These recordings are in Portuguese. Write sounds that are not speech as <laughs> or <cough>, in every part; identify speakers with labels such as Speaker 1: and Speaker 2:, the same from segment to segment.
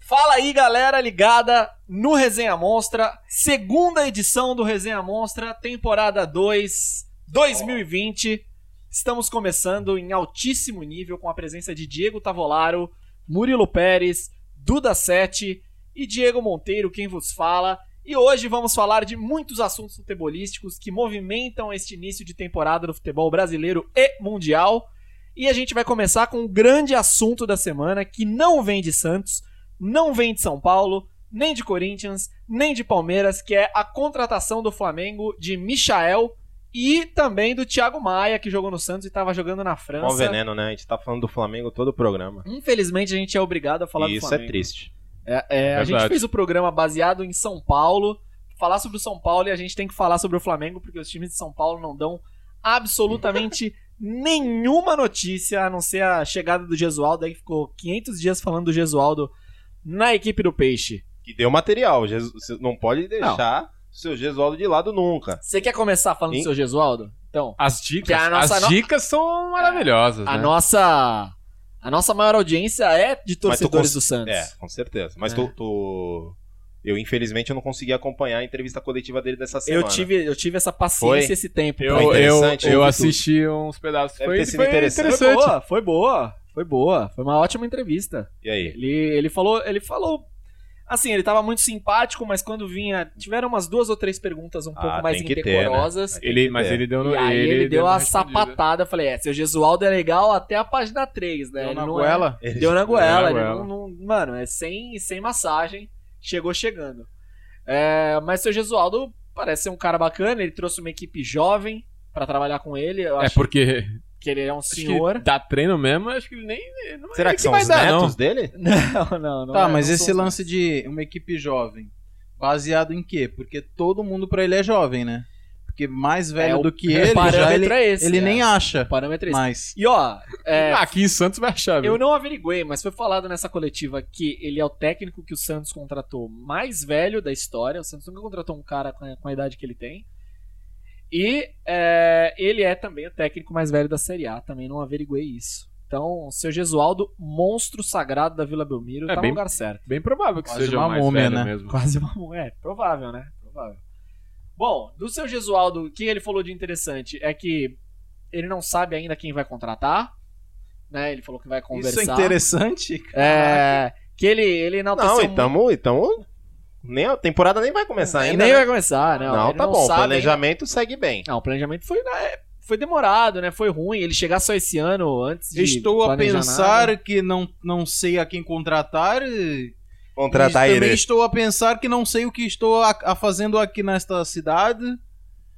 Speaker 1: Fala aí, galera ligada no Resenha Monstra, segunda edição do Resenha Monstra, temporada 2, 2020. Estamos começando em altíssimo nível com a presença de Diego Tavolaro, Murilo Pérez, Duda Sete e Diego Monteiro, quem vos fala. E hoje vamos falar de muitos assuntos futebolísticos que movimentam este início de temporada do futebol brasileiro e mundial. E a gente vai começar com o grande assunto da semana, que não vem de Santos, não vem de São Paulo, nem de Corinthians, nem de Palmeiras, que é a contratação do Flamengo de Michael e também do Thiago Maia, que jogou no Santos e estava jogando na França.
Speaker 2: Qual veneno, né? A gente tá falando do Flamengo todo o programa.
Speaker 1: Infelizmente a gente é obrigado a falar
Speaker 2: e
Speaker 1: do
Speaker 2: isso
Speaker 1: Flamengo.
Speaker 2: é triste.
Speaker 1: É, é, a
Speaker 3: Verdade.
Speaker 1: gente fez o programa baseado em São Paulo. Falar sobre o São Paulo e a gente tem que falar sobre o Flamengo, porque os times de São Paulo não dão
Speaker 2: <laughs>
Speaker 1: absolutamente nenhuma notícia, a não ser a chegada do Gesualdo, aí que ficou 500 dias falando do Gesualdo na equipe do Peixe.
Speaker 2: Que deu material. Jesus- Você não pode deixar o seu Gesualdo de lado nunca.
Speaker 1: Você quer começar falando
Speaker 2: Hein?
Speaker 1: do seu Gesualdo? Então,
Speaker 3: As
Speaker 1: Que
Speaker 3: dicas,
Speaker 1: a nossa
Speaker 3: as
Speaker 1: no-
Speaker 3: dicas são maravilhosas,
Speaker 1: a
Speaker 3: né?
Speaker 1: nossa a nossa maior audiência é de
Speaker 2: Mas tu
Speaker 1: torcedores
Speaker 2: cons-
Speaker 1: do Santos.
Speaker 2: É, com certeza. Mas
Speaker 1: É.
Speaker 2: tu, tu- Eu, infelizmente, eu não consegui acompanhar a entrevista coletiva dele dessa
Speaker 1: Eu
Speaker 2: semana.
Speaker 1: tive, eu tive essa paciência
Speaker 2: Foi?
Speaker 1: esse tempo.
Speaker 3: Eu,
Speaker 2: Foi
Speaker 1: pra
Speaker 3: eu,
Speaker 2: interessante,
Speaker 3: eu
Speaker 2: ouvi
Speaker 3: assisti uns pedaços.
Speaker 2: Deve
Speaker 3: Foi,
Speaker 2: ter sido
Speaker 3: foi
Speaker 2: interessante.
Speaker 3: interessante.
Speaker 1: Foi boa, foi boa, foi boa. Foi uma ótima entrevista.
Speaker 2: E aí?
Speaker 1: Ele, ele falou, ele falou. Assim, ele tava muito simpático, mas quando vinha. Tiveram umas duas ou três perguntas um
Speaker 2: Ah,
Speaker 1: pouco mais
Speaker 2: tem que ter,
Speaker 1: indecorosas.
Speaker 2: né?
Speaker 3: Ele, mas
Speaker 2: É.
Speaker 3: ele deu no.
Speaker 1: E aí ele, deu
Speaker 3: uma
Speaker 1: a
Speaker 3: respondida.
Speaker 4: né?
Speaker 1: sapatada. Falei, é, seu Gesualdo é legal até a página 3, né?
Speaker 3: Deu
Speaker 1: Ele
Speaker 3: na
Speaker 1: não é-
Speaker 3: goela.
Speaker 1: Deu na goela.
Speaker 3: Deu na
Speaker 1: ele
Speaker 3: goela.
Speaker 1: não- não- mano, é sem, sem massagem. Chegou chegando. É, mas seu Gesualdo parece ser um cara bacana. Ele trouxe uma equipe jovem pra trabalhar com ele. Eu
Speaker 3: É
Speaker 1: acho
Speaker 3: porque
Speaker 1: que ele é um
Speaker 3: acho que
Speaker 1: senhor.
Speaker 3: dá treino mesmo, acho que ele nem. não é
Speaker 2: Será
Speaker 3: ele
Speaker 2: que, são
Speaker 3: vai
Speaker 2: os
Speaker 3: dar,
Speaker 2: netos
Speaker 3: não.
Speaker 2: dele?
Speaker 1: <laughs> Não, não, não.
Speaker 4: Tá,
Speaker 1: é,
Speaker 4: mas
Speaker 1: não
Speaker 4: esse
Speaker 1: sou-
Speaker 4: lance de uma equipe jovem, baseado em quê? Porque todo mundo pra ele é jovem, né? Porque mais velho
Speaker 1: É, o
Speaker 4: do que ele, já
Speaker 1: parâmetro
Speaker 4: ele,
Speaker 1: é esse.
Speaker 4: ele
Speaker 1: é.
Speaker 4: nem acha.
Speaker 1: Parâmetro é esse.
Speaker 4: Mas
Speaker 1: E ó, é,
Speaker 3: Ah, Aqui em Santos vai achar, viu?
Speaker 1: eu não averiguei, mas foi falado nessa coletiva que ele é o técnico que o Santos contratou mais velho da história. O Santos nunca contratou um cara com a, com a idade que ele tem. E é, ele é também o técnico mais velho da Série A. Também não averiguei isso. Então, seu Gesualdo, monstro sagrado da Vila Belmiro,
Speaker 3: É
Speaker 1: tá
Speaker 3: bem-
Speaker 1: no lugar certo.
Speaker 3: Bem provável que
Speaker 4: Quase
Speaker 3: seja
Speaker 4: uma
Speaker 3: mais
Speaker 4: múmia,
Speaker 3: velho
Speaker 4: né?
Speaker 3: mesmo.
Speaker 1: Quase uma É, provável, né? Provável. Bom, do seu Gesualdo, o que ele falou de interessante é que ele não sabe ainda quem vai contratar. Né? Ele falou que vai
Speaker 4: isso
Speaker 1: conversar.
Speaker 4: é interessante, cara.
Speaker 1: É, que ele, ele enalteceu
Speaker 2: Não,
Speaker 1: muito.
Speaker 2: então, então nem a temporada nem vai começar ainda.
Speaker 1: um- Nem
Speaker 2: né?
Speaker 1: vai começar, não.
Speaker 2: Não,
Speaker 1: ele
Speaker 2: tá bom. O
Speaker 1: sabe ainda.
Speaker 2: planejamento segue bem.
Speaker 1: Não, o planejamento foi, é, foi demorado, né? Foi ruim. Ele chegar só esse ano antes de.
Speaker 4: Estou a
Speaker 1: planejar
Speaker 4: pensar
Speaker 1: nada.
Speaker 4: que não, não sei a quem contratar. e-
Speaker 2: Contratar
Speaker 4: e também
Speaker 2: ele.
Speaker 4: estou a pensar que não sei o que estou a, a fazendo aqui nesta cidade.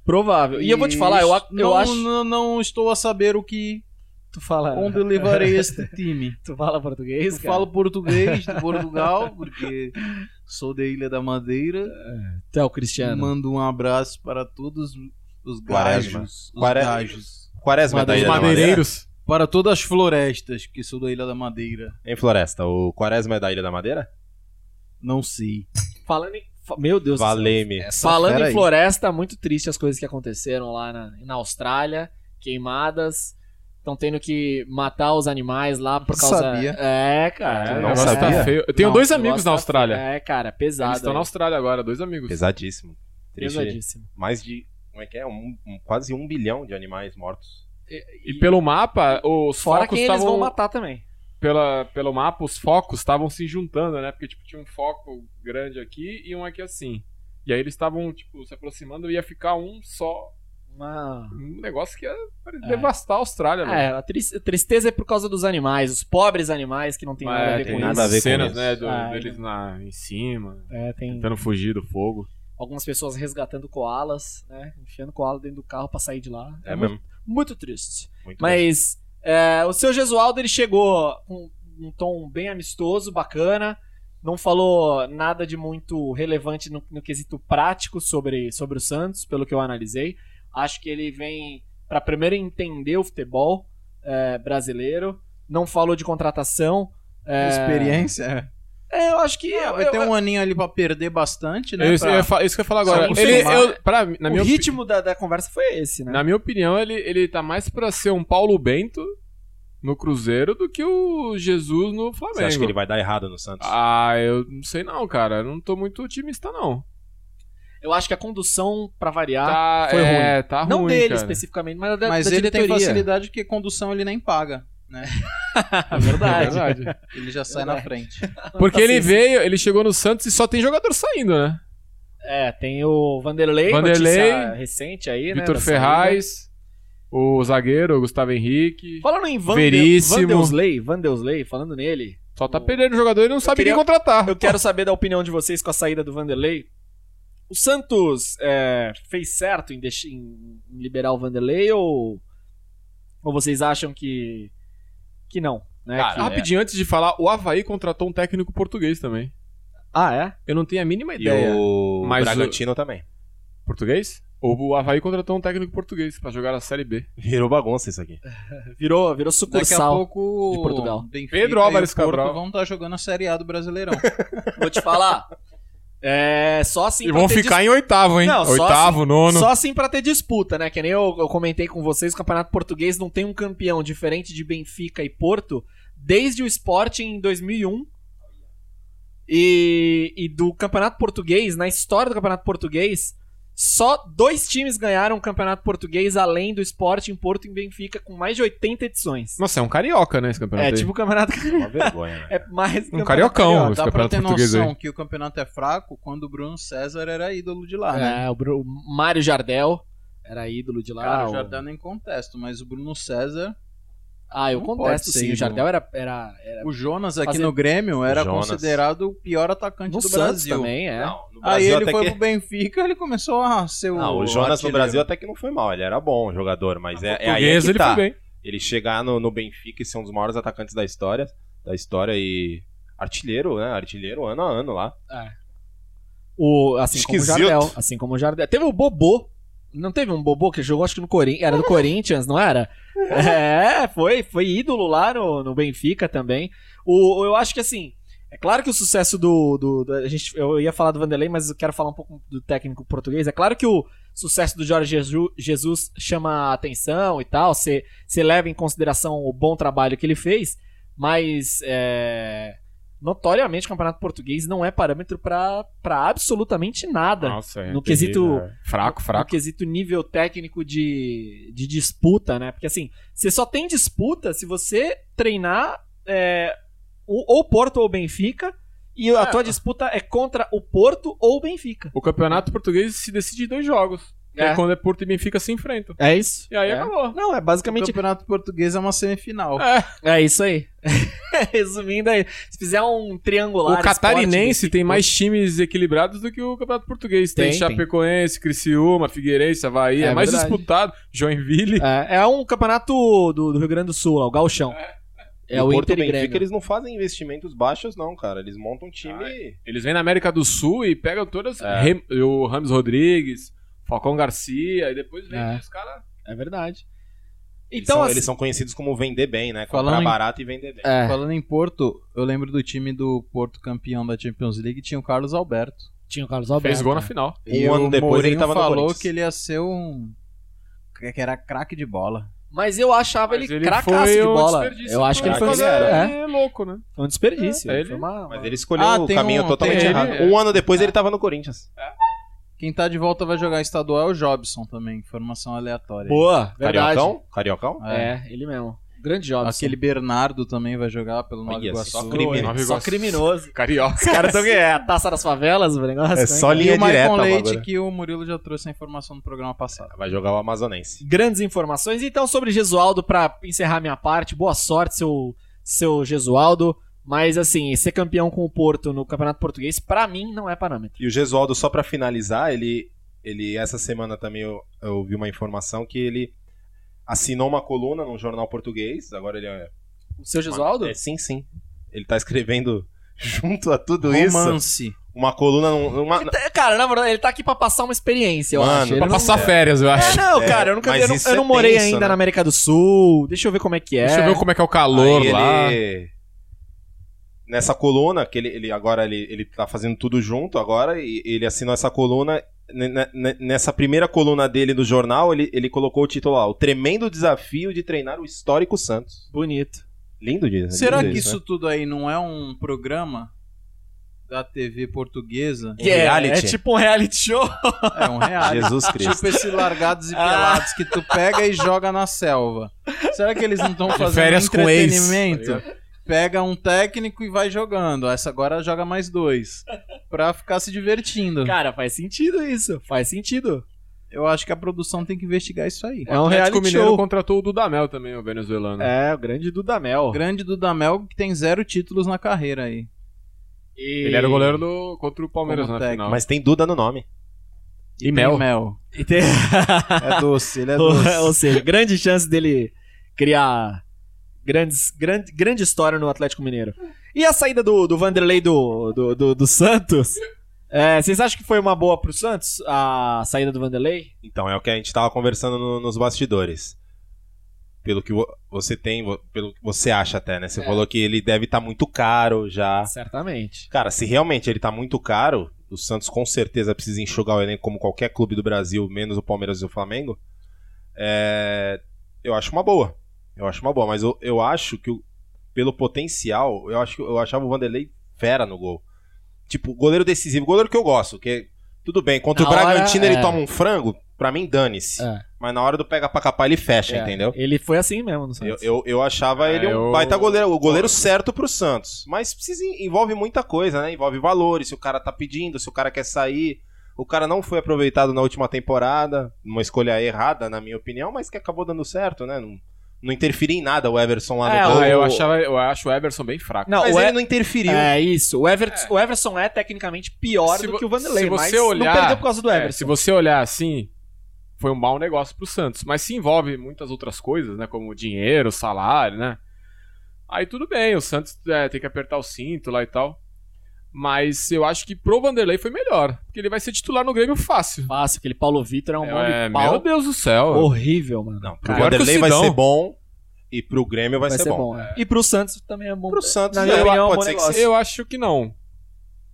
Speaker 1: Provável. E eu vou te falar, eu, ac- eu
Speaker 4: não,
Speaker 1: acho.
Speaker 4: Não, não estou a saber o que.
Speaker 1: Tu fala.
Speaker 4: Onde levarei este
Speaker 1: <laughs>
Speaker 4: time.
Speaker 1: Tu fala português?
Speaker 4: Eu
Speaker 1: cara?
Speaker 4: falo português de Portugal, porque sou da Ilha da Madeira.
Speaker 1: Tu é o Cristiano.
Speaker 4: Mando um abraço para todos os
Speaker 2: Quaresma.
Speaker 4: gajos. Os
Speaker 2: Quare-
Speaker 4: gajos.
Speaker 2: Quaresma é da
Speaker 4: Os
Speaker 2: Ilha
Speaker 3: Os
Speaker 2: da Madeira.
Speaker 3: madeireiros.
Speaker 4: Para todas as florestas, porque sou da Ilha da Madeira.
Speaker 2: Em Floresta, o Quaresma é da Ilha da Madeira?
Speaker 4: Não sei.
Speaker 1: Falando em. fa- Meu Deus do céu.
Speaker 2: Valeu-me.
Speaker 1: Falando
Speaker 4: fera
Speaker 1: em
Speaker 4: aí.
Speaker 1: floresta, muito triste as coisas que aconteceram lá na, na Austrália, queimadas. Estão tendo que matar os animais lá por
Speaker 4: Não
Speaker 1: causa.
Speaker 4: sabia.
Speaker 1: É, cara.
Speaker 2: É,
Speaker 1: o
Speaker 2: não
Speaker 1: negócio
Speaker 2: sabia.
Speaker 1: tá
Speaker 3: feio. Eu tenho
Speaker 1: Não,
Speaker 3: dois
Speaker 1: o
Speaker 3: amigos
Speaker 1: negócio
Speaker 3: na
Speaker 1: tá
Speaker 3: Austrália.
Speaker 1: feio. É, cara, pesado.
Speaker 3: Eles estão na
Speaker 1: aí.
Speaker 3: Austrália agora, dois amigos.
Speaker 2: Pesadíssimo. Triste.
Speaker 1: Pesadíssimo.
Speaker 2: Mais de. Como é que é? Um- um- quase um bilhão de animais mortos.
Speaker 3: E pelo mapa, os
Speaker 1: Fora
Speaker 3: focos
Speaker 1: quem eles vão
Speaker 3: estavam
Speaker 1: matar também.
Speaker 3: pela, pelo mapa, os focos estavam se juntando, né? Porque, tipo, tinha um foco grande aqui e um aqui assim. E aí eles estavam, tipo, se aproximando e ia ficar um só.
Speaker 1: Uma...
Speaker 3: Um negócio que ia
Speaker 1: É.
Speaker 3: devastar a Austrália, né? velho.
Speaker 1: É, a tris- a tristeza é por causa dos animais, os pobres animais que não tem
Speaker 3: Mas
Speaker 1: nada a
Speaker 3: É, tem
Speaker 1: ver com
Speaker 2: É, nada
Speaker 1: isso.
Speaker 2: a ver com
Speaker 3: cenas,
Speaker 2: isso. é.
Speaker 3: né, do-
Speaker 1: Ah,
Speaker 3: deles na, em cima,
Speaker 1: É, tem
Speaker 3: tentando fugir do fogo.
Speaker 1: algumas pessoas resgatando koalas, né? Enfiando koala dentro do carro pra sair de lá.
Speaker 2: É,
Speaker 1: muito,
Speaker 2: mesmo.
Speaker 1: muito triste.
Speaker 2: Muito
Speaker 1: Mas é, o seu Gesualdo ele chegou com um tom bem amistoso, bacana. Não falou nada de muito relevante no, no quesito prático sobre, sobre o Santos, pelo que eu analisei. Acho que ele vem para primeiro entender o futebol é, brasileiro. Não falou de contratação. É,
Speaker 4: Experiência.
Speaker 1: é, eu acho que.
Speaker 4: É,
Speaker 1: eu-
Speaker 4: vai ter um aninho ali pra perder bastante, né?
Speaker 3: isso,
Speaker 4: pra-
Speaker 3: eu ia fa- isso que eu ia falar
Speaker 4: Só
Speaker 3: agora.
Speaker 4: um
Speaker 3: Ele,
Speaker 4: filmar.
Speaker 3: eu, pra, mim- na
Speaker 1: o
Speaker 3: minha opi-
Speaker 1: ritmo da, da conversa foi esse, né?
Speaker 3: Na minha opinião, ele, ele tá mais pra ser um Paulo Bento no Cruzeiro do que o Jesus no Flamengo.
Speaker 2: Você acha que ele vai dar errado no Santos?
Speaker 3: Ah, eu não sei não, cara. Eu não tô muito otimista, não.
Speaker 1: Eu acho que a condução, pra variar,
Speaker 3: Tá,
Speaker 1: foi
Speaker 3: é, tá
Speaker 1: não
Speaker 3: ruim,
Speaker 1: dele
Speaker 3: cara.
Speaker 1: especificamente, mas da,
Speaker 4: Mas
Speaker 1: da
Speaker 4: ele tem
Speaker 1: diretoria.
Speaker 4: facilidade porque condução ele nem paga.
Speaker 1: É <laughs>
Speaker 3: É <laughs>
Speaker 1: verdade.
Speaker 3: verdade.
Speaker 4: Ele já sai
Speaker 1: É.
Speaker 4: na frente.
Speaker 3: Porque
Speaker 1: Tá
Speaker 3: ele
Speaker 1: sem-
Speaker 3: veio, ele chegou no Santos e só tem jogador saindo, né?
Speaker 1: É, tem o Vanderlei,
Speaker 3: Vanderlei,
Speaker 1: notícia recente aí, né?
Speaker 3: Vitor
Speaker 1: da saída.
Speaker 3: Ferraz, o zagueiro, o Gustavo Henrique.
Speaker 1: Falando em Vander,
Speaker 3: Veríssimo.
Speaker 1: Vanderlei, Vanderlei, falando nele,
Speaker 3: Só tá perdendo jogador e não sabe
Speaker 1: queria-
Speaker 3: quem contratar.
Speaker 1: eu quero saber da opinião de vocês com a saída do Vanderlei. O Santos é, fez certo em, deix- em- em liberar o Vanderlei ou, ou vocês acham que que não? Né?
Speaker 2: Cara,
Speaker 1: Que-
Speaker 3: Rapidinho, antes de falar, o Havaí contratou um técnico português também.
Speaker 1: Ah, é?
Speaker 3: Eu não tenho a mínima
Speaker 2: E
Speaker 3: ideia.
Speaker 2: o
Speaker 3: Mas
Speaker 2: Bragantino também.
Speaker 3: Português? O o Havaí contratou um técnico português pra jogar a Série B.
Speaker 2: Virou bagunça isso aqui.
Speaker 1: Virou, virou
Speaker 4: Daqui a
Speaker 1: sucursal.
Speaker 4: pouco
Speaker 1: de Portugal.
Speaker 4: Benfica
Speaker 3: Pedro
Speaker 4: e o
Speaker 3: Álvares
Speaker 4: Porto
Speaker 3: Cabral.
Speaker 4: vão estar jogando a Série A do Brasileirão.
Speaker 1: Vou te falar. <laughs> É, só assim
Speaker 3: e
Speaker 1: pra
Speaker 3: vão
Speaker 1: ter
Speaker 3: ficar em oitavo, hein?
Speaker 1: Não, só
Speaker 3: oitavo, nono.
Speaker 1: Só assim pra ter disputa, né? Que nem eu, eu comentei com vocês, o Campeonato Português não tem um campeão diferente de Benfica e Porto desde o Sporting em 2001. E, e do Campeonato Português, na história do Campeonato Português, só dois times ganharam o Campeonato Português além do Sporting, Porto e Benfica, com mais de 80 edições.
Speaker 3: Nossa, é um carioca, né, esse campeonato
Speaker 1: É
Speaker 3: aí.
Speaker 1: tipo o Campeonato...
Speaker 2: Uma vergonha, né?
Speaker 1: É mais...
Speaker 3: Um cariocão. Esse
Speaker 4: Dá pra
Speaker 3: campeonato
Speaker 4: ter
Speaker 3: português aí.
Speaker 4: noção que o campeonato é fraco quando o Bruno César era ídolo de lá, né?
Speaker 1: É, o Bru- o Mário Jardel era ídolo
Speaker 2: É,
Speaker 1: de lá.
Speaker 4: Cara, o
Speaker 1: o-
Speaker 4: Jardel nem contesto, mas o Bruno César.
Speaker 1: Ah, eu
Speaker 4: não
Speaker 1: contesto
Speaker 4: pode ser
Speaker 1: sim. O
Speaker 4: ídolo.
Speaker 1: Jardel era- era, era
Speaker 4: O Jonas aqui
Speaker 1: Fazer-
Speaker 4: no Grêmio era
Speaker 2: Jonas.
Speaker 4: considerado o pior atacante
Speaker 1: No
Speaker 4: do
Speaker 1: Santos
Speaker 4: Brasil.
Speaker 1: também, é.
Speaker 2: Não, no
Speaker 4: Aí
Speaker 2: Brasil
Speaker 4: ele
Speaker 2: até
Speaker 4: foi
Speaker 2: que...
Speaker 4: pro Benfica, ele começou a ser o.
Speaker 2: Não, o Jonas no
Speaker 4: artilheiro.
Speaker 2: Brasil é até que não foi mal, ele era bom jogador, mas é, é aí é
Speaker 3: Português,
Speaker 2: que
Speaker 3: ele
Speaker 2: tá.
Speaker 3: foi bem.
Speaker 2: Ele chegar no, no Benfica e ser um dos maiores atacantes da história, da história e artilheiro, né? Artilheiro ano a ano lá.
Speaker 1: O, assim como
Speaker 2: Esquisito.
Speaker 1: o Jardel. Assim como o Jardel. Teve o Bobô. Não teve um Bobô que jogou, acho que no Corinthians. Era do Corinthians, não era? É, foi. Foi ídolo lá no, no Benfica também. O, eu acho que assim. É claro que o sucesso do. do, do- a gente, eu ia falar do Vanderlei, mas eu quero falar um pouco do técnico português. É claro que o sucesso do Jorge Jesu- Jesus chama a atenção e tal. Você você leva em consideração o bom trabalho que ele fez, mas é, notoriamente o Campeonato Português não é parâmetro pra pra absolutamente nada.
Speaker 3: Nossa, é
Speaker 1: No
Speaker 3: terrível,
Speaker 1: quesito-
Speaker 3: é. Fraco,
Speaker 1: No
Speaker 3: fraco.
Speaker 1: quesito nível técnico de, de disputa, né? Porque assim, você só tem disputa se você treinar é, o- ou Porto ou Benfica, e a tua disputa é contra o Porto ou o Benfica.
Speaker 3: O campeonato português se decide em dois jogos. Que É.
Speaker 1: É.
Speaker 3: quando é Porto e Benfica se enfrentam.
Speaker 1: É isso.
Speaker 3: E aí
Speaker 1: é.
Speaker 3: acabou.
Speaker 1: Não, é
Speaker 4: O
Speaker 1: basicamente
Speaker 4: campeonato português é uma semifinal.
Speaker 1: É isso aí. <laughs> Resumindo aí, se fizer um triangular.
Speaker 3: O catarinense
Speaker 1: esporte,
Speaker 3: tem mais times equilibrados do que o campeonato português. né? Tem,
Speaker 1: Tem, tem.
Speaker 3: Chapecoense, Criciúma, Figueirense, Havaí. É,
Speaker 1: É
Speaker 3: mais
Speaker 1: verdade.
Speaker 3: disputado. Joinville.
Speaker 1: É, é um campeonato do, do Rio Grande do Sul, lá, o Gauchão. É,
Speaker 2: E
Speaker 1: o
Speaker 2: Porto
Speaker 1: Inter e
Speaker 2: Benfica,
Speaker 1: Grêmio. Ah,
Speaker 2: eles não fazem investimentos baixos não, cara. Eles montam um time...
Speaker 3: Eles vêm na América do Sul e pegam todas.
Speaker 2: É.
Speaker 3: Rem- o Rames Rodrigues, Falcão Garcia. E depois vem
Speaker 1: É.
Speaker 3: os caras.
Speaker 1: É verdade.
Speaker 2: Eles
Speaker 1: Então,
Speaker 2: são-
Speaker 1: assim,
Speaker 2: eles são conhecidos como vender bem, né? Comprar
Speaker 4: Falando em-
Speaker 2: barato e vender bem.
Speaker 1: é,
Speaker 4: Falando em Porto, eu lembro do time do Porto campeão da Champions League, tinha o Carlos Alberto.
Speaker 1: tinha o Carlos Alberto. né?
Speaker 3: Fez gol na final.
Speaker 2: Um ano depois ele
Speaker 4: Mourinho
Speaker 2: tava no
Speaker 4: falou
Speaker 2: Corinthians.
Speaker 4: que ele ia ser um. que era craque de bola.
Speaker 1: Mas eu achava
Speaker 3: Mas
Speaker 1: ele, cracaço de
Speaker 3: um
Speaker 1: bola.
Speaker 3: desperdício
Speaker 1: Eu acho que ele foi um
Speaker 3: por
Speaker 2: Cracaço,
Speaker 1: desperdício. É,
Speaker 3: causa- é louco, né?
Speaker 1: foi um desperdício.
Speaker 3: É,
Speaker 1: ele
Speaker 3: ele-
Speaker 1: foi uma-
Speaker 2: Mas ele escolheu
Speaker 4: Ah,
Speaker 2: o
Speaker 4: tem
Speaker 2: caminho
Speaker 4: um-
Speaker 2: totalmente
Speaker 3: tem ele,
Speaker 2: errado.
Speaker 3: é.
Speaker 2: Um ano depois ele tava no Corinthians.
Speaker 4: Quem tá de volta vai jogar estadual é o Jobson também, formação aleatória.
Speaker 1: Boa, verdade.
Speaker 2: Cariocão? Cariocão?
Speaker 4: É.
Speaker 1: É, ele mesmo. Grande jovem.
Speaker 4: Aquele Bernardo também vai jogar pelo Nova
Speaker 2: Olha,
Speaker 4: Iguaçu.
Speaker 2: só
Speaker 3: crime.
Speaker 2: criminoso.
Speaker 1: Só criminoso.
Speaker 3: Carioca.
Speaker 1: Os caras estão é a taça das favelas, o negócio.
Speaker 2: É
Speaker 1: né?
Speaker 4: E o Maicon Leite, que o Murilo já trouxe a informação no programa passado.
Speaker 2: né? Vai jogar o Amazonense.
Speaker 1: grandes informações. Então, sobre Gesualdo, pra encerrar minha parte, boa sorte, seu, seu Gesualdo. Mas, assim, ser campeão com o Porto no Campeonato Português, pra mim, não é parâmetro.
Speaker 2: E o Gesualdo, só pra finalizar, ele, ele essa semana também eu, eu ouvi uma informação que ele assinou uma coluna num jornal português. Agora ele é.
Speaker 1: O seu Gesualdo?
Speaker 2: É, sim, sim. Ele tá escrevendo <laughs> junto a tudo isso
Speaker 4: Romance.
Speaker 2: uma coluna num, uma,
Speaker 1: Ele tá- Cara, na verdade, ele tá aqui pra passar uma experiência, eu
Speaker 2: é- Mano,
Speaker 1: acho. Ele
Speaker 3: Pra
Speaker 1: não-
Speaker 3: passar férias, eu
Speaker 1: É,
Speaker 3: acho.
Speaker 1: não,
Speaker 2: É,
Speaker 1: cara, eu nunca vi-
Speaker 2: mas
Speaker 1: eu não,
Speaker 2: isso
Speaker 1: eu
Speaker 2: é
Speaker 1: não morei
Speaker 2: tenso,
Speaker 1: ainda
Speaker 2: né?
Speaker 1: na América do Sul. Deixa eu ver como é que é.
Speaker 3: Deixa eu ver como é que é o calor
Speaker 2: Aí
Speaker 3: lá.
Speaker 2: ele- Nessa coluna, que ele, ele agora ele, ele tá fazendo tudo junto agora, e ele assinou essa coluna ne- ne- ne- nessa primeira coluna dele no jornal, ele, ele colocou o título lá: O Tremendo Desafio de Treinar o Histórico Santos.
Speaker 1: Bonito.
Speaker 2: Lindo dia.
Speaker 4: Será
Speaker 2: lindo
Speaker 4: que
Speaker 2: né?
Speaker 4: isso tudo aí não é um programa da TV portuguesa?
Speaker 2: <laughs> Um reality?
Speaker 1: é tipo um reality show.
Speaker 4: É um reality.
Speaker 2: né? Jesus Cristo.
Speaker 4: Tipo esse largados e
Speaker 1: Ah.
Speaker 4: pelados que tu pega e joga na selva. Será que eles não estão fazendo
Speaker 5: férias com ex,
Speaker 4: entretenimento? pega um técnico e vai jogando. Essa agora joga mais dois. Pra ficar se divertindo.
Speaker 1: Cara, faz sentido isso. Faz sentido.
Speaker 4: Eu acho que a produção tem que investigar isso aí.
Speaker 1: É um
Speaker 3: O Atlético
Speaker 1: reality
Speaker 3: Mineiro
Speaker 1: show.
Speaker 3: contratou o Dudamel também, o venezuelano.
Speaker 1: É, o grande Dudamel.
Speaker 4: Grande Dudamel que tem zero títulos na carreira aí.
Speaker 1: E...
Speaker 3: Ele era o goleiro do, contra o Palmeiras
Speaker 4: Como
Speaker 3: na
Speaker 4: técnico.
Speaker 3: final.
Speaker 2: Mas tem Duda no nome.
Speaker 3: e
Speaker 4: Tem
Speaker 3: Mel.
Speaker 1: E tem-
Speaker 4: É doce,
Speaker 2: <laughs>
Speaker 4: ele é
Speaker 1: Ou-
Speaker 4: doce.
Speaker 1: <laughs> Ou seja, grande chance dele criar grandes, grande, grande história no Atlético Mineiro. E a saída do, do Vanderlei do, do, do- do Santos? É, vocês acham que foi uma boa pro Santos a saída do Vanderlei?
Speaker 2: Então, é o que a gente tava conversando no- nos bastidores. Pelo que vo- você tem, vo- pelo que você acha até, né? Você falou que ele deve estar muito caro já.
Speaker 1: Certamente.
Speaker 2: Cara, se realmente ele tá muito caro, o Santos com certeza precisa enxugar o elenco como qualquer clube do Brasil, menos o Palmeiras e o Flamengo. é, Eu acho uma boa. Eu acho uma boa, mas eu, eu acho que o- pelo potencial, eu acho que eu achava o Vanderlei fera no gol. Tipo, goleiro decisivo, goleiro que eu gosto, que tudo bem, contra
Speaker 1: Na
Speaker 2: o
Speaker 1: hora,
Speaker 2: Bragantino
Speaker 1: é.
Speaker 2: ele toma um frango, pra mim dane-se.
Speaker 1: É.
Speaker 2: Mas na hora do pega pra capar ele fecha, entendeu?
Speaker 1: Ele foi assim mesmo no
Speaker 2: Eu,
Speaker 1: Santos.
Speaker 2: eu, eu achava
Speaker 3: É,
Speaker 2: ele um
Speaker 3: eu-
Speaker 2: baita goleiro, o goleiro certo pro Santos. Mas precisa, envolve muita coisa, né? Envolve valores, se o cara tá pedindo, se o cara quer sair. O cara não foi aproveitado na última temporada, uma escolha errada, na minha opinião, mas que acabou dando certo, né? Não, não interferi em nada o Everson lá
Speaker 1: É,
Speaker 2: no gol.
Speaker 3: Ah,
Speaker 1: o-
Speaker 3: eu, achava, eu acho o Everson bem fraco.
Speaker 1: Não,
Speaker 2: Mas
Speaker 1: o
Speaker 2: ele
Speaker 1: E-
Speaker 2: não interferiu.
Speaker 1: é isso. O, Everton,
Speaker 3: É.
Speaker 1: o Everson é tecnicamente pior
Speaker 3: Se
Speaker 1: do
Speaker 3: vo-
Speaker 1: que o Vanderlei,
Speaker 3: se você
Speaker 1: mas
Speaker 3: olhar-
Speaker 1: não perdeu por causa do
Speaker 3: É,
Speaker 1: Everson.
Speaker 3: se você olhar assim, foi um mau negócio pro Santos. Mas se envolve muitas outras coisas, né? Como dinheiro, salário, né? Aí tudo bem, o Santos é, tem que apertar o cinto lá e tal. Mas eu acho que pro Vanderlei foi melhor. Porque ele vai ser titular no Grêmio fácil.
Speaker 1: Fácil, aquele Paulo Vitor é um mole
Speaker 3: É,
Speaker 1: pau
Speaker 3: meu Deus do céu.
Speaker 1: horrível, mano.
Speaker 2: Não, pro
Speaker 3: Cara, pior que o
Speaker 2: Vanderlei vai
Speaker 3: Sidão.
Speaker 2: ser bom e pro Grêmio vai, ser, bom.
Speaker 1: é. E pro Santos também é bom.
Speaker 2: Pro Santos,
Speaker 1: Na minha
Speaker 2: é,
Speaker 1: opinião, é um
Speaker 2: pode
Speaker 1: bom
Speaker 2: ser que
Speaker 1: negócio.
Speaker 3: Eu acho que não.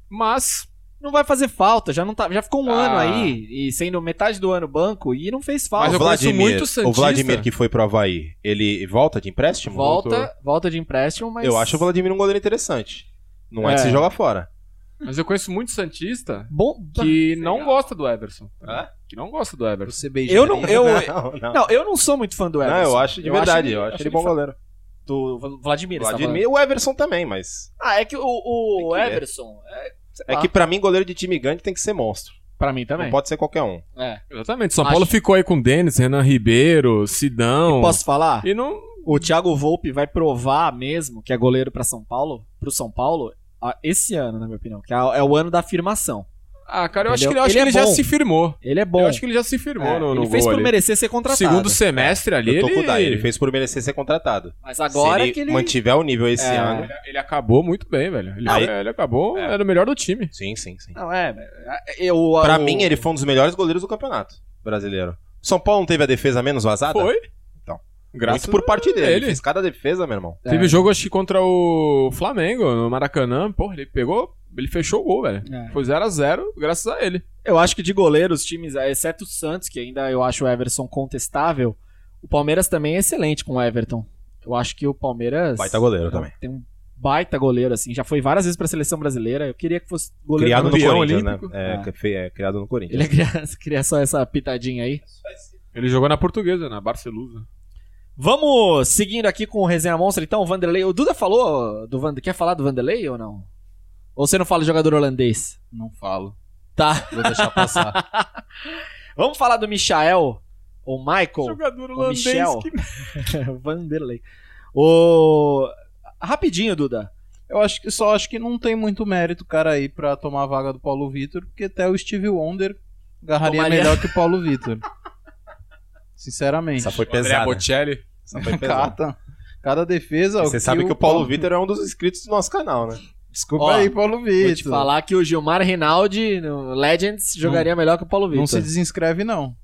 Speaker 3: Mas
Speaker 1: não vai fazer falta. Já, não tá, já ficou um
Speaker 3: Ah.
Speaker 1: ano aí, e sendo metade do ano banco, e não fez falta.
Speaker 3: Mas eu
Speaker 2: o
Speaker 3: conheço
Speaker 2: Vladimir,
Speaker 3: muito
Speaker 2: o
Speaker 3: santista.
Speaker 2: Vladimir que foi pro Havaí, ele volta de empréstimo?
Speaker 1: volta, volta de empréstimo, mas.
Speaker 2: Eu acho o Vladimir um goleiro interessante. Não é,
Speaker 1: É.
Speaker 2: de se jogar fora.
Speaker 3: Mas eu conheço muito Santista
Speaker 1: Bom,
Speaker 3: que não gosta do Everson.
Speaker 2: Hã?
Speaker 3: Que não gosta do Everson.
Speaker 4: Você beijaria.
Speaker 1: eu não, eu,
Speaker 2: né? não, <laughs> não.
Speaker 1: não, eu não sou muito fã do
Speaker 2: Não,
Speaker 1: Everson.
Speaker 2: eu acho de verdade. eu acho ele bom
Speaker 1: fa-
Speaker 2: goleiro.
Speaker 1: Do Vla- Vladimir, você tá
Speaker 2: Vladimir, o Everson também, mas.
Speaker 1: falando? Ah, é que o, o
Speaker 2: Tem que ver.
Speaker 1: Everson. É, sei
Speaker 2: É
Speaker 1: lá.
Speaker 2: que pra mim, goleiro de time grande tem que ser monstro.
Speaker 1: Pra mim
Speaker 2: Não
Speaker 1: também.
Speaker 2: pode ser qualquer um.
Speaker 1: É.
Speaker 3: Exatamente. São
Speaker 1: Acho-
Speaker 3: Paulo ficou aí com Denis, Renan Ribeiro, Sidão. E,
Speaker 1: Posso falar?
Speaker 3: não.
Speaker 1: O Thiago Volpe vai provar mesmo que é goleiro pra São Paulo, pro São Paulo, ah, esse ano, na minha opinião, que é é o ano da afirmação.
Speaker 3: Ah, cara, eu acho que
Speaker 1: Entendeu?
Speaker 3: eu acho
Speaker 1: Ele
Speaker 3: que ele
Speaker 1: é
Speaker 3: já
Speaker 1: bom.
Speaker 3: se firmou.
Speaker 1: Ele é bom.
Speaker 3: Eu acho que ele já se firmou
Speaker 1: É,
Speaker 3: no, no
Speaker 1: ele fez
Speaker 3: gol
Speaker 1: por
Speaker 3: ali.
Speaker 1: merecer ser contratado.
Speaker 3: Segundo semestre ali,
Speaker 2: É. eu tô com o Dai,
Speaker 3: ele,
Speaker 2: ele fez por merecer ser contratado.
Speaker 1: Mas agora
Speaker 2: Se ele
Speaker 1: que ele.
Speaker 2: mantiver o nível esse
Speaker 1: É.
Speaker 2: ano.
Speaker 3: ele acabou muito bem, velho. Ele,
Speaker 2: Aí- É.
Speaker 3: ele acabou, era o melhor do time.
Speaker 2: Sim, sim, sim.
Speaker 1: Não, é. Eu,
Speaker 2: Pra
Speaker 1: o-
Speaker 2: mim, ele foi um dos melhores goleiros do campeonato brasileiro. São Paulo não teve a defesa menos vazada?
Speaker 3: Foi?
Speaker 2: Então.
Speaker 3: Graças
Speaker 2: Muito por parte dele.
Speaker 3: a
Speaker 2: Ele fez cada defesa, meu irmão.
Speaker 1: É.
Speaker 3: Teve jogo, acho que contra o Flamengo, no Maracanã. Porra, ele pegou, ele fechou o gol, velho.
Speaker 1: É.
Speaker 3: Foi 0x0, graças a ele.
Speaker 1: Eu acho que de goleiro, os times, é, exceto o Santos, que ainda eu acho o Everson contestável, o Palmeiras também é excelente com o Everton. Eu acho que o Palmeiras.
Speaker 2: Baita goleiro também.
Speaker 1: Tem um baita goleiro, assim. Já foi várias vezes pra seleção brasileira. Eu queria que fosse goleiro.
Speaker 2: Criado no
Speaker 1: também.
Speaker 3: campeão
Speaker 2: Corinthians, né?
Speaker 3: olímpico.
Speaker 1: Ah.
Speaker 2: É, fe- é, criado no Corinthians.
Speaker 1: Ele é <laughs> criar, criar só essa pitadinha aí.
Speaker 3: Ele jogou na portuguesa, na Barcelusa.
Speaker 1: Vamos seguindo aqui com o Resenha Monstra, então, o Vanderlei. O Duda falou do Vanderlei. Quer falar do Vanderlei ou não? Ou você não fala de jogador holandês?
Speaker 4: Não falo.
Speaker 1: Tá.
Speaker 4: Vou
Speaker 2: <laughs>
Speaker 4: deixar passar.
Speaker 1: Vamos falar do Michael, ou Michael,
Speaker 3: Jogador
Speaker 1: ou Michel. <laughs> Vanderlei. O... Rapidinho, Duda.
Speaker 4: Eu acho que, só acho que não tem muito mérito o cara aí pra tomar a vaga do Paulo Vitor, porque até o Steve Wonder agarraria
Speaker 1: Tomaria.
Speaker 4: melhor que o
Speaker 2: <laughs>
Speaker 4: Paulo Vitor. Sinceramente.
Speaker 2: Essa foi
Speaker 3: André
Speaker 2: pesada.
Speaker 3: Bocelli.
Speaker 2: Essa
Speaker 3: <laughs>
Speaker 2: foi pesada.
Speaker 4: cada, cada defesa.
Speaker 2: Você sabe que tá o Paulo Vitor é um dos inscritos do nosso canal, né?
Speaker 4: Desculpa
Speaker 1: Ó,
Speaker 4: aí, Paulo Vitor.
Speaker 1: Vou te falar que o Gilmar Reinaldi, no Legends, jogaria melhor que o Paulo
Speaker 4: Não
Speaker 1: Vitor.
Speaker 4: se desinscreve, não.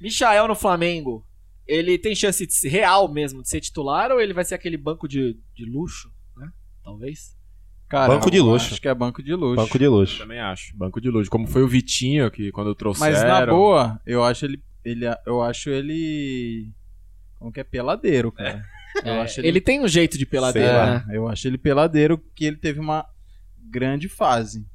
Speaker 1: Michael no Flamengo, ele tem chance de ser real mesmo de ser titular ou ele vai ser aquele banco de, de luxo, né? Talvez.
Speaker 4: Cara,
Speaker 2: Banco de
Speaker 4: eu
Speaker 2: luxo.
Speaker 4: Acho que é banco de luxo.
Speaker 2: Banco de luxo.
Speaker 3: Também acho. Banco de luxo. Como foi o Vitinho que quando trouxeram.
Speaker 4: Mas na boa, eu acho ele, ele. Eu acho ele. Como que é? Peladeiro, cara. <laughs> Eu
Speaker 1: É,
Speaker 4: acho
Speaker 1: ele...
Speaker 4: ele-
Speaker 1: tem um jeito de peladeira,
Speaker 2: Sei lá.
Speaker 1: né?
Speaker 4: Eu acho ele peladeiro porque ele teve uma grande fase.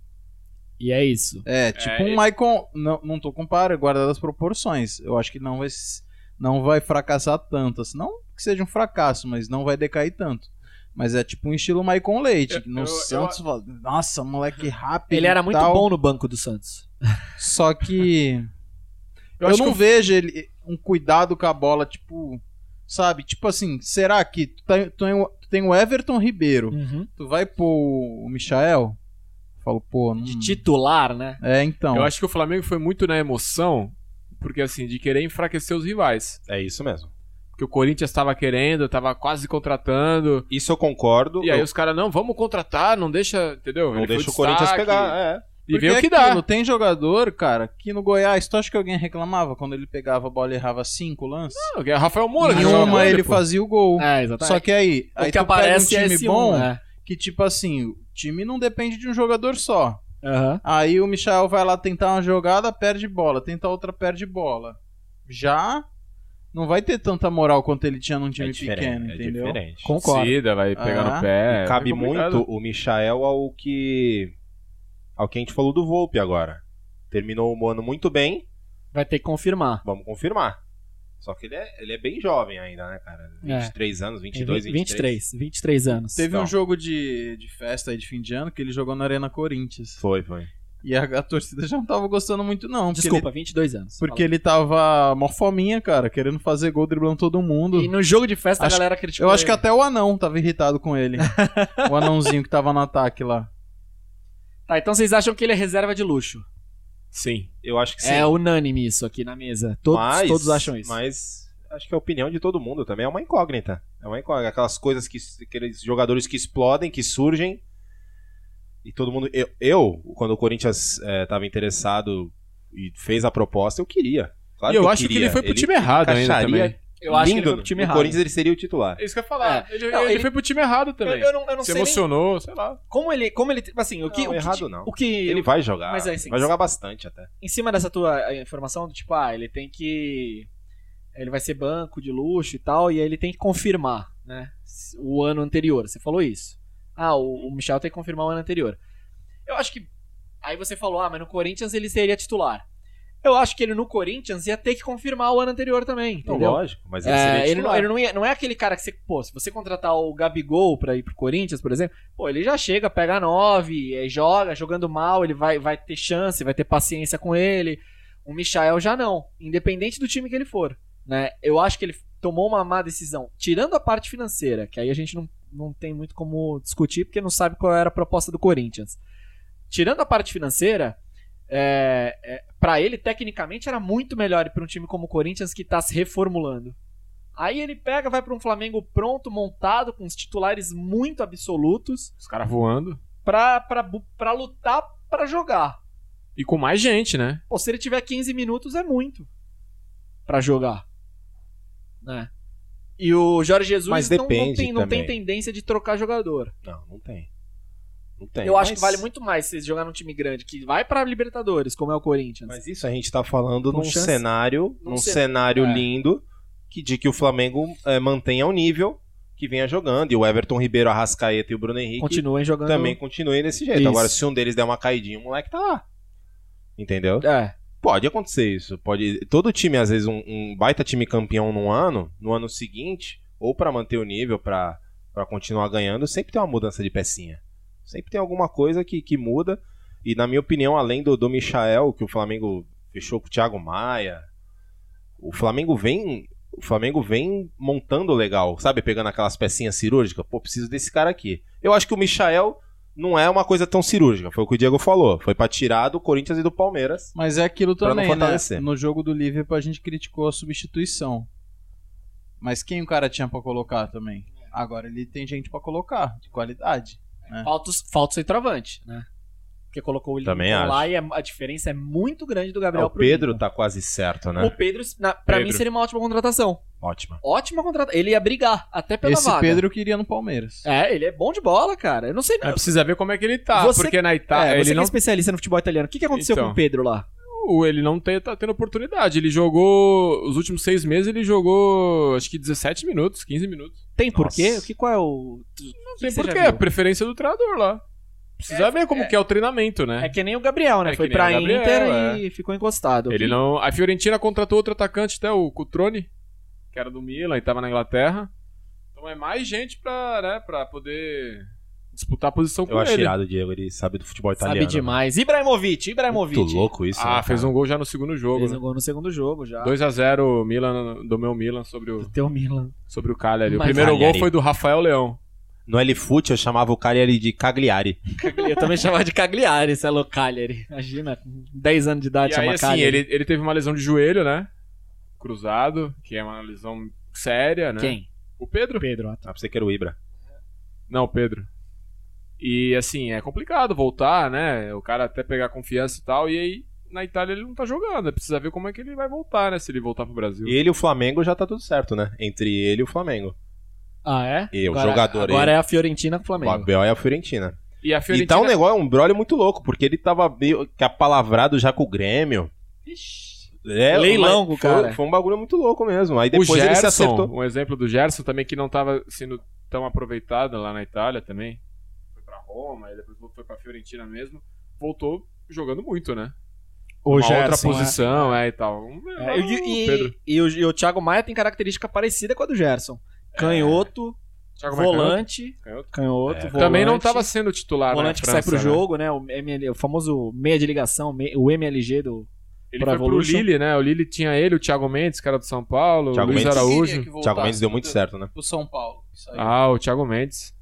Speaker 1: E é isso.
Speaker 4: É, tipo
Speaker 3: ele-
Speaker 4: um Michael. Não, não tô comparando, guardado as proporções. Eu acho que não vai, s- não vai fracassar tanto. Assim. Não que seja um fracasso, mas não vai decair tanto. Mas é tipo um estilo Maicon Leite.
Speaker 3: Eu-
Speaker 4: que no
Speaker 3: eu- eu-
Speaker 4: Santos, fala, nossa, moleque rápido.
Speaker 1: Ele era
Speaker 4: e
Speaker 1: muito
Speaker 4: tal."
Speaker 1: bom no banco do Santos.
Speaker 4: Só que.
Speaker 3: Eu
Speaker 4: eu
Speaker 3: acho
Speaker 4: não
Speaker 3: que eu-
Speaker 4: vejo ele um cuidado com a bola, tipo. Sabe? Tipo assim, será que tu, tá- tu tem, o- tu tem o Everton Ribeiro, tu vai pôr o Michael? Eu Falo, pô, não.
Speaker 1: De titular, né?
Speaker 4: É, então.
Speaker 3: Eu acho que o Flamengo foi muito na emoção, porque assim, de querer enfraquecer os rivais.
Speaker 2: É isso mesmo.
Speaker 3: Porque o Corinthians tava querendo, tava quase contratando.
Speaker 2: Isso eu concordo.
Speaker 3: E aí
Speaker 2: eu,
Speaker 3: os caras, não, vamos contratar, não deixa, entendeu?
Speaker 2: não
Speaker 3: Ele foi
Speaker 2: deixa o Corinthians
Speaker 3: destaque.
Speaker 2: pegar. É.
Speaker 3: E vê o
Speaker 4: Porque
Speaker 3: que
Speaker 4: é
Speaker 3: dá.
Speaker 4: aquilo, Tem jogador, cara, que no Goiás, tu acha que alguém reclamava quando ele pegava a bola e errava cinco lances?
Speaker 3: Não, que é Rafael Moura que
Speaker 4: Em
Speaker 3: jogava
Speaker 4: uma
Speaker 3: olho,
Speaker 4: ele
Speaker 3: pô.
Speaker 4: fazia o gol.
Speaker 1: É, exatamente.
Speaker 4: Só que aí, aí
Speaker 1: o que
Speaker 4: tu pega um
Speaker 1: aparece é
Speaker 4: time
Speaker 1: esse
Speaker 4: bom
Speaker 1: um, né?
Speaker 4: que, tipo assim, o time não depende de um jogador só.
Speaker 1: Aham.
Speaker 4: Aí o Michael vai lá tentar uma jogada, perde bola. Tenta outra, perde bola. Já não vai ter tanta moral quanto ele tinha num time pequeno,
Speaker 2: é
Speaker 4: entendeu?
Speaker 2: diferente.
Speaker 1: Concordo.
Speaker 3: Torcida, vai pegar
Speaker 4: Ah.
Speaker 3: no pé.
Speaker 2: É. E cabe
Speaker 3: é, foi complicado.
Speaker 2: muito o Michael ao que. ao que a gente falou do Volpe agora. Terminou o ano muito bem,
Speaker 1: Vai ter que confirmar.
Speaker 2: vamos confirmar. Só que ele é, ele é bem jovem ainda, né, cara?
Speaker 1: É.
Speaker 2: 23 anos,
Speaker 1: Tem
Speaker 2: 22, 23.
Speaker 1: 23, 23 anos.
Speaker 4: Teve
Speaker 2: Então.
Speaker 4: um jogo de, de festa aí de fim de ano que ele jogou na Arena Corinthians.
Speaker 2: Foi, foi.
Speaker 4: E a, a torcida já não tava gostando muito, não.
Speaker 2: um
Speaker 4: porque ele
Speaker 1: Desculpa, 22 anos.
Speaker 4: Porque ele tava mó fominha, cara, querendo fazer gol, driblando todo mundo.
Speaker 1: E é. no jogo de festa
Speaker 4: Acho-
Speaker 1: a galera criticou.
Speaker 4: Eu acho que
Speaker 1: ele.
Speaker 4: até o anão tava irritado com ele. o anãozinho que tava no ataque lá.
Speaker 1: Tá, então vocês acham que ele é reserva de luxo.
Speaker 3: Sim.
Speaker 2: Eu acho que sim.
Speaker 1: É unânime isso aqui na mesa. Todos,
Speaker 2: mas,
Speaker 1: todos acham isso.
Speaker 2: Mas acho que a opinião de todo mundo também é uma incógnita. É uma incógnita. Aquelas coisas que. Aqueles jogadores que explodem, que surgem. E todo mundo. Eu, eu, quando o Corinthians estava interessado e fez a proposta, eu queria. Claro
Speaker 3: e eu,
Speaker 2: que eu
Speaker 3: acho que
Speaker 2: queria.
Speaker 3: ele foi pro time errado ainda
Speaker 2: encaixaria
Speaker 3: também.
Speaker 1: Eu acho que ele
Speaker 2: lindo
Speaker 1: foi pro time
Speaker 2: no
Speaker 1: errado.
Speaker 2: Corinthians ele seria o titular.
Speaker 3: É isso que eu ia falar. Ele,
Speaker 1: Não,
Speaker 3: ele
Speaker 1: ele-
Speaker 3: foi pro time errado
Speaker 1: Eu,
Speaker 3: também.
Speaker 1: eu não, eu não
Speaker 3: Se
Speaker 1: sei nem
Speaker 3: emocionou, sei lá.
Speaker 1: como ele, como ele, assim, o que
Speaker 2: Não,
Speaker 1: o que
Speaker 2: errado
Speaker 1: te-
Speaker 2: não.
Speaker 1: O que
Speaker 2: Ele vai jogar.
Speaker 1: Mas é assim,
Speaker 2: vai jogar bastante até.
Speaker 1: em cima dessa tua eh, informação do tipo, ah, ele tem que ele vai ser banco de luxo e tal, e aí ele tem que confirmar, né? s- O ano anterior, você falou isso. Ah, o, o Michel tem que confirmar o ano anterior. Eu acho que aí você falou, ah, mas no Corinthians ele seria titular. Eu acho que ele no Corinthians ia ter que confirmar o ano anterior também,
Speaker 2: Não,
Speaker 1: entendeu?
Speaker 2: lógico, mas ele
Speaker 1: É,
Speaker 2: seria
Speaker 1: ele, não,
Speaker 2: titular.
Speaker 1: ele não, ia- não é aquele cara que você, pô, se você contratar o Gabigol pra ir pro Corinthians, por exemplo, pô, ele já chega, pega nove, eh, joga, jogando mal, ele vai, vai ter chance, vai ter paciência com ele. O Michael já não, independente do time que ele for, né? Eu acho que ele tomou uma má decisão, tirando a parte financeira, que aí a gente não, não tem muito como discutir, porque não sabe qual era a proposta do Corinthians. Tirando a parte financeira, é, é, para ele, tecnicamente, era muito melhor ir pra um time como o Corinthians que tá se reformulando. Aí ele pega, vai para um Flamengo pronto, montado, com os titulares muito absolutos,
Speaker 3: Os caras voando.
Speaker 1: pra, pra, bu- pra lutar pra jogar.
Speaker 3: E com mais gente, né?
Speaker 1: Pô, se ele tiver 15 minutos, é muito pra jogar. Né? E o Jorge Jesus
Speaker 2: Mas
Speaker 1: não, não
Speaker 2: depende
Speaker 1: tem, não tem
Speaker 2: também.
Speaker 1: tendência de trocar jogador.
Speaker 2: Não, não tem. Não tem.
Speaker 1: Eu acho
Speaker 2: Mas-
Speaker 1: que vale muito mais se jogar num time grande que vai pra Libertadores, como é o Corinthians.
Speaker 2: Mas isso a gente tá falando
Speaker 1: Com
Speaker 2: num
Speaker 1: chance.
Speaker 2: cenário,
Speaker 1: Num
Speaker 2: num
Speaker 1: cen-
Speaker 2: cenário
Speaker 1: é.
Speaker 2: lindo que de que o Flamengo eh, mantenha o nível que venha jogando e o Everton Ribeiro, a Rascaeta e o Bruno Henrique
Speaker 1: Continuem jogando.
Speaker 2: também continuem desse jeito.
Speaker 1: Isso.
Speaker 2: Agora se um deles der uma caidinha, o moleque tá lá. Entendeu?
Speaker 1: É.
Speaker 2: Pode acontecer isso. Pode. Todo time, às vezes, um, um baita time campeão num ano, no ano seguinte, ou pra manter o nível, pra pra continuar ganhando, sempre tem uma mudança de pecinha. Sempre tem alguma coisa que, que muda. E, na minha opinião, além do, do Michael, que o Flamengo fechou com o Thiago Maia, o Flamengo vem. O Flamengo vem montando legal, sabe? Pegando aquelas pecinhas cirúrgicas. Pô, preciso desse cara aqui. Eu acho que o Michael não é uma coisa tão cirúrgica. Foi o que o Diego falou. Foi pra tirar do Corinthians e do Palmeiras.
Speaker 4: Mas é aquilo
Speaker 2: Pra não
Speaker 4: também, né?
Speaker 2: fortalecer.
Speaker 4: No jogo do Liverpool a gente criticou a substituição. Mas quem o cara tinha pra colocar também? Agora ele tem gente pra colocar, de qualidade.
Speaker 1: Falta, o- falta o centroavante, né? porque colocou o Lincoln
Speaker 2: Também
Speaker 1: lá
Speaker 2: acho.
Speaker 1: e é- a diferença é muito grande do
Speaker 2: Ah,
Speaker 1: Gabriel
Speaker 2: o
Speaker 1: pro
Speaker 2: Pedro
Speaker 1: Lincoln.
Speaker 2: tá quase certo, né?
Speaker 1: O Pedro, na, pra
Speaker 3: Pedro.
Speaker 1: mim, seria uma ótima contratação.
Speaker 2: Ótima.
Speaker 1: Ótima contratação. Ele ia brigar, até É pela
Speaker 4: Esse
Speaker 1: vaga.
Speaker 4: Pedro eu queria no Palmeiras.
Speaker 1: É, ele é bom de bola, cara. Eu não sei.
Speaker 3: Mas precisa ver como é que ele tá,
Speaker 1: Você-
Speaker 3: porque na
Speaker 1: é,
Speaker 3: Itália
Speaker 1: você
Speaker 3: ele,
Speaker 1: que é
Speaker 3: não,
Speaker 1: especialista no futebol italiano. O que, que aconteceu
Speaker 3: Então.
Speaker 1: com o Pedro lá?
Speaker 3: ele não tem, tá tendo oportunidade. Ele jogou, os últimos seis meses ele jogou, acho que 17 minutos, 15 minutos.
Speaker 1: Tem
Speaker 2: Nossa.
Speaker 1: porquê? O que, qual é o. tu-
Speaker 3: Não
Speaker 1: que
Speaker 3: tem
Speaker 1: que você
Speaker 3: porquê,
Speaker 1: já
Speaker 3: é
Speaker 1: viu?
Speaker 3: preferência do treinador lá. Precisa ver como que é o treinamento, né?
Speaker 1: É que nem o Gabriel, né?
Speaker 3: É que
Speaker 1: Foi
Speaker 3: nem
Speaker 1: pra
Speaker 3: o Gabriel, é.
Speaker 1: Inter e ficou encostado.
Speaker 3: Ele não. A Fiorentina contratou outro atacante, até o Cutrone, que era do Milan e tava na Inglaterra. Então é mais gente pra, né, pra poder disputar a posição
Speaker 2: Eu
Speaker 3: com
Speaker 2: acho
Speaker 3: ele.
Speaker 2: irado, Diego. Ele sabe do
Speaker 3: é
Speaker 2: futebol
Speaker 1: Sabe
Speaker 2: italiano.
Speaker 1: demais. Ibrahimovic, Ibrahimovic.
Speaker 2: Muito louco isso. é né,
Speaker 3: Ah, fez um gol já no segundo jogo.
Speaker 1: Fez
Speaker 3: Né?
Speaker 1: um gol no segundo jogo já.
Speaker 3: 2x0 Milan do meu Milan sobre o,
Speaker 1: Do teu Milan.
Speaker 3: sobre o Cagliari. O
Speaker 1: Mas-
Speaker 3: primeiro
Speaker 2: Cagliari.
Speaker 3: gol foi do Rafael Leão.
Speaker 2: No L-Foot eu chamava o cara ele de Cagliari.
Speaker 1: Eu
Speaker 3: <laughs>
Speaker 1: também chamava de Cagliari, esse é Cagliari. Imagina, com 10 anos de idade
Speaker 3: e aí,
Speaker 1: chama
Speaker 3: assim,
Speaker 1: Cagliari.
Speaker 3: ele, ele teve uma lesão de joelho, né? Cruzado, que é uma lesão séria, né?
Speaker 1: Quem?
Speaker 3: O Pedro?
Speaker 1: Pedro. ah, tá.
Speaker 2: Ah, pra você que era o Ibra.
Speaker 3: Não, Pedro. E assim, é complicado voltar, né? O cara até pegar confiança e tal. E aí, na Itália, ele não tá jogando. Precisa ver como é que ele vai voltar, né? Se ele voltar pro Brasil.
Speaker 2: E ele e o Flamengo já tá tudo certo, né? Entre ele e o Flamengo.
Speaker 1: Ah, é?
Speaker 2: E o jogador
Speaker 1: Agora
Speaker 2: ele.
Speaker 1: é a Fiorentina com o
Speaker 2: O
Speaker 1: Flamengo. é-
Speaker 2: Abel e a Fiorentina.
Speaker 3: E a
Speaker 2: E
Speaker 1: então,
Speaker 2: tá
Speaker 3: Fiorentina.
Speaker 2: um negócio, um brolho muito louco, porque ele tava meio que apalavrado já com o Grêmio.
Speaker 1: Ixi.
Speaker 2: É,
Speaker 1: Leilão com o
Speaker 2: foi-
Speaker 1: cara.
Speaker 2: Foi um bagulho muito louco mesmo. Aí
Speaker 3: o
Speaker 2: depois
Speaker 3: Gerson,
Speaker 2: ele se acertou.
Speaker 3: um exemplo do Gerson também, que não tava sendo tão aproveitado lá na Itália também. Foi pra Roma, aí depois foi pra Fiorentina mesmo. Voltou jogando muito, né?
Speaker 1: O
Speaker 3: Uma outra posição, é, e tal. Um-
Speaker 1: É, e, e-
Speaker 3: o Pedro.
Speaker 1: e o, e o Thiago Maia tem característica parecida com a do Gerson. Canhoto,
Speaker 3: Thiago Maia é
Speaker 1: volante,
Speaker 3: canhoto.
Speaker 1: canhoto,
Speaker 2: É.
Speaker 1: volante.
Speaker 3: Também não tava sendo titular
Speaker 1: Volante que
Speaker 3: na França,
Speaker 1: sai pro
Speaker 3: né?
Speaker 1: jogo, né? O, ML, o famoso meia de ligação, me- o MLG do.
Speaker 3: Ele
Speaker 1: Pro
Speaker 3: foi pro
Speaker 1: Evolution.
Speaker 3: Lille, né? O Lille tinha ele, o Thiago Mendes, cara do São Paulo, o
Speaker 2: Thiago
Speaker 3: Luiz
Speaker 2: Mendes.
Speaker 3: Araújo.
Speaker 2: O Thiago Mendes deu muito certo, né?
Speaker 4: Pro São Paulo. Isso aí.
Speaker 3: Ah, o Thiago Mendes.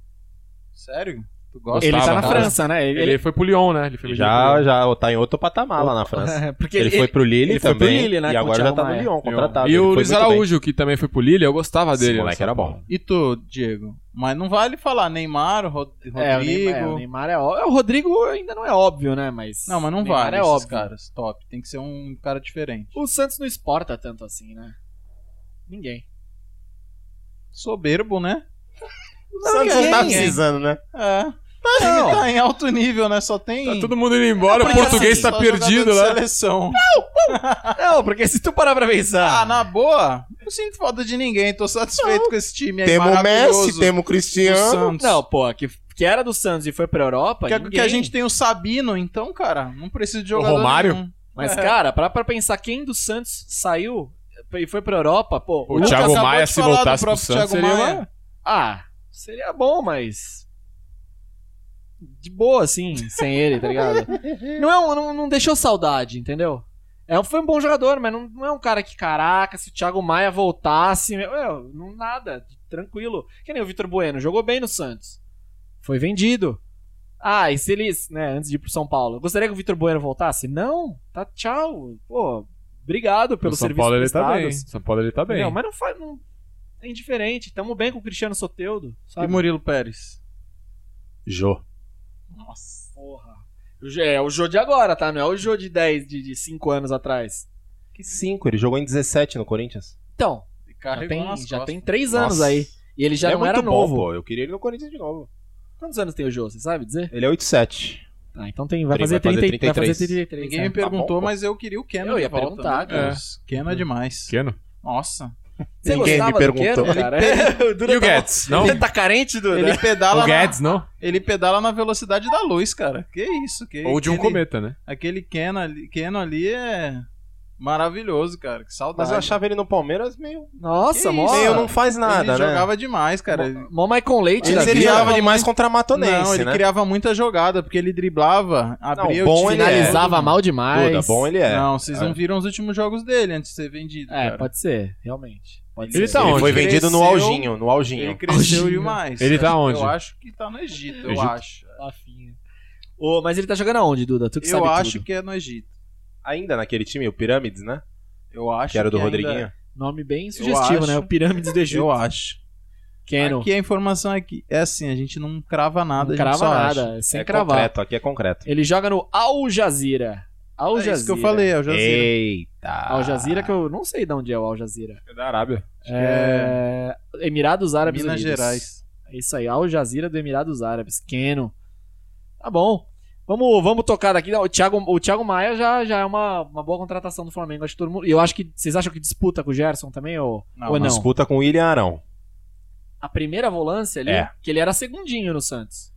Speaker 4: Sério? Tu gosta?
Speaker 1: ele tá na
Speaker 3: cara.
Speaker 1: França, né?
Speaker 3: Ele, foi pro Lyon, né? Ele foi pro
Speaker 2: Já,
Speaker 3: Lyon.
Speaker 2: já tá em outro patamar lá na
Speaker 1: <laughs>
Speaker 2: França.
Speaker 1: Porque
Speaker 2: Ele, foi pro Lille
Speaker 1: ele foi pro
Speaker 2: também.
Speaker 1: Lille, né,
Speaker 2: E
Speaker 1: com o
Speaker 2: agora já
Speaker 1: Thiago
Speaker 2: tá no
Speaker 1: Maia.
Speaker 2: Lyon, contratado.
Speaker 1: é.
Speaker 3: E
Speaker 2: Ele
Speaker 3: o
Speaker 2: foi
Speaker 3: Luiz
Speaker 2: muito bem.
Speaker 3: Araújo, que também foi pro Lille, eu gostava
Speaker 2: Esse
Speaker 3: dele.
Speaker 2: moleque
Speaker 3: né?
Speaker 2: era bom.
Speaker 4: E tu, Diego? Mas não vale falar Neymar, Rod- Rodrigo.
Speaker 1: É, o Neymar, é, o Neymar é óbvio. O Rodrigo ainda não é óbvio, né? Mas.
Speaker 4: Não, mas não
Speaker 1: o Neymar
Speaker 4: vale
Speaker 1: É
Speaker 4: esses
Speaker 1: óbvio.
Speaker 4: caras. Top. Tem que ser um cara diferente.
Speaker 1: O Santos não exporta tanto assim, né? Ninguém. <laughs>
Speaker 4: Soberbo, né?
Speaker 2: O Santos não
Speaker 1: ninguém,
Speaker 2: tá
Speaker 1: ninguém.
Speaker 2: precisando, né?
Speaker 4: É. Tá, tá em alto nível, né? Só tem.
Speaker 3: Tá todo mundo indo embora, o
Speaker 4: Porque,
Speaker 3: português
Speaker 4: assim,
Speaker 3: tá
Speaker 4: só
Speaker 3: perdido
Speaker 4: jogador de
Speaker 3: lá.
Speaker 4: Seleção.
Speaker 1: Não, porque se tu parar pra pensar.
Speaker 4: Ah, na boa, eu sinto falta de ninguém. Tô satisfeito com esse
Speaker 1: é
Speaker 4: time aí. maravilhoso do
Speaker 2: temos o Cristiano.
Speaker 4: Santos.
Speaker 1: Não, pô, que, que era do Santos e foi pra Europa.
Speaker 4: Que,
Speaker 1: ninguém.
Speaker 4: que é a gente tem o Sabino, então, cara, não precisa de
Speaker 2: O
Speaker 4: jogador.
Speaker 2: Romário?
Speaker 4: nenhum.
Speaker 1: Mas, cara, pra, pra pensar quem do Santos saiu e foi pra Europa, pô.
Speaker 3: O
Speaker 1: Lucas
Speaker 3: Thiago
Speaker 1: acabou-
Speaker 3: Maia,
Speaker 4: de
Speaker 3: se
Speaker 4: falar do
Speaker 3: voltasse pro
Speaker 4: próprio
Speaker 3: Santos,
Speaker 4: Thiago
Speaker 3: seria
Speaker 4: Maia.
Speaker 3: uma...
Speaker 1: Ah, seria bom, mas. De boa, assim, sem ele, tá ligado? não, é um, não, não deixou saudade, entendeu? É, um- foi um bom jogador, mas não, não é um cara que, caraca, se o Thiago Maia voltasse. meu, eu, não nada, tranquilo. Que nem o Vitor Bueno, jogou bem no Santos. Foi vendido. Ah, e se ele, né, antes de ir pro São Paulo, gostaria que o Vitor Bueno voltasse? Não, tá, tchau. Pô, obrigado pelo
Speaker 3: O São
Speaker 1: serviço
Speaker 3: Paulo ele tá bem.
Speaker 1: prestados.
Speaker 3: São Paulo ele tá bem.
Speaker 1: Não, mas não faz. Não... É indiferente. Tamo bem com o Cristiano Soteudo.
Speaker 4: E
Speaker 1: Sabe?
Speaker 4: Murilo Pérez.
Speaker 2: Jô.
Speaker 1: Nossa, porra. O Jô- É o Jô de agora, tá? Não é o Jô de 10, de, de 5 anos atrás.
Speaker 2: Que 5, ele jogou em 17 no Corinthians.
Speaker 1: Então,
Speaker 4: E
Speaker 1: já
Speaker 4: carregou nas
Speaker 1: tem, já
Speaker 4: costas.
Speaker 1: tem 3 anos
Speaker 2: Nossa.
Speaker 1: aí. E ele já
Speaker 2: Ele é
Speaker 1: não era
Speaker 2: muito bom,
Speaker 1: novo.
Speaker 2: pô. Eu queria ele no Corinthians de novo.
Speaker 1: Quantos anos tem o Jô, você sabe dizer?
Speaker 2: Ele é 87.
Speaker 1: Ah, então tem, vai,
Speaker 2: Ele
Speaker 1: fazer
Speaker 2: vai fazer
Speaker 1: 30, vai fazer
Speaker 2: 33.
Speaker 1: 33.
Speaker 4: Ninguém
Speaker 1: é.
Speaker 4: me perguntou,
Speaker 2: bom, pô.
Speaker 4: mas eu queria o Keno
Speaker 1: Eu
Speaker 4: de
Speaker 1: ia
Speaker 4: volta,
Speaker 1: perguntar,
Speaker 4: meu
Speaker 1: cara.
Speaker 4: Deus. Keno é demais.
Speaker 3: Pequeno.
Speaker 4: Nossa.
Speaker 1: Você
Speaker 2: Ninguém
Speaker 1: gostava
Speaker 2: me perguntou.
Speaker 1: Do Keno, cara? É, o Duda
Speaker 3: E o
Speaker 1: tá-
Speaker 3: Guedes, não?
Speaker 1: Ele tá carente,
Speaker 2: Né?
Speaker 1: Duda?
Speaker 4: Ele pedala,
Speaker 3: O
Speaker 4: na,
Speaker 3: Guedes, não?
Speaker 4: ele pedala na velocidade da luz, cara. Que isso, que
Speaker 3: Ou de um
Speaker 4: aquele-
Speaker 3: cometa, né?
Speaker 4: Aquele Keno ali, Keno ali é maravilhoso, cara. Que saudade.
Speaker 2: Mas eu achava ele no Palmeiras meio.
Speaker 4: Que
Speaker 1: Nossa,
Speaker 4: isso?
Speaker 1: mó...
Speaker 2: Meio não faz nada,
Speaker 4: ele
Speaker 2: né?
Speaker 4: jogava demais, cara. Ele-
Speaker 1: Mó Michael Leite
Speaker 2: Ele
Speaker 1: da vida.
Speaker 2: criava demais contra a Matonense,
Speaker 4: Não, ele
Speaker 2: né?
Speaker 4: criava muita jogada, porque ele driblava, abria
Speaker 2: bom
Speaker 4: o
Speaker 2: ele
Speaker 4: time,
Speaker 2: é.
Speaker 1: Finalizava mal demais.
Speaker 2: Duda, bom ele é.
Speaker 4: Não, vocês
Speaker 2: É.
Speaker 4: não viram os últimos jogos dele antes de ser vendido.
Speaker 1: É,
Speaker 4: cara.
Speaker 1: pode ser, realmente. Pode
Speaker 3: Ele
Speaker 1: ser.
Speaker 3: tá
Speaker 2: ele
Speaker 3: onde?
Speaker 2: foi vendido no
Speaker 4: Cresceu-
Speaker 2: Alginho, no Alginho.
Speaker 4: Ele cresceu
Speaker 1: Hoje,
Speaker 4: e mais.
Speaker 3: Ele tá
Speaker 4: Eu-
Speaker 3: onde?
Speaker 4: Eu acho que tá no Egito, eu
Speaker 3: Egito?
Speaker 4: acho.
Speaker 1: Rafinha. Ô, mas ele tá jogando aonde, Duda? Tu que
Speaker 4: Eu
Speaker 1: sabe
Speaker 4: acho
Speaker 1: tudo.
Speaker 4: que é no Egito.
Speaker 2: Ainda naquele time, o Pirâmides, né?
Speaker 4: Eu acho.
Speaker 2: Que é. era do
Speaker 4: ainda-
Speaker 2: Rodriguinho.
Speaker 1: Nome bem sugestivo,
Speaker 4: acho.
Speaker 1: né? O Pirâmides do Egito.
Speaker 4: Eu acho.
Speaker 1: Canon.
Speaker 4: Aqui a informação é que é assim, a gente não crava nada,
Speaker 1: não
Speaker 4: a gente
Speaker 1: crava
Speaker 4: só
Speaker 1: nada,
Speaker 4: acha.
Speaker 1: sem
Speaker 2: é
Speaker 1: cravar.
Speaker 2: concreto, aqui é concreto.
Speaker 1: Ele joga no Al Jazeera. Al
Speaker 4: É
Speaker 1: Jazeera.
Speaker 4: isso que eu falei, Ah. é o Jazeera.
Speaker 2: Eita!
Speaker 1: Al Jazeera, que eu não sei de onde é o Al Jazeera.
Speaker 3: É da Arábia.
Speaker 1: É... Emirados Árabes
Speaker 4: Minas
Speaker 1: Unidos.
Speaker 4: Gerais.
Speaker 1: É isso aí, Al Jazeera do Emirados Árabes. Canon. Tá bom. Vamos, vamos tocar daqui. O Thiago, o Thiago Maia já, já é uma, uma boa contratação do Flamengo. Acho que todo mundo. E eu acho que. Vocês acham que disputa com o Gerson também? Ou
Speaker 4: Não,
Speaker 1: ou não?
Speaker 2: Disputa com o William Arão.
Speaker 1: A primeira volância ali,
Speaker 2: É.
Speaker 1: que ele era segundinho no Santos.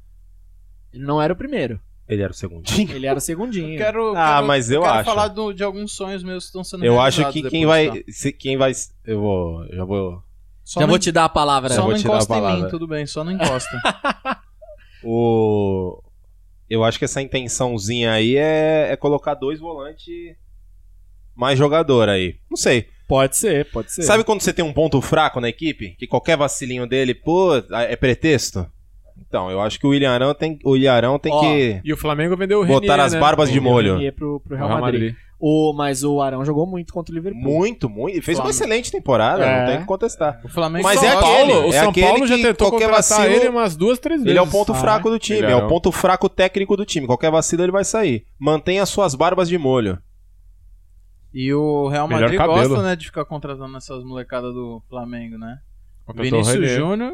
Speaker 1: Ele não era o primeiro.
Speaker 2: Ele era o segundo.
Speaker 1: Ele era é o segundinho.
Speaker 4: Quero,
Speaker 2: Ah,
Speaker 4: quero-
Speaker 2: mas eu
Speaker 4: quero
Speaker 2: acho.
Speaker 4: falar do- de alguns sonhos meus que estão sendo
Speaker 2: Eu acho
Speaker 4: realizados
Speaker 2: que quem
Speaker 4: depois,
Speaker 2: vai.
Speaker 4: tá?
Speaker 2: se- quem vai. Eu vou. Já vou.
Speaker 4: Só
Speaker 1: Já
Speaker 4: não-
Speaker 1: vou te dar a palavra.
Speaker 2: Já
Speaker 4: Só
Speaker 2: vou
Speaker 4: não
Speaker 2: te dar a
Speaker 4: encosta em mim,
Speaker 2: palavra.
Speaker 4: tudo bem, só
Speaker 1: <laughs>
Speaker 4: não encosta.
Speaker 2: O... Eu acho que essa intençãozinha aí é, é colocar dois volantes mais jogador aí. Não sei.
Speaker 1: Pode ser, pode ser.
Speaker 2: Sabe quando você tem um ponto fraco na equipe? Que qualquer vacilinho dele, pô, é pretexto? Então, eu acho que o William Arão tem, o William Arão tem
Speaker 1: Ó,
Speaker 2: que
Speaker 3: E o Flamengo vendeu o Renier,
Speaker 2: botar as
Speaker 3: né?
Speaker 2: barbas de
Speaker 1: Ele
Speaker 2: molho.
Speaker 1: ia pro, pro
Speaker 3: O
Speaker 1: Real Madrid. O, mas o Arão jogou muito contra o Liverpool.
Speaker 2: Muito, muito. E fez uma
Speaker 1: Flamengo.
Speaker 2: excelente temporada,
Speaker 1: É.
Speaker 2: não tem o que contestar.
Speaker 4: O Flamengo
Speaker 2: Mas
Speaker 4: só tá
Speaker 2: é
Speaker 4: gosta-
Speaker 2: aquele,
Speaker 3: Paulo, o
Speaker 2: é
Speaker 3: São
Speaker 2: aquele
Speaker 3: Paulo já
Speaker 2: que
Speaker 3: tentou
Speaker 2: qualquer
Speaker 3: contratar
Speaker 2: vacilo-
Speaker 3: ele umas duas, três vezes.
Speaker 2: Ele é o ponto
Speaker 1: Ah,
Speaker 2: fraco do time,
Speaker 3: Ele
Speaker 2: é
Speaker 3: é.
Speaker 2: o ponto fraco técnico do time. Qualquer vacilo ele vai sair. Mantenha as suas barbas de molho.
Speaker 4: E o Real
Speaker 3: Melhor
Speaker 4: Madrid
Speaker 3: cabelo.
Speaker 4: gosta, né, de ficar contratando essas molecadas do Flamengo, né?
Speaker 3: Contratou o
Speaker 4: Vinícius
Speaker 3: Renier.
Speaker 4: Júnior.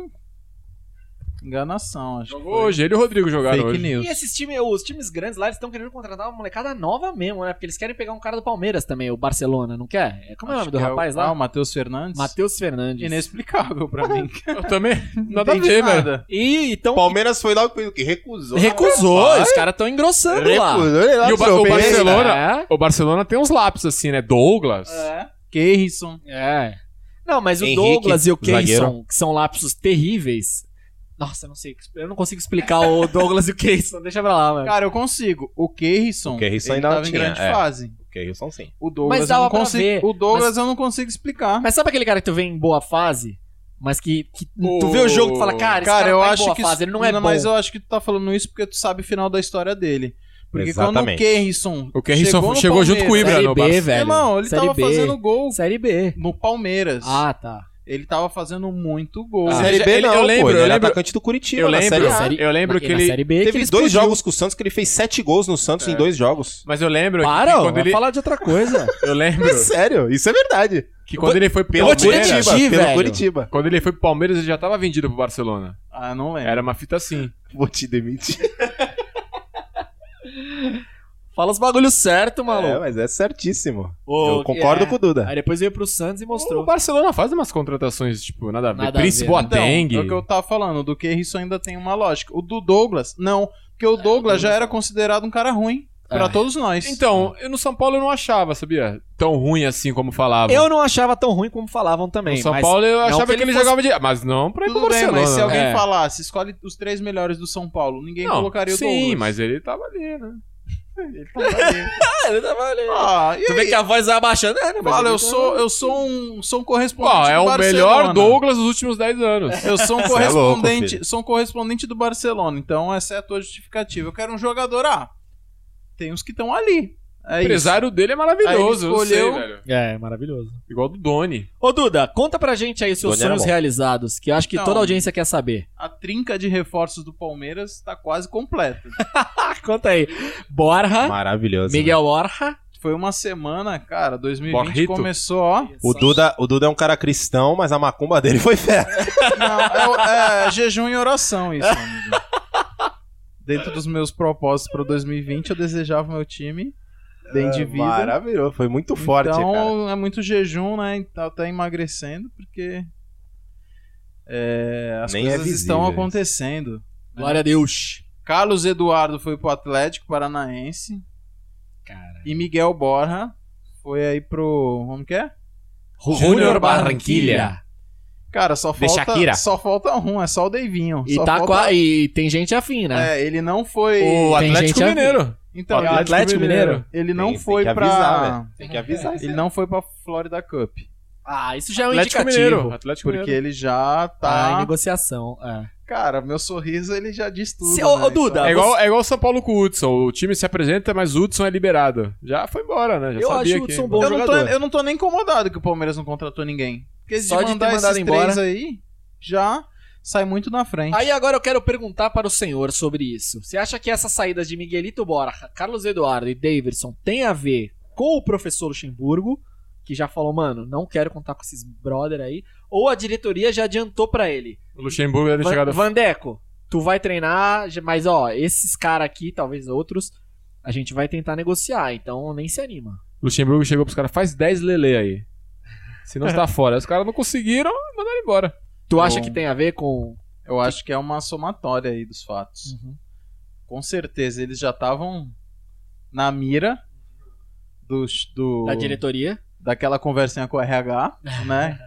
Speaker 4: Enganação, acho. que
Speaker 3: Jogou
Speaker 4: foi.
Speaker 3: hoje, ele e o Rodrigo jogaram
Speaker 4: Fake
Speaker 3: hoje.
Speaker 4: news.
Speaker 1: E esses times, os times grandes lá, eles estão querendo contratar uma molecada nova mesmo, né? Porque eles querem pegar um cara do Palmeiras também, o Barcelona, não quer? É, Como é o
Speaker 4: Acho
Speaker 1: nome do
Speaker 4: que
Speaker 1: rapaz
Speaker 4: o-
Speaker 1: lá?
Speaker 4: Ah, o Matheus Fernandes.
Speaker 1: Matheus Fernandes.
Speaker 4: É Inexplicável pra mim.
Speaker 3: Eu também, nada a
Speaker 4: Entendi
Speaker 3: ver, né?
Speaker 4: nada.
Speaker 1: E então.
Speaker 2: Palmeiras foi lá e fez o que? Recusou.
Speaker 1: Recusou, os caras estão engrossando lá.
Speaker 2: Recusou, ele lá
Speaker 3: E o Ba- o
Speaker 2: tropeça.
Speaker 3: Barcelona-
Speaker 1: É.
Speaker 3: O Barcelona tem uns lápis assim, né? Douglas.
Speaker 4: É. Keirson.
Speaker 1: É. Não, mas o
Speaker 2: Henrique,
Speaker 1: Douglas e o Keyson,
Speaker 2: zagueiro.
Speaker 1: que são lapsos terríveis. Nossa, eu não sei. Eu não consigo explicar o Douglas e o Keyson. Deixa pra lá, mano.
Speaker 4: Cara, eu consigo. O Keirson.
Speaker 2: O Keirson
Speaker 4: ele
Speaker 2: ainda
Speaker 4: tava
Speaker 2: não
Speaker 4: em
Speaker 2: tinha,
Speaker 4: grande
Speaker 2: é.
Speaker 4: fase.
Speaker 2: Ok, Wilson sim.
Speaker 4: O Douglas, eu
Speaker 1: dava
Speaker 4: não
Speaker 1: pra ver,
Speaker 4: consigo, o Douglas
Speaker 1: mas-
Speaker 4: eu não consigo explicar.
Speaker 1: Mas sabe aquele cara que tu vê em boa fase, mas que, que tu
Speaker 3: O-
Speaker 1: vê o jogo e tu fala, cara, esse cara,
Speaker 4: cara, eu
Speaker 1: tá em
Speaker 4: acho
Speaker 1: boa
Speaker 4: que.
Speaker 1: fase, ele não é bom.
Speaker 4: Mas eu acho que tu tá falando isso porque tu sabe o final da história dele. Porque quando o
Speaker 2: Exatamente.
Speaker 4: Keirson.
Speaker 3: O Keirson
Speaker 4: chegou,
Speaker 3: chegou,
Speaker 4: no
Speaker 3: junto com o
Speaker 1: né?
Speaker 3: Ibra
Speaker 4: Palmeiras-
Speaker 1: Série
Speaker 3: no
Speaker 1: B,
Speaker 3: Barça.
Speaker 1: velho.
Speaker 4: Irmão, ele
Speaker 1: Série
Speaker 4: tava
Speaker 1: B.
Speaker 4: fazendo gol
Speaker 1: Série B.
Speaker 4: no Palmeiras.
Speaker 1: Ah, tá.
Speaker 4: Ele tava fazendo muito gol.
Speaker 3: Ah.
Speaker 2: Série
Speaker 3: Ele-
Speaker 2: B
Speaker 3: ele-
Speaker 2: não,
Speaker 3: eu
Speaker 2: pô,
Speaker 3: lembro,
Speaker 2: ele
Speaker 3: eu
Speaker 2: era
Speaker 3: lembro-
Speaker 2: atacante do Curitiba
Speaker 3: Eu
Speaker 2: na
Speaker 3: lembro,
Speaker 2: Série
Speaker 1: Na
Speaker 2: A.
Speaker 1: série-
Speaker 3: eu lembro
Speaker 1: na-
Speaker 3: que
Speaker 1: na
Speaker 3: ele
Speaker 1: Série B
Speaker 2: Teve
Speaker 1: é que ele
Speaker 2: dois
Speaker 1: explodiu.
Speaker 2: jogos com o Santos que ele fez sete gols no Santos
Speaker 3: É.
Speaker 2: em dois jogos.
Speaker 3: Mas eu lembro
Speaker 1: Para,
Speaker 3: que
Speaker 1: vamos
Speaker 3: quando ele,
Speaker 1: falar de outra coisa.
Speaker 3: eu lembro
Speaker 2: É sério, isso é verdade.
Speaker 3: que quando ele foi pro
Speaker 1: vou te
Speaker 3: Palmeiras,
Speaker 1: demitir. mentir,
Speaker 2: pelo
Speaker 1: velho.
Speaker 2: Curitiba.
Speaker 3: quando ele foi pro Palmeiras, ele já tava vendido pro Barcelona.
Speaker 4: Ah, não lembro.
Speaker 3: Era uma fita assim.
Speaker 2: Vou te demitir.
Speaker 1: Fala os bagulhos certo,
Speaker 2: É,
Speaker 1: maluco.
Speaker 2: mas é certíssimo.
Speaker 1: Ô,
Speaker 2: eu concordo
Speaker 1: é.
Speaker 2: com o Duda.
Speaker 1: Aí depois veio pro Santos e
Speaker 3: O
Speaker 1: mostrou.
Speaker 3: Barcelona faz umas contratações, tipo, nada a ver.
Speaker 1: Nada a
Speaker 3: Prince
Speaker 1: ver, né?
Speaker 3: Boateng.
Speaker 4: Então, é o que eu tava falando, do Keirson ainda tem uma lógica. O do Douglas, não. Porque o Douglas já era considerado um cara ruim. Pra
Speaker 1: É.
Speaker 4: todos nós.
Speaker 3: Então, eu no São Paulo eu não achava, sabia? Tão ruim assim como falavam.
Speaker 1: Eu não achava tão ruim como falavam também.
Speaker 3: no São
Speaker 1: mas-
Speaker 3: Paulo eu achava
Speaker 1: que ele
Speaker 3: que, ele
Speaker 1: fosse-
Speaker 3: jogava de. Ah, Mas não pra ir pro
Speaker 4: Tudo bem,
Speaker 3: Barcelona. né?
Speaker 4: mas se alguém
Speaker 1: é.
Speaker 4: falasse, escolhe os três melhores do São Paulo, ninguém
Speaker 3: não,
Speaker 4: colocaria o
Speaker 3: sim,
Speaker 4: Douglas.
Speaker 3: mas ele tava ali, né?
Speaker 4: Ele tava ali.
Speaker 1: Ah, ele tava ali.
Speaker 4: ah, e
Speaker 1: Tu vê
Speaker 4: aí?
Speaker 1: que a voz vai abaixando. É, né, mas
Speaker 4: Fala,
Speaker 1: ele
Speaker 4: eu
Speaker 1: tá-
Speaker 4: sou, eu sou um, sou um correspondente
Speaker 3: Pô,
Speaker 4: do
Speaker 3: Então, é o
Speaker 4: Barcelona.
Speaker 3: melhor Douglas dos últimos 10 anos.
Speaker 4: Eu sou um
Speaker 2: Você é louco,
Speaker 4: correspondente,
Speaker 2: filho.
Speaker 4: sou um correspondente do Barcelona, então essa é a tua justificativa. Eu quero um jogador, ah, tem uns que estão ali.
Speaker 3: o
Speaker 4: É isso.
Speaker 3: empresário dele é maravilhoso,
Speaker 4: Aí ele
Speaker 3: eu
Speaker 4: escolheu-
Speaker 3: sei, velho.
Speaker 1: É, maravilhoso.
Speaker 3: Igual do Doni.
Speaker 1: Ô, Duda, conta pra gente aí seus
Speaker 2: Doni era
Speaker 1: sonhos
Speaker 2: bom.
Speaker 1: realizados, que eu acho que
Speaker 4: Então-
Speaker 1: toda a audiência quer saber. <laughs>
Speaker 4: A trinca de reforços do Palmeiras tá quase completa.
Speaker 1: Ah, conta aí. Borja,
Speaker 4: assim,
Speaker 2: Maravilhoso.
Speaker 1: Miguel Borja.
Speaker 4: Foi uma semana, cara, 2020
Speaker 3: Borrito.
Speaker 4: começou, ó.
Speaker 2: O Duda, o Duda é um cara cristão, mas a macumba dele foi fera.
Speaker 4: Não, é, o- é jejum e oração isso, amigo. Dentro dos meus propósitos pra 2020, eu desejava o meu time bem de vida.
Speaker 2: É, Maravilhoso, foi muito forte,
Speaker 4: então,
Speaker 2: cara.
Speaker 4: é muito jejum, né? Então tá emagrecendo, porque é, as
Speaker 2: Nem é
Speaker 4: coisas
Speaker 2: visível
Speaker 4: estão
Speaker 2: isso.
Speaker 4: acontecendo.
Speaker 1: Glória a Deus.
Speaker 4: Carlos Eduardo foi pro Atlético Paranaense
Speaker 1: Cara.
Speaker 4: e Miguel Borja foi aí pro. Como que é?
Speaker 1: Júnior Barranquilha.
Speaker 4: Cara, só
Speaker 3: De
Speaker 4: falta,
Speaker 3: Shakira.
Speaker 4: só falta um, é só o Davinho.
Speaker 1: E,
Speaker 4: só
Speaker 1: tá
Speaker 4: falta...
Speaker 1: com a- e tem gente afim, né?
Speaker 4: É, ele não foi.
Speaker 3: O
Speaker 1: Tem
Speaker 3: Atlético
Speaker 1: gente a ver.
Speaker 3: Mineiro.
Speaker 4: Então,
Speaker 1: O Atlético Mineiro.
Speaker 4: ele não
Speaker 2: Tem- tem
Speaker 4: foi
Speaker 2: que
Speaker 4: pra. É,
Speaker 2: avisar, velho. Tem que avisar isso.
Speaker 4: ele não foi pra Florida Cup.
Speaker 1: Ah, isso já é um
Speaker 3: Atlético
Speaker 1: indicativo.
Speaker 3: Mineiro. Atlético
Speaker 4: Porque
Speaker 3: Mineiro.
Speaker 4: ele já
Speaker 1: Tá em
Speaker 4: tá.
Speaker 1: negociação. é.
Speaker 4: Cara, meu sorriso ele já diz tudo.
Speaker 1: Se- ô,
Speaker 4: né?
Speaker 1: ô, Duda,
Speaker 3: É igual, é igual o São Paulo com o Hudson. O time se apresenta, mas o Hudson é liberado. Já foi embora, né? Já
Speaker 1: Eu
Speaker 3: sabia
Speaker 1: acho o
Speaker 3: que-
Speaker 1: Hudson bom
Speaker 4: Então, eu, não tô,
Speaker 1: jogador.
Speaker 4: eu não tô nem incomodado que o Palmeiras não contratou ninguém. Porque
Speaker 1: Só
Speaker 4: de
Speaker 1: de ter
Speaker 4: mandar
Speaker 1: mandado
Speaker 4: esses
Speaker 1: embora.
Speaker 4: três aí, já. sai muito na frente.
Speaker 1: Aí agora eu quero perguntar para o senhor sobre isso. Você acha que essas saídas de Miguelito Borja, Carlos Eduardo e Davidson tem a ver com o professor Luxemburgo, que já falou, mano, não quero contar com esses brother aí, ou a diretoria já adiantou para ele?
Speaker 3: O Luxemburgo deve ter
Speaker 1: Van,
Speaker 3: chegado.
Speaker 1: Vandeco, tu vai treinar, mas ó, esses caras aqui, talvez outros, a gente vai tentar negociar, então nem se anima.
Speaker 3: O Luxemburgo chegou pros caras, faz 10 lelê aí. Senão
Speaker 1: É.
Speaker 3: você tá fora. Os caras não conseguiram, mandaram embora.
Speaker 1: Tu
Speaker 4: Bom.
Speaker 1: acha que tem a ver com.
Speaker 4: Eu acho que é uma somatória aí dos fatos. Com certeza eles já estavam na mira dos- do,
Speaker 1: Da diretoria?
Speaker 4: daquela conversinha com o RH,
Speaker 1: <laughs>
Speaker 4: né?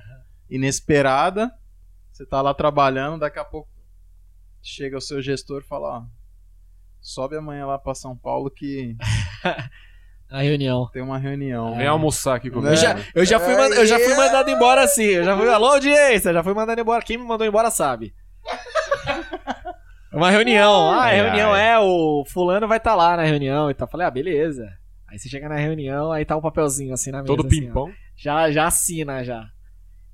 Speaker 4: Inesperada. Você tá lá trabalhando, daqui a pouco chega o seu gestor e fala, ó, sobe amanhã lá pra São Paulo que
Speaker 1: Na reunião.
Speaker 4: tem uma
Speaker 2: É.
Speaker 4: reunião.
Speaker 3: Vem almoçar aqui comigo.
Speaker 1: Eu já, eu, já fui, man- eu já fui mandado embora assim. Eu já fui. Alô, audiência, já fui mandado embora. Quem me mandou embora sabe. Uma reunião. Ah, é
Speaker 2: Ai,
Speaker 1: reunião, é. O fulano vai estar lá na reunião e tal. Falei, ah, beleza. Aí você chega na reunião, aí tá um papelzinho assim na mesa.
Speaker 3: Todo
Speaker 1: assim, ó.
Speaker 3: pimpão.
Speaker 1: já, já assina já.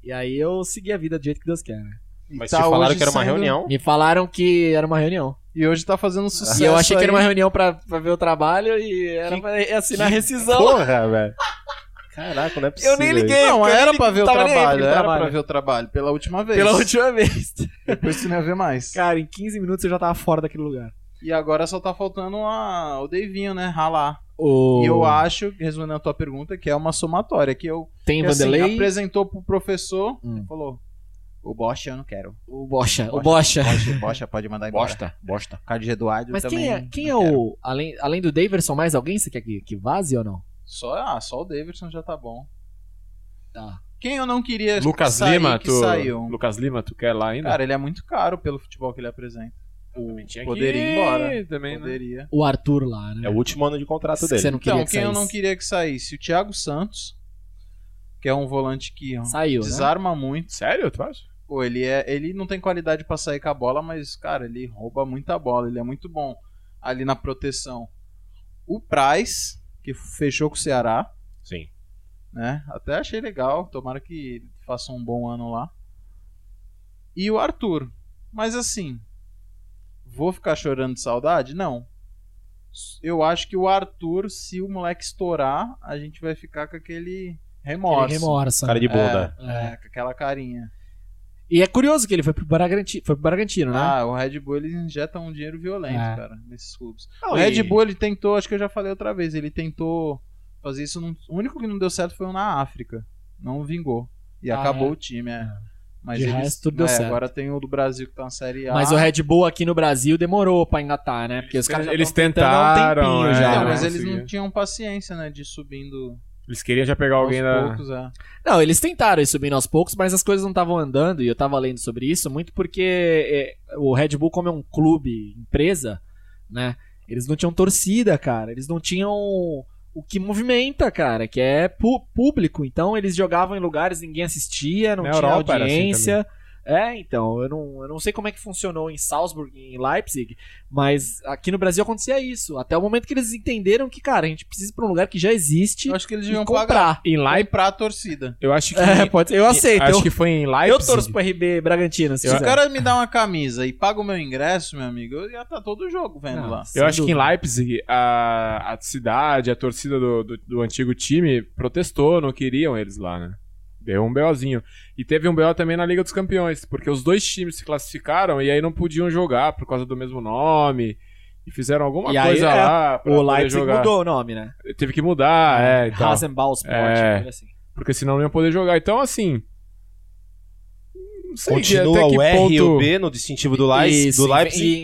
Speaker 1: E aí eu segui a vida do jeito que Deus quer. né?
Speaker 4: E
Speaker 2: Mas
Speaker 4: tá
Speaker 2: se falaram
Speaker 4: hoje
Speaker 2: que era uma
Speaker 4: sendo-
Speaker 2: reunião.
Speaker 1: Me falaram que era uma reunião.
Speaker 4: E hoje tá fazendo sucesso.
Speaker 1: e eu achei que era
Speaker 4: aí.
Speaker 1: uma reunião pra, pra ver o trabalho e era
Speaker 2: Que-
Speaker 1: pra assinar a rescisão.
Speaker 2: Porra, É, velho. Caraca, não é possível.
Speaker 1: eu nem
Speaker 2: isso.
Speaker 1: liguei.
Speaker 4: Não,
Speaker 1: porque eu
Speaker 4: era
Speaker 1: nem
Speaker 4: pra ver o
Speaker 1: tava nem aí
Speaker 4: trabalho,
Speaker 1: pro
Speaker 4: era
Speaker 1: trabalho.
Speaker 4: pra ver o trabalho, pela última vez.
Speaker 1: Pela última vez.
Speaker 4: Depois você não ia ver mais.
Speaker 1: Cara, em 15 minutos eu já tava fora daquele lugar.
Speaker 4: E agora só tá faltando a- o Davinho, né? Ralar.
Speaker 1: O...
Speaker 4: E eu acho, resumindo a tua pergunta, que é uma somatória. Que eu
Speaker 1: Tem
Speaker 4: que, assim,
Speaker 1: Vanderlei,
Speaker 4: apresentou pro professor
Speaker 1: Hum.
Speaker 4: falou: O Bocha eu não quero.
Speaker 1: o Bocha. O Bocha.
Speaker 4: Bocha, <laughs> Bocha pode mandar embora.
Speaker 3: bosta.
Speaker 4: Carlos Eduardo
Speaker 1: Mas
Speaker 4: também.
Speaker 1: quem é, quem é
Speaker 4: não quero.
Speaker 1: o. Além, além do Daverson, mais alguém? Você quer que, que vaze ou não?
Speaker 4: Só, ah, só o Davidson já tá bom.
Speaker 1: Tá.
Speaker 4: Quem eu não queria
Speaker 3: Lucas
Speaker 4: sair,
Speaker 3: Lima,
Speaker 4: que
Speaker 3: tu.
Speaker 4: saiu?
Speaker 3: Lucas Lima, tu quer lá ainda?
Speaker 4: Cara, ele é muito caro pelo futebol que ele apresenta.
Speaker 3: também tinha
Speaker 4: poderia ir embora.
Speaker 3: Também, né?
Speaker 4: Poderia.
Speaker 1: O Arthur lá, né?
Speaker 2: É o último ano de contrato
Speaker 1: Você
Speaker 2: dele.
Speaker 1: não queria
Speaker 4: Então,
Speaker 1: que
Speaker 4: quem eu
Speaker 1: saísse.
Speaker 4: não queria que saísse? O Thiago Santos, que é um volante que ó,
Speaker 1: Saiu, né?
Speaker 4: desarma muito.
Speaker 3: Sério, tu acha?
Speaker 4: Pô, ele, é, ele não tem qualidade pra sair com a bola, mas, cara, ele rouba muita bola. Ele é muito bom ali na proteção. O Price, que fechou com o Ceará,
Speaker 2: Sim.
Speaker 4: né? Até achei legal. Tomara que ele faça um bom ano lá. E o Arthur. Mas assim, vou ficar chorando de saudade? Não. Eu acho que o Arthur, se o moleque estourar, a gente vai ficar com aquele remorso.
Speaker 1: Ele remorsa.
Speaker 2: Cara de bunda.
Speaker 4: É, com aquela carinha.
Speaker 1: E é curioso que ele foi pro, Bragantino, foi pro Bragantino, né?
Speaker 4: Ah, o Red Bull eles injetam um dinheiro violento,
Speaker 1: É.
Speaker 4: cara, nesses clubes.
Speaker 2: Não,
Speaker 4: o
Speaker 2: e-
Speaker 4: Red Bull ele tentou, acho que eu já falei outra vez, ele tentou fazer isso. num- O único que não deu certo foi o na África. Não vingou. E
Speaker 1: Ah,
Speaker 4: acabou
Speaker 1: é?
Speaker 4: o time, é. Mas
Speaker 1: De
Speaker 4: eles,
Speaker 1: resto, tudo deu
Speaker 4: é,
Speaker 1: certo.
Speaker 4: Agora tem o do Brasil que tá na Série A.
Speaker 1: Mas o Red Bull aqui no Brasil demorou pra engatar, né? Porque os caras já
Speaker 3: eles
Speaker 1: tão tentando há um
Speaker 3: tentaram,
Speaker 1: tempinho
Speaker 3: é,
Speaker 1: já.
Speaker 4: Não,
Speaker 1: né?
Speaker 4: mas
Speaker 3: né?
Speaker 4: eles não
Speaker 3: Conseguiu.
Speaker 4: tinham paciência, né? De ir subindo
Speaker 3: Eles queriam já pegar alguém
Speaker 4: aos
Speaker 3: da.
Speaker 4: poucos, é.
Speaker 1: Não, eles tentaram ir subindo aos poucos, mas as coisas não estavam andando, e eu tava lendo sobre isso, muito porque é, o Red Bull, como é um clube, empresa, né? Eles não tinham torcida, cara. Eles não tinham o que movimenta, cara, que é pu- público. Então eles jogavam em lugares, ninguém assistia, não
Speaker 3: Na
Speaker 1: tinha
Speaker 3: Europa era assim
Speaker 1: audiência. é, então, eu não, eu não sei como é que funcionou em Salzburg, em Leipzig, mas aqui no Brasil acontecia isso. Até o momento que eles entenderam que, cara, a gente precisa ir pra um lugar que já existe
Speaker 4: Eu acho que eles
Speaker 1: e
Speaker 4: deviam pagar
Speaker 1: comprar.
Speaker 3: Em
Speaker 4: lá e
Speaker 3: Leipzig,
Speaker 4: pra a torcida.
Speaker 3: eu acho que.
Speaker 1: É, pode ser. Eu aceito.
Speaker 3: Acho
Speaker 1: eu-
Speaker 3: que foi em Leipzig.
Speaker 1: eu torço pro RB Bragantino, se
Speaker 4: Se o
Speaker 1: quiser.
Speaker 4: cara me dá uma camisa e paga o meu ingresso, meu amigo, eu ia tá todo jogo vendo
Speaker 1: Não,
Speaker 4: lá.
Speaker 1: sem
Speaker 3: Eu acho que em
Speaker 1: dúvida.
Speaker 3: Leipzig a, a cidade, a torcida do, do, do antigo time protestou, não queriam eles lá, né? Deu um BOzinho. E teve um BO também na Liga dos Campeões, porque os dois times se classificaram e aí não podiam jogar por causa do mesmo nome. E fizeram alguma
Speaker 1: E aí,
Speaker 3: coisa
Speaker 1: é,
Speaker 3: lá pra
Speaker 1: O
Speaker 3: poder
Speaker 1: Leipzig
Speaker 3: jogar.
Speaker 1: mudou o nome, né?
Speaker 3: Teve que mudar, é, e tal.
Speaker 1: Rasenball Sport,
Speaker 3: É.
Speaker 1: coisa assim.
Speaker 3: Porque senão não iam poder jogar. Então, assim. Não sei
Speaker 2: Continua
Speaker 3: até que
Speaker 2: o R e o
Speaker 3: ponto...
Speaker 2: B no distintivo do Leipzig.
Speaker 1: Isso,
Speaker 2: do Leipzig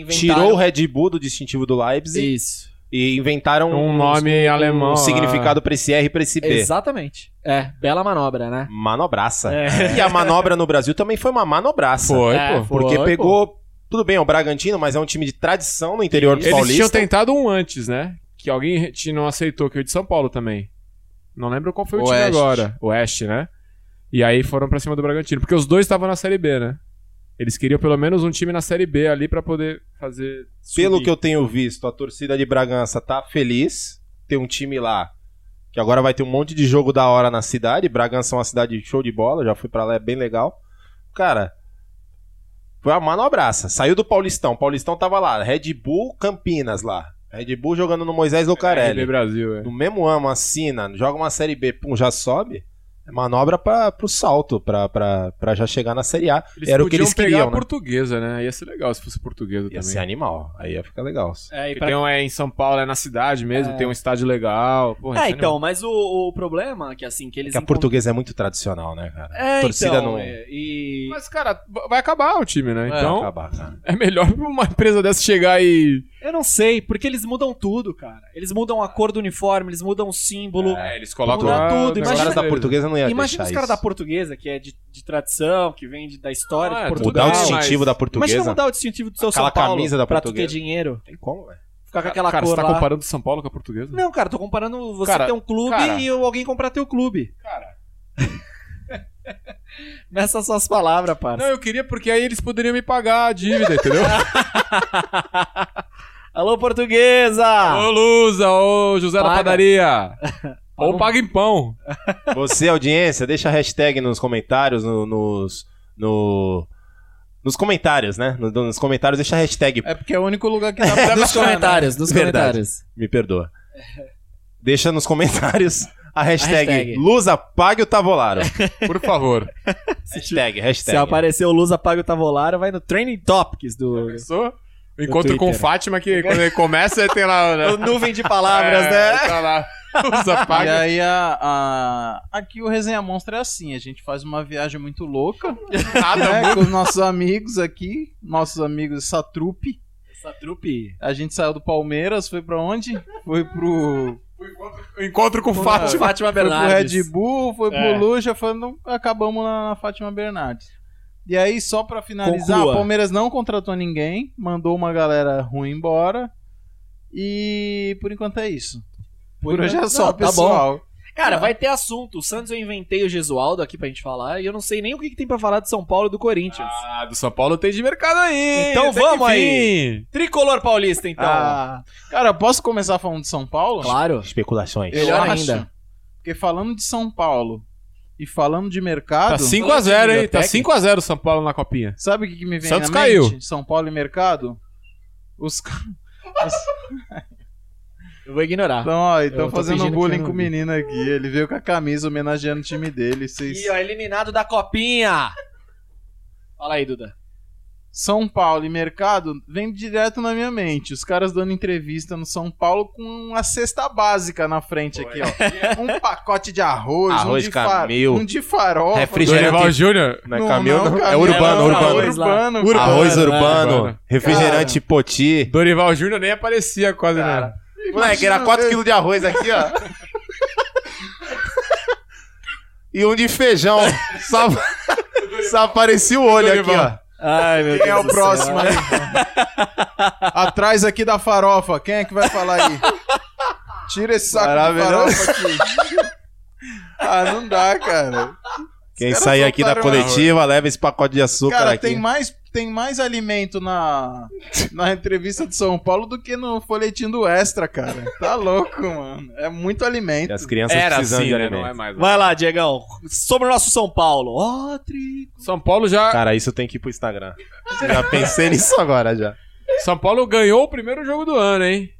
Speaker 1: inven- inventaram-
Speaker 2: tirou o Red Bull do distintivo do Leipzig
Speaker 1: Isso.
Speaker 2: e inventaram
Speaker 3: Um nome alemão.
Speaker 2: um
Speaker 3: ah. lá.
Speaker 2: significado pra esse R e pra esse B.
Speaker 1: Exatamente. É, bela manobra, né?
Speaker 2: Manobraça.
Speaker 1: É.
Speaker 2: E a manobra no Brasil também foi uma manobraça.
Speaker 3: Foi,
Speaker 1: É,
Speaker 3: pô.
Speaker 1: foi,
Speaker 2: Porque
Speaker 1: pô.
Speaker 2: pegou. Tudo bem, é o Bragantino, mas é um time de tradição no interior do
Speaker 3: Eles tinham
Speaker 2: Paulista.
Speaker 3: tentado um antes, né? Que alguém re- ti- não aceitou, que é o de São Paulo também. Não lembro qual foi o time
Speaker 4: Oeste.
Speaker 3: agora. Oeste, né? E aí foram pra cima do Bragantino. Porque os dois estavam na Série B, né? Eles queriam pelo menos um time na Série B ali pra poder fazer.
Speaker 2: Pelo
Speaker 3: subir.
Speaker 2: que eu tenho visto, a torcida de Bragança tá feliz. Tem um time lá que agora vai ter um monte de jogo da hora na cidade. Bragança é uma cidade show de bola, já fui pra lá, é bem legal. Cara, Foi a manobraça. Saiu do Paulistão. Paulistão tava lá. Red Bull Campinas lá. Red Bull jogando no Moisés Lucarelli.
Speaker 3: RB Brasil, é.
Speaker 2: No mesmo ano, assina, joga uma Série B, pum, já sobe. É manobra pra, pro salto, pra, pra, pra já chegar na Série A.
Speaker 3: Eles
Speaker 2: Era o que
Speaker 3: podiam
Speaker 2: eles
Speaker 3: pegar
Speaker 2: queriam,
Speaker 3: a
Speaker 2: né?
Speaker 3: portuguesa, né? Ia ser legal se fosse portuguesa
Speaker 2: Ia
Speaker 3: também.
Speaker 2: ser animal. Aí ia ficar legal.
Speaker 1: É,
Speaker 3: Porque Tem um é em São Paulo, é na cidade mesmo, tem um estádio legal.
Speaker 2: Ah,
Speaker 3: Porra,
Speaker 1: É,
Speaker 3: isso
Speaker 1: então, mas o, o problema é que assim, que eles.
Speaker 2: Porque a
Speaker 1: encont-
Speaker 2: portuguesa é muito tradicional, né, cara?
Speaker 1: É,
Speaker 2: torcida
Speaker 1: então,
Speaker 2: não-
Speaker 1: é, e-
Speaker 3: animal. Mas, cara, vai acabar o time, né?
Speaker 1: É,
Speaker 3: então,
Speaker 2: Acabar, cara.
Speaker 3: é melhor <laughs> pra uma empresa dessa chegar e.
Speaker 1: Eu não sei, porque eles mudam tudo, cara. Eles mudam a cor do uniforme, eles mudam o símbolo.
Speaker 2: É,
Speaker 3: eles
Speaker 1: colocam lá o
Speaker 3: tudo.
Speaker 1: negócio
Speaker 2: Os
Speaker 1: Imagina-
Speaker 2: caras da portuguesa não iam
Speaker 1: Imagina
Speaker 2: deixar
Speaker 1: os caras
Speaker 2: isso.
Speaker 1: da portuguesa, que é de, de tradição, que vem de- da história
Speaker 3: Ah,
Speaker 1: de
Speaker 3: é,
Speaker 1: Portugal.
Speaker 2: Mudar o
Speaker 3: Portugal,
Speaker 2: distintivo
Speaker 3: mas-
Speaker 2: da
Speaker 1: Imagina
Speaker 2: portuguesa.
Speaker 1: mudar o distintivo do seu
Speaker 2: Aquela
Speaker 1: São Paulo
Speaker 2: camisa da
Speaker 1: pra tu ter
Speaker 2: portuguesa.
Speaker 1: dinheiro.
Speaker 2: Tem como, velho?
Speaker 1: Ficar com aquela
Speaker 3: cara,
Speaker 1: cor
Speaker 3: você tá
Speaker 1: lá.
Speaker 3: comparando São Paulo com a portuguesa?
Speaker 1: Não, cara, tô comparando você
Speaker 3: Cara,
Speaker 1: ter um clube
Speaker 3: cara.
Speaker 1: e alguém comprar teu clube.
Speaker 3: cara.
Speaker 1: Nessas suas palavras, parça.
Speaker 3: Não, eu queria porque aí eles poderiam me pagar a
Speaker 1: <laughs>
Speaker 3: dívida, entendeu?
Speaker 1: Alô, portuguesa!
Speaker 3: ô Lusa, ô José da
Speaker 1: Paga. <laughs>
Speaker 3: Padaria. ou paga em pão.
Speaker 2: <laughs> Você, audiência, deixa a hashtag nos comentários, no- nos. No, nos comentários, né? No- nos comentários, deixa a hashtag.
Speaker 4: É porque é o único lugar que dá pra
Speaker 1: Nos comentários, nos
Speaker 2: Verdade.
Speaker 1: comentários.
Speaker 2: Me perdoa. Deixa nos comentários a hashtag,
Speaker 1: hashtag.
Speaker 2: Luz apague o <laughs> Tavolaro.
Speaker 3: Por favor.
Speaker 2: hashtag,
Speaker 1: Se
Speaker 2: hashtag.
Speaker 1: aparecer o Luz Apaga o Tavolaro, vai no Training Topics
Speaker 3: <laughs>
Speaker 1: do.
Speaker 3: Começou? O encontro
Speaker 1: No
Speaker 3: com
Speaker 1: Twitter.
Speaker 3: Fátima, que quando ele começa,
Speaker 1: <laughs>
Speaker 3: tem lá. né?
Speaker 1: Nuvem de palavras, né?
Speaker 3: É, Tá lá. Lusa,
Speaker 4: E
Speaker 3: paga.
Speaker 4: aí, a, a- aqui o Resenha Monstro é assim: a gente faz uma viagem
Speaker 3: <laughs>
Speaker 4: muito louca
Speaker 3: Nada,
Speaker 4: né, com os nossos amigos aqui, nossos amigos, essa trupe.
Speaker 1: Essa trupe.
Speaker 4: A gente saiu do Palmeiras, foi pra onde? Foi pro,
Speaker 3: O encontro com
Speaker 4: Pô,
Speaker 3: Fátima.
Speaker 1: Fátima
Speaker 4: foi pro
Speaker 1: Bernardes.
Speaker 4: Red Bull, foi
Speaker 1: É.
Speaker 4: pro Luja, foi, não- acabamos na, na Fátima Bernardes. E aí, só pra finalizar,
Speaker 1: Conclua.
Speaker 4: o Palmeiras não contratou ninguém, mandou uma galera ruim embora. E por enquanto é isso. Por hoje é
Speaker 1: enquanto-
Speaker 4: só,
Speaker 1: Não, tá bom.
Speaker 4: pessoal.
Speaker 1: Cara, vai ter assunto. O Santos eu inventei o Gesualdo aqui pra gente falar. E eu não sei nem o que, que tem pra falar de São Paulo e do Corinthians.
Speaker 3: Ah, do São Paulo tem de mercado aí.
Speaker 1: Então
Speaker 3: até
Speaker 1: vamos
Speaker 3: que
Speaker 1: aí.
Speaker 3: fim.
Speaker 1: Tricolor paulista, então.
Speaker 4: Ah, cara, posso começar falando de São Paulo?
Speaker 1: Claro.
Speaker 2: Especulações.
Speaker 4: Eu
Speaker 1: Melhor
Speaker 4: acho.
Speaker 1: ainda.
Speaker 4: Porque falando de São Paulo e falando de mercado,
Speaker 3: Tá 5x0, hein? Tá 5x0 o São Paulo na copinha.
Speaker 4: sabe o que, que me vem
Speaker 3: Santos
Speaker 4: na mente?
Speaker 3: caiu.
Speaker 4: São Paulo e mercado? Os ca- <laughs>
Speaker 1: Eu vou ignorar.
Speaker 4: Então, ó,
Speaker 1: Eu
Speaker 4: estão
Speaker 1: tô
Speaker 4: fazendo
Speaker 1: fingindo que eu
Speaker 4: bullying
Speaker 1: não
Speaker 4: com o
Speaker 1: vi.
Speaker 4: menino aqui. Ele veio com a camisa homenageando o time dele. Vocês...
Speaker 1: E ó, eliminado da copinha. Fala aí, Duda.
Speaker 4: São Paulo e mercado vem direto na minha mente. Os caras dando entrevista no São Paulo com uma cesta básica na frente aqui, ó. Um pacote de arroz,
Speaker 2: Arroz
Speaker 4: um de
Speaker 2: Camil.
Speaker 4: um de farofa.
Speaker 2: Refrigerante.
Speaker 3: Dorival Júnior.
Speaker 2: Não é Camil, não? É
Speaker 4: Camil,
Speaker 2: urbano,
Speaker 4: não,
Speaker 2: urbano. Ah,
Speaker 4: Arroz, urbano,
Speaker 1: Urbano.
Speaker 4: cara.
Speaker 2: Arroz
Speaker 1: Urbano,
Speaker 2: urbano,
Speaker 3: urbano.
Speaker 2: refrigerante poti.
Speaker 3: Dorival Júnior nem aparecia quase,
Speaker 1: Cara,
Speaker 3: né?
Speaker 2: Moleque, era 4kg de arroz aqui, ó. <laughs> e um de feijão. Só, só aparecia o olho aqui, ó.
Speaker 1: Ai, meu
Speaker 4: Quem é o
Speaker 2: <laughs>
Speaker 4: próximo aí? Atrás aqui da farofa. Quem é que vai falar aí? Tira esse saco de farofa aqui. Ah, não dá, cara.
Speaker 2: Quem
Speaker 4: caras
Speaker 2: sair aqui da
Speaker 4: soltaram um
Speaker 2: coletiva, leva esse pacote de açúcar
Speaker 4: Cara,
Speaker 2: aqui.
Speaker 4: tem mais, tem mais alimento na, na entrevista de São Paulo do que no folhetim do Extra, cara. Tá louco, mano. É muito
Speaker 2: E
Speaker 4: alimento.
Speaker 2: as crianças
Speaker 3: Era
Speaker 2: precisando
Speaker 3: assim,
Speaker 2: de
Speaker 3: né?
Speaker 2: alimento.
Speaker 3: Não é mais.
Speaker 1: Vai lá, Diegão. Sobre o nosso São Paulo. Ó, tri...
Speaker 3: São Paulo já.
Speaker 2: Cara, isso tem que ir pro Instagram. Já pensei <laughs> nisso agora, já.
Speaker 3: São Paulo ganhou o primeiro jogo do ano, hein?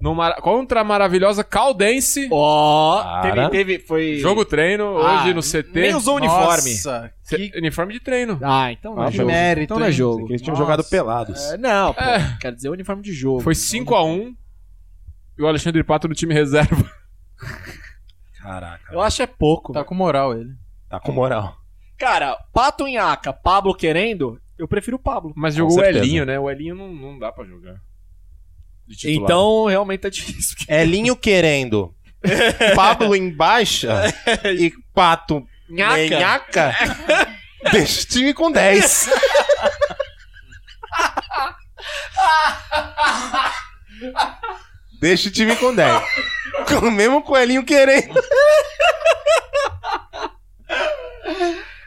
Speaker 3: No Mara- Contra a maravilhosa Caldense.
Speaker 1: Ó, teve,
Speaker 2: Cara.
Speaker 1: teve, foi...
Speaker 3: Jogo treino,
Speaker 1: Ah,
Speaker 3: hoje no CT.
Speaker 1: Nem usou o uniforme.
Speaker 4: Nossa,
Speaker 3: C- Uniforme de treino.
Speaker 1: Ah, então não
Speaker 2: Ah,
Speaker 1: é jogo.
Speaker 4: mérito,
Speaker 1: então não é
Speaker 4: hein?
Speaker 1: jogo.
Speaker 2: Eles tinham
Speaker 4: Nossa.
Speaker 2: jogado pelados.
Speaker 1: É, não, pô,
Speaker 3: É.
Speaker 1: quer dizer o uniforme de um jogo.
Speaker 3: Foi 5x1. E o Alexandre Pato no time reserva.
Speaker 2: Caraca.
Speaker 1: Eu acho que é pouco.
Speaker 4: tá com moral ele.
Speaker 2: Tá com moral.
Speaker 1: Cara, Pato Inhaca, Pablo querendo, eu prefiro o Pablo.
Speaker 3: Mas
Speaker 2: Com
Speaker 3: jogou o
Speaker 2: certeza.
Speaker 3: Elinho, né? O Elinho não, não dá pra jogar. De titular.
Speaker 1: Então, realmente tá difícil. porque-
Speaker 2: Elinho É
Speaker 3: <laughs>
Speaker 2: querendo. Pablo em baixa
Speaker 3: É.
Speaker 2: e Pato nhaca.
Speaker 3: É.
Speaker 2: Deixa o time com
Speaker 3: <laughs>
Speaker 2: 10. Deixa o time com 10. Com- Mesmo com o Elinho querendo.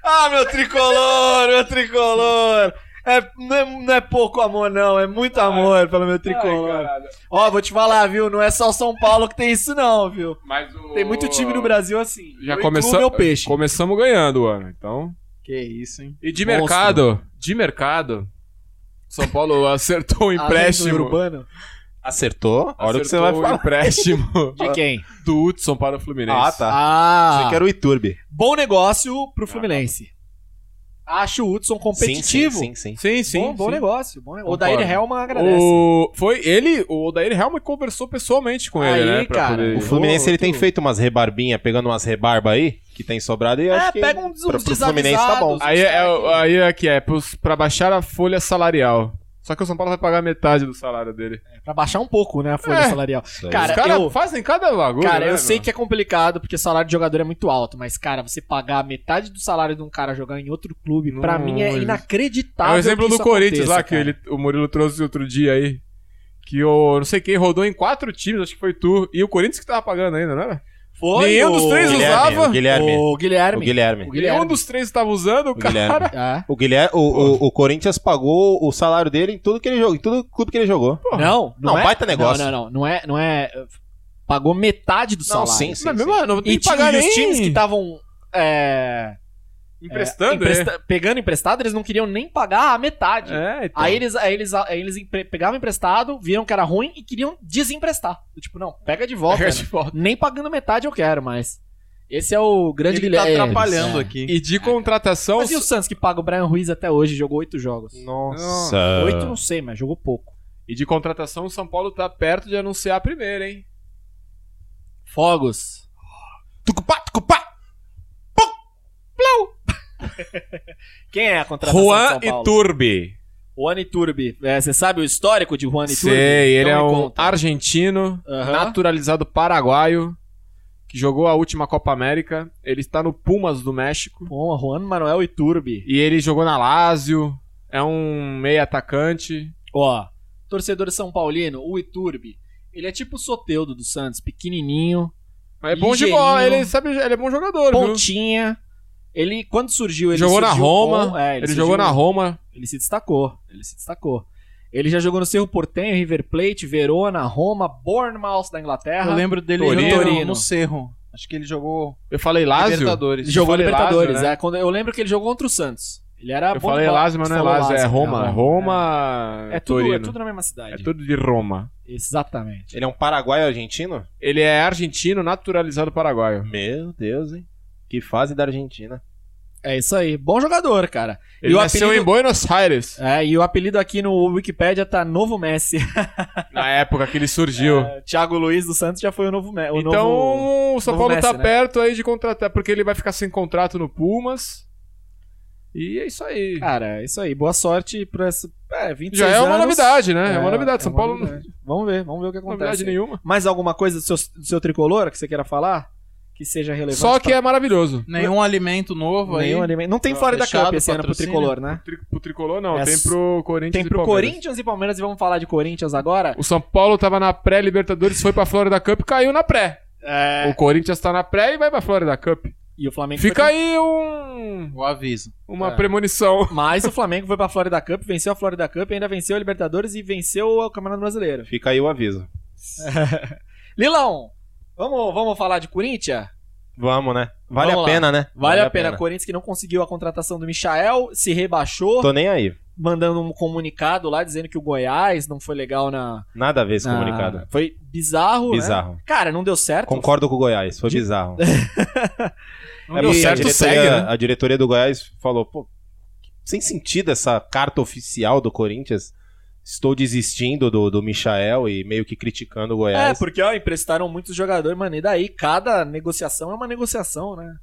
Speaker 1: Ah, meu tricolor, meu tricolor. É, não, é, não é pouco amor, não. É muito amor pelo meu tricolor. Ó, vou te falar, viu? Não é só o São Paulo que tem isso, não, viu?
Speaker 3: Mas o...
Speaker 1: Tem muito time no Brasil assim.
Speaker 3: Já
Speaker 1: Eu incluo
Speaker 3: começou-
Speaker 1: meu peixe.
Speaker 3: Começamos ganhando o ano, então.
Speaker 4: Que isso, hein?
Speaker 3: E de
Speaker 1: Monstro.
Speaker 3: mercado, de mercado, São Paulo <laughs> acertou um
Speaker 1: Além do
Speaker 3: empréstimo.
Speaker 1: urbano.
Speaker 2: Acertou? Olha o que você
Speaker 3: Acertou
Speaker 2: vai
Speaker 3: o
Speaker 2: falar.
Speaker 3: <laughs> empréstimo
Speaker 1: De quem?
Speaker 3: do Hudson para o Fluminense.
Speaker 2: Ah, tá.
Speaker 1: Ah.
Speaker 2: Você quer o Iturbe.
Speaker 1: Bom negócio
Speaker 3: Ah, tá
Speaker 1: pro Fluminense. Acho o Hudson competitivo.
Speaker 2: Sim, sim, sim. sim.
Speaker 3: Sim, sim.
Speaker 1: bom, bom
Speaker 3: sim.
Speaker 1: negócio. Bom negócio. O
Speaker 3: Concordo.
Speaker 1: Daír Helma agradece.
Speaker 3: O... Foi ele, o Odair realmente conversou pessoalmente com ele,
Speaker 1: Aí,
Speaker 3: né? pra
Speaker 1: cara.
Speaker 3: poder-
Speaker 2: O Fluminense ele tem
Speaker 1: Outro-
Speaker 2: feito umas rebarbinhas, pegando umas rebarba aí, que tem sobrado e
Speaker 1: É,
Speaker 2: acho que
Speaker 1: pega uns-
Speaker 2: pro-
Speaker 1: uns
Speaker 2: pro Fluminense tá bom.
Speaker 1: desavisados.
Speaker 3: Aí é, aí é que é, pros- pra baixar a folha salarial. Só que o São Paulo vai pagar metade do salário dele.
Speaker 1: Pra baixar um pouco, né, a folha
Speaker 3: É.
Speaker 1: salarial.
Speaker 2: Isso aí.
Speaker 1: Cara,
Speaker 3: Os caras
Speaker 1: eu-
Speaker 3: fazem cada bagulho.
Speaker 1: Cara,
Speaker 3: né,
Speaker 1: eu sei
Speaker 3: meu?
Speaker 1: que é complicado porque o salário de jogador é muito alto, mas, cara, você pagar metade do salário de um cara jogar em outro clube, pra
Speaker 3: Não,
Speaker 1: mim é
Speaker 3: isso.
Speaker 1: inacreditável.
Speaker 3: É o exemplo
Speaker 1: que
Speaker 3: do
Speaker 1: isso
Speaker 3: Corinthians
Speaker 1: aconteça,
Speaker 3: lá, que
Speaker 1: cara.
Speaker 3: ele, o Murilo trouxe outro dia aí. Que o não sei quem rodou em quatro times, acho que foi tu. E o Corinthians que tava pagando ainda, não era?
Speaker 1: Foi
Speaker 3: Nenhum
Speaker 1: o-
Speaker 3: dos três
Speaker 2: O Guilherme,
Speaker 3: usava.
Speaker 2: O Guilherme.
Speaker 1: O
Speaker 2: O
Speaker 1: Guilherme.
Speaker 2: Guilherme.
Speaker 1: O Guilherme.
Speaker 3: Nenhum Um dos três tava usando, o
Speaker 2: O
Speaker 3: cara.
Speaker 2: Guilherme.
Speaker 1: É.
Speaker 2: O, Guilherme, o, o, o Corinthians pagou o salário dele em tudo que ele jogou, em todo clube que ele jogou.
Speaker 1: Não, não,
Speaker 2: Não,
Speaker 1: é...
Speaker 2: baita negócio.
Speaker 1: Não, não, não. Não é, não é. Pagou metade do
Speaker 2: Não,
Speaker 1: salário. é
Speaker 2: sim, sim.
Speaker 3: Mas
Speaker 2: sim.
Speaker 3: mesmo, mano, <laughs> não tem
Speaker 1: E,
Speaker 3: que pagar
Speaker 1: ti- e
Speaker 3: nem...
Speaker 1: os times que tá- É, estavam. é,
Speaker 3: emprestando, né?
Speaker 1: empresta- pegando emprestado, eles não queriam nem pagar a metade.
Speaker 3: É, então.
Speaker 1: Aí eles, aí eles, aí eles empre- pegavam emprestado, viram que era ruim e queriam desemprestar. Tipo, não, pega de volta.
Speaker 3: Pega
Speaker 1: né?
Speaker 3: de volta.
Speaker 1: Nem pagando metade eu quero, mas. Esse é o grande
Speaker 4: Ele tá
Speaker 1: Guilherme.
Speaker 4: atrapalhando
Speaker 1: É.
Speaker 4: aqui.
Speaker 3: E de contratação...
Speaker 1: Mas e o Santos que paga o Brian Ruiz até hoje? Jogou oito jogos.
Speaker 2: Nossa.
Speaker 1: Oito não sei, mas jogou pouco.
Speaker 3: E de contratação, o São Paulo tá perto de anunciar a primeira, hein?
Speaker 1: Fogos.
Speaker 2: Tucupá, tucupá.
Speaker 1: Quem é a contratação de
Speaker 3: Juan
Speaker 1: São Paulo?
Speaker 3: Iturbe.
Speaker 1: Juan Iturbi. É, Você sabe o histórico de Juan Iturbi?
Speaker 3: Sei, ele
Speaker 1: Então
Speaker 3: é
Speaker 1: me
Speaker 3: um
Speaker 1: conta.
Speaker 3: argentino,
Speaker 1: Aham.
Speaker 3: naturalizado paraguaio, que jogou a última Copa América. Ele está no Pumas do México.
Speaker 1: Bom, Juan Manuel Iturbi.
Speaker 3: E ele jogou na Lazio. É um meio atacante.
Speaker 1: Ó, torcedor São Paulino, o Iturbi, ele é tipo o Soteudo do Santos, pequenininho,
Speaker 3: Mas é bom de
Speaker 1: Ligeirinho.
Speaker 3: bola, ele, sabe, ele é bom jogador, viu?
Speaker 1: pontinha. Ele, quando surgiu, ele
Speaker 3: Jogou na
Speaker 1: surgiu
Speaker 3: Roma,
Speaker 1: bom, é,
Speaker 3: Ele, jogou
Speaker 1: surgiu-
Speaker 3: na Roma.
Speaker 1: Ele se destacou, ele se destacou. Ele já jogou no Cerro Portenho, River Plate, Verona, Roma, Bournemouth da
Speaker 4: Eu
Speaker 1: Inglaterra.
Speaker 4: lembro dele
Speaker 3: Torino.
Speaker 4: jogando no Cerro. Acho que ele jogou
Speaker 3: Eu falei Lazio.
Speaker 4: Libertadores.
Speaker 1: Ele jogou
Speaker 3: falei
Speaker 1: Libertadores,
Speaker 3: Lazio, né?
Speaker 1: é, quando- eu lembro que ele jogou contra o Santos. Ele era
Speaker 3: Eu
Speaker 1: bom de
Speaker 3: falei
Speaker 1: bola.
Speaker 3: Lazio, mas não é
Speaker 1: Falou
Speaker 3: Lazio, é
Speaker 1: Lazio, né?
Speaker 3: Roma. Roma,
Speaker 1: É, tudo,
Speaker 3: Torino.
Speaker 1: é tudo na mesma cidade.
Speaker 3: É tudo de Roma.
Speaker 1: Exatamente.
Speaker 2: Ele é um paraguaio argentino?
Speaker 3: Ele é argentino, naturalizado paraguaio.
Speaker 2: Meu Deus, hein? Que fase da Argentina.
Speaker 1: É isso aí. Bom jogador, cara.
Speaker 3: Ele
Speaker 1: e o
Speaker 3: nasceu
Speaker 1: apelido...
Speaker 3: em Buenos Aires,
Speaker 1: É, e o apelido aqui no Wikipedia tá Novo Messi. <laughs>
Speaker 3: na época que ele surgiu.
Speaker 1: É, Thiago Luiz do Santos já foi o novo. me- O
Speaker 3: então,
Speaker 1: novo...
Speaker 3: o São
Speaker 1: novo
Speaker 3: Paulo tá
Speaker 1: Messi, né?
Speaker 3: perto aí de contratar, porque ele vai ficar sem contrato no Pumas. E é isso aí.
Speaker 1: Cara, é isso aí. Boa sorte pra essa. É, 26
Speaker 3: Já é uma
Speaker 1: anos.
Speaker 3: novidade, né? É, uma novidade. São
Speaker 1: é uma
Speaker 3: Paulo não
Speaker 1: novidade. Vamos ver, vamos ver o que
Speaker 3: não é
Speaker 1: acontece.
Speaker 3: novidade nenhuma.
Speaker 1: Mais alguma coisa do seu, do seu tricolor que você queira falar? Que seja relevante.
Speaker 3: Só que é maravilhoso.
Speaker 1: Hum.
Speaker 4: Nenhum alimento
Speaker 1: pra...
Speaker 4: novo aí.
Speaker 1: Nenhum anime. Não tem Florida
Speaker 4: Fechado,
Speaker 1: Cup esse ano pro
Speaker 4: patrocínio.
Speaker 1: tricolor, né?
Speaker 3: Tri- Pro tricolor, não.
Speaker 1: É
Speaker 3: Tem
Speaker 1: s-
Speaker 3: pro Corinthians.
Speaker 1: Tem
Speaker 3: e
Speaker 1: pro
Speaker 3: Palmeiras.
Speaker 1: Corinthians e Palmeiras e vamos falar de Corinthians agora?
Speaker 3: O São Paulo tava na pré-Libertadores, foi pra Florida Cup e caiu na pré.
Speaker 1: É.
Speaker 3: O Corinthians tá na pré e vai pra Florida Cup.
Speaker 1: E o Flamengo.
Speaker 3: Fica
Speaker 1: foi...
Speaker 3: aí um.
Speaker 4: O aviso.
Speaker 3: Uma
Speaker 1: É.
Speaker 3: premonição.
Speaker 1: Mas o Flamengo foi pra Florida Cup, venceu a Florida Cup, ainda venceu a Libertadores e venceu o Campeonato Brasileiro.
Speaker 2: Fica aí o aviso.
Speaker 1: Lilão, vamos, vamos falar de Corinthians?
Speaker 2: Vamos, né? Vale
Speaker 1: Vamos lá.
Speaker 2: a pena, né?
Speaker 1: Vale, a pena. Corinthians que não conseguiu a contratação do Michael, se rebaixou,
Speaker 2: Tô nem aí.
Speaker 1: mandando um comunicado lá dizendo que o Goiás não foi legal na.
Speaker 2: Nada a ver esse
Speaker 1: na-
Speaker 2: comunicado.
Speaker 1: Foi bizarro. né?
Speaker 2: Bizarro.
Speaker 1: Cara, não deu certo.
Speaker 2: Concordo com o Goiás, foi bizarro.
Speaker 3: Não
Speaker 2: É
Speaker 3: deu
Speaker 2: porque a,
Speaker 3: É, certo,
Speaker 2: diretoria,
Speaker 3: segue, né?
Speaker 2: a diretoria do Goiás falou, pô, sem sentido essa carta oficial do Corinthians. Estou desistindo do, do Michael e meio que criticando o
Speaker 1: É,
Speaker 2: Goiás.
Speaker 1: porque ó, emprestaram muitos jogadores, mano. E daí cada negociação é uma negociação, né?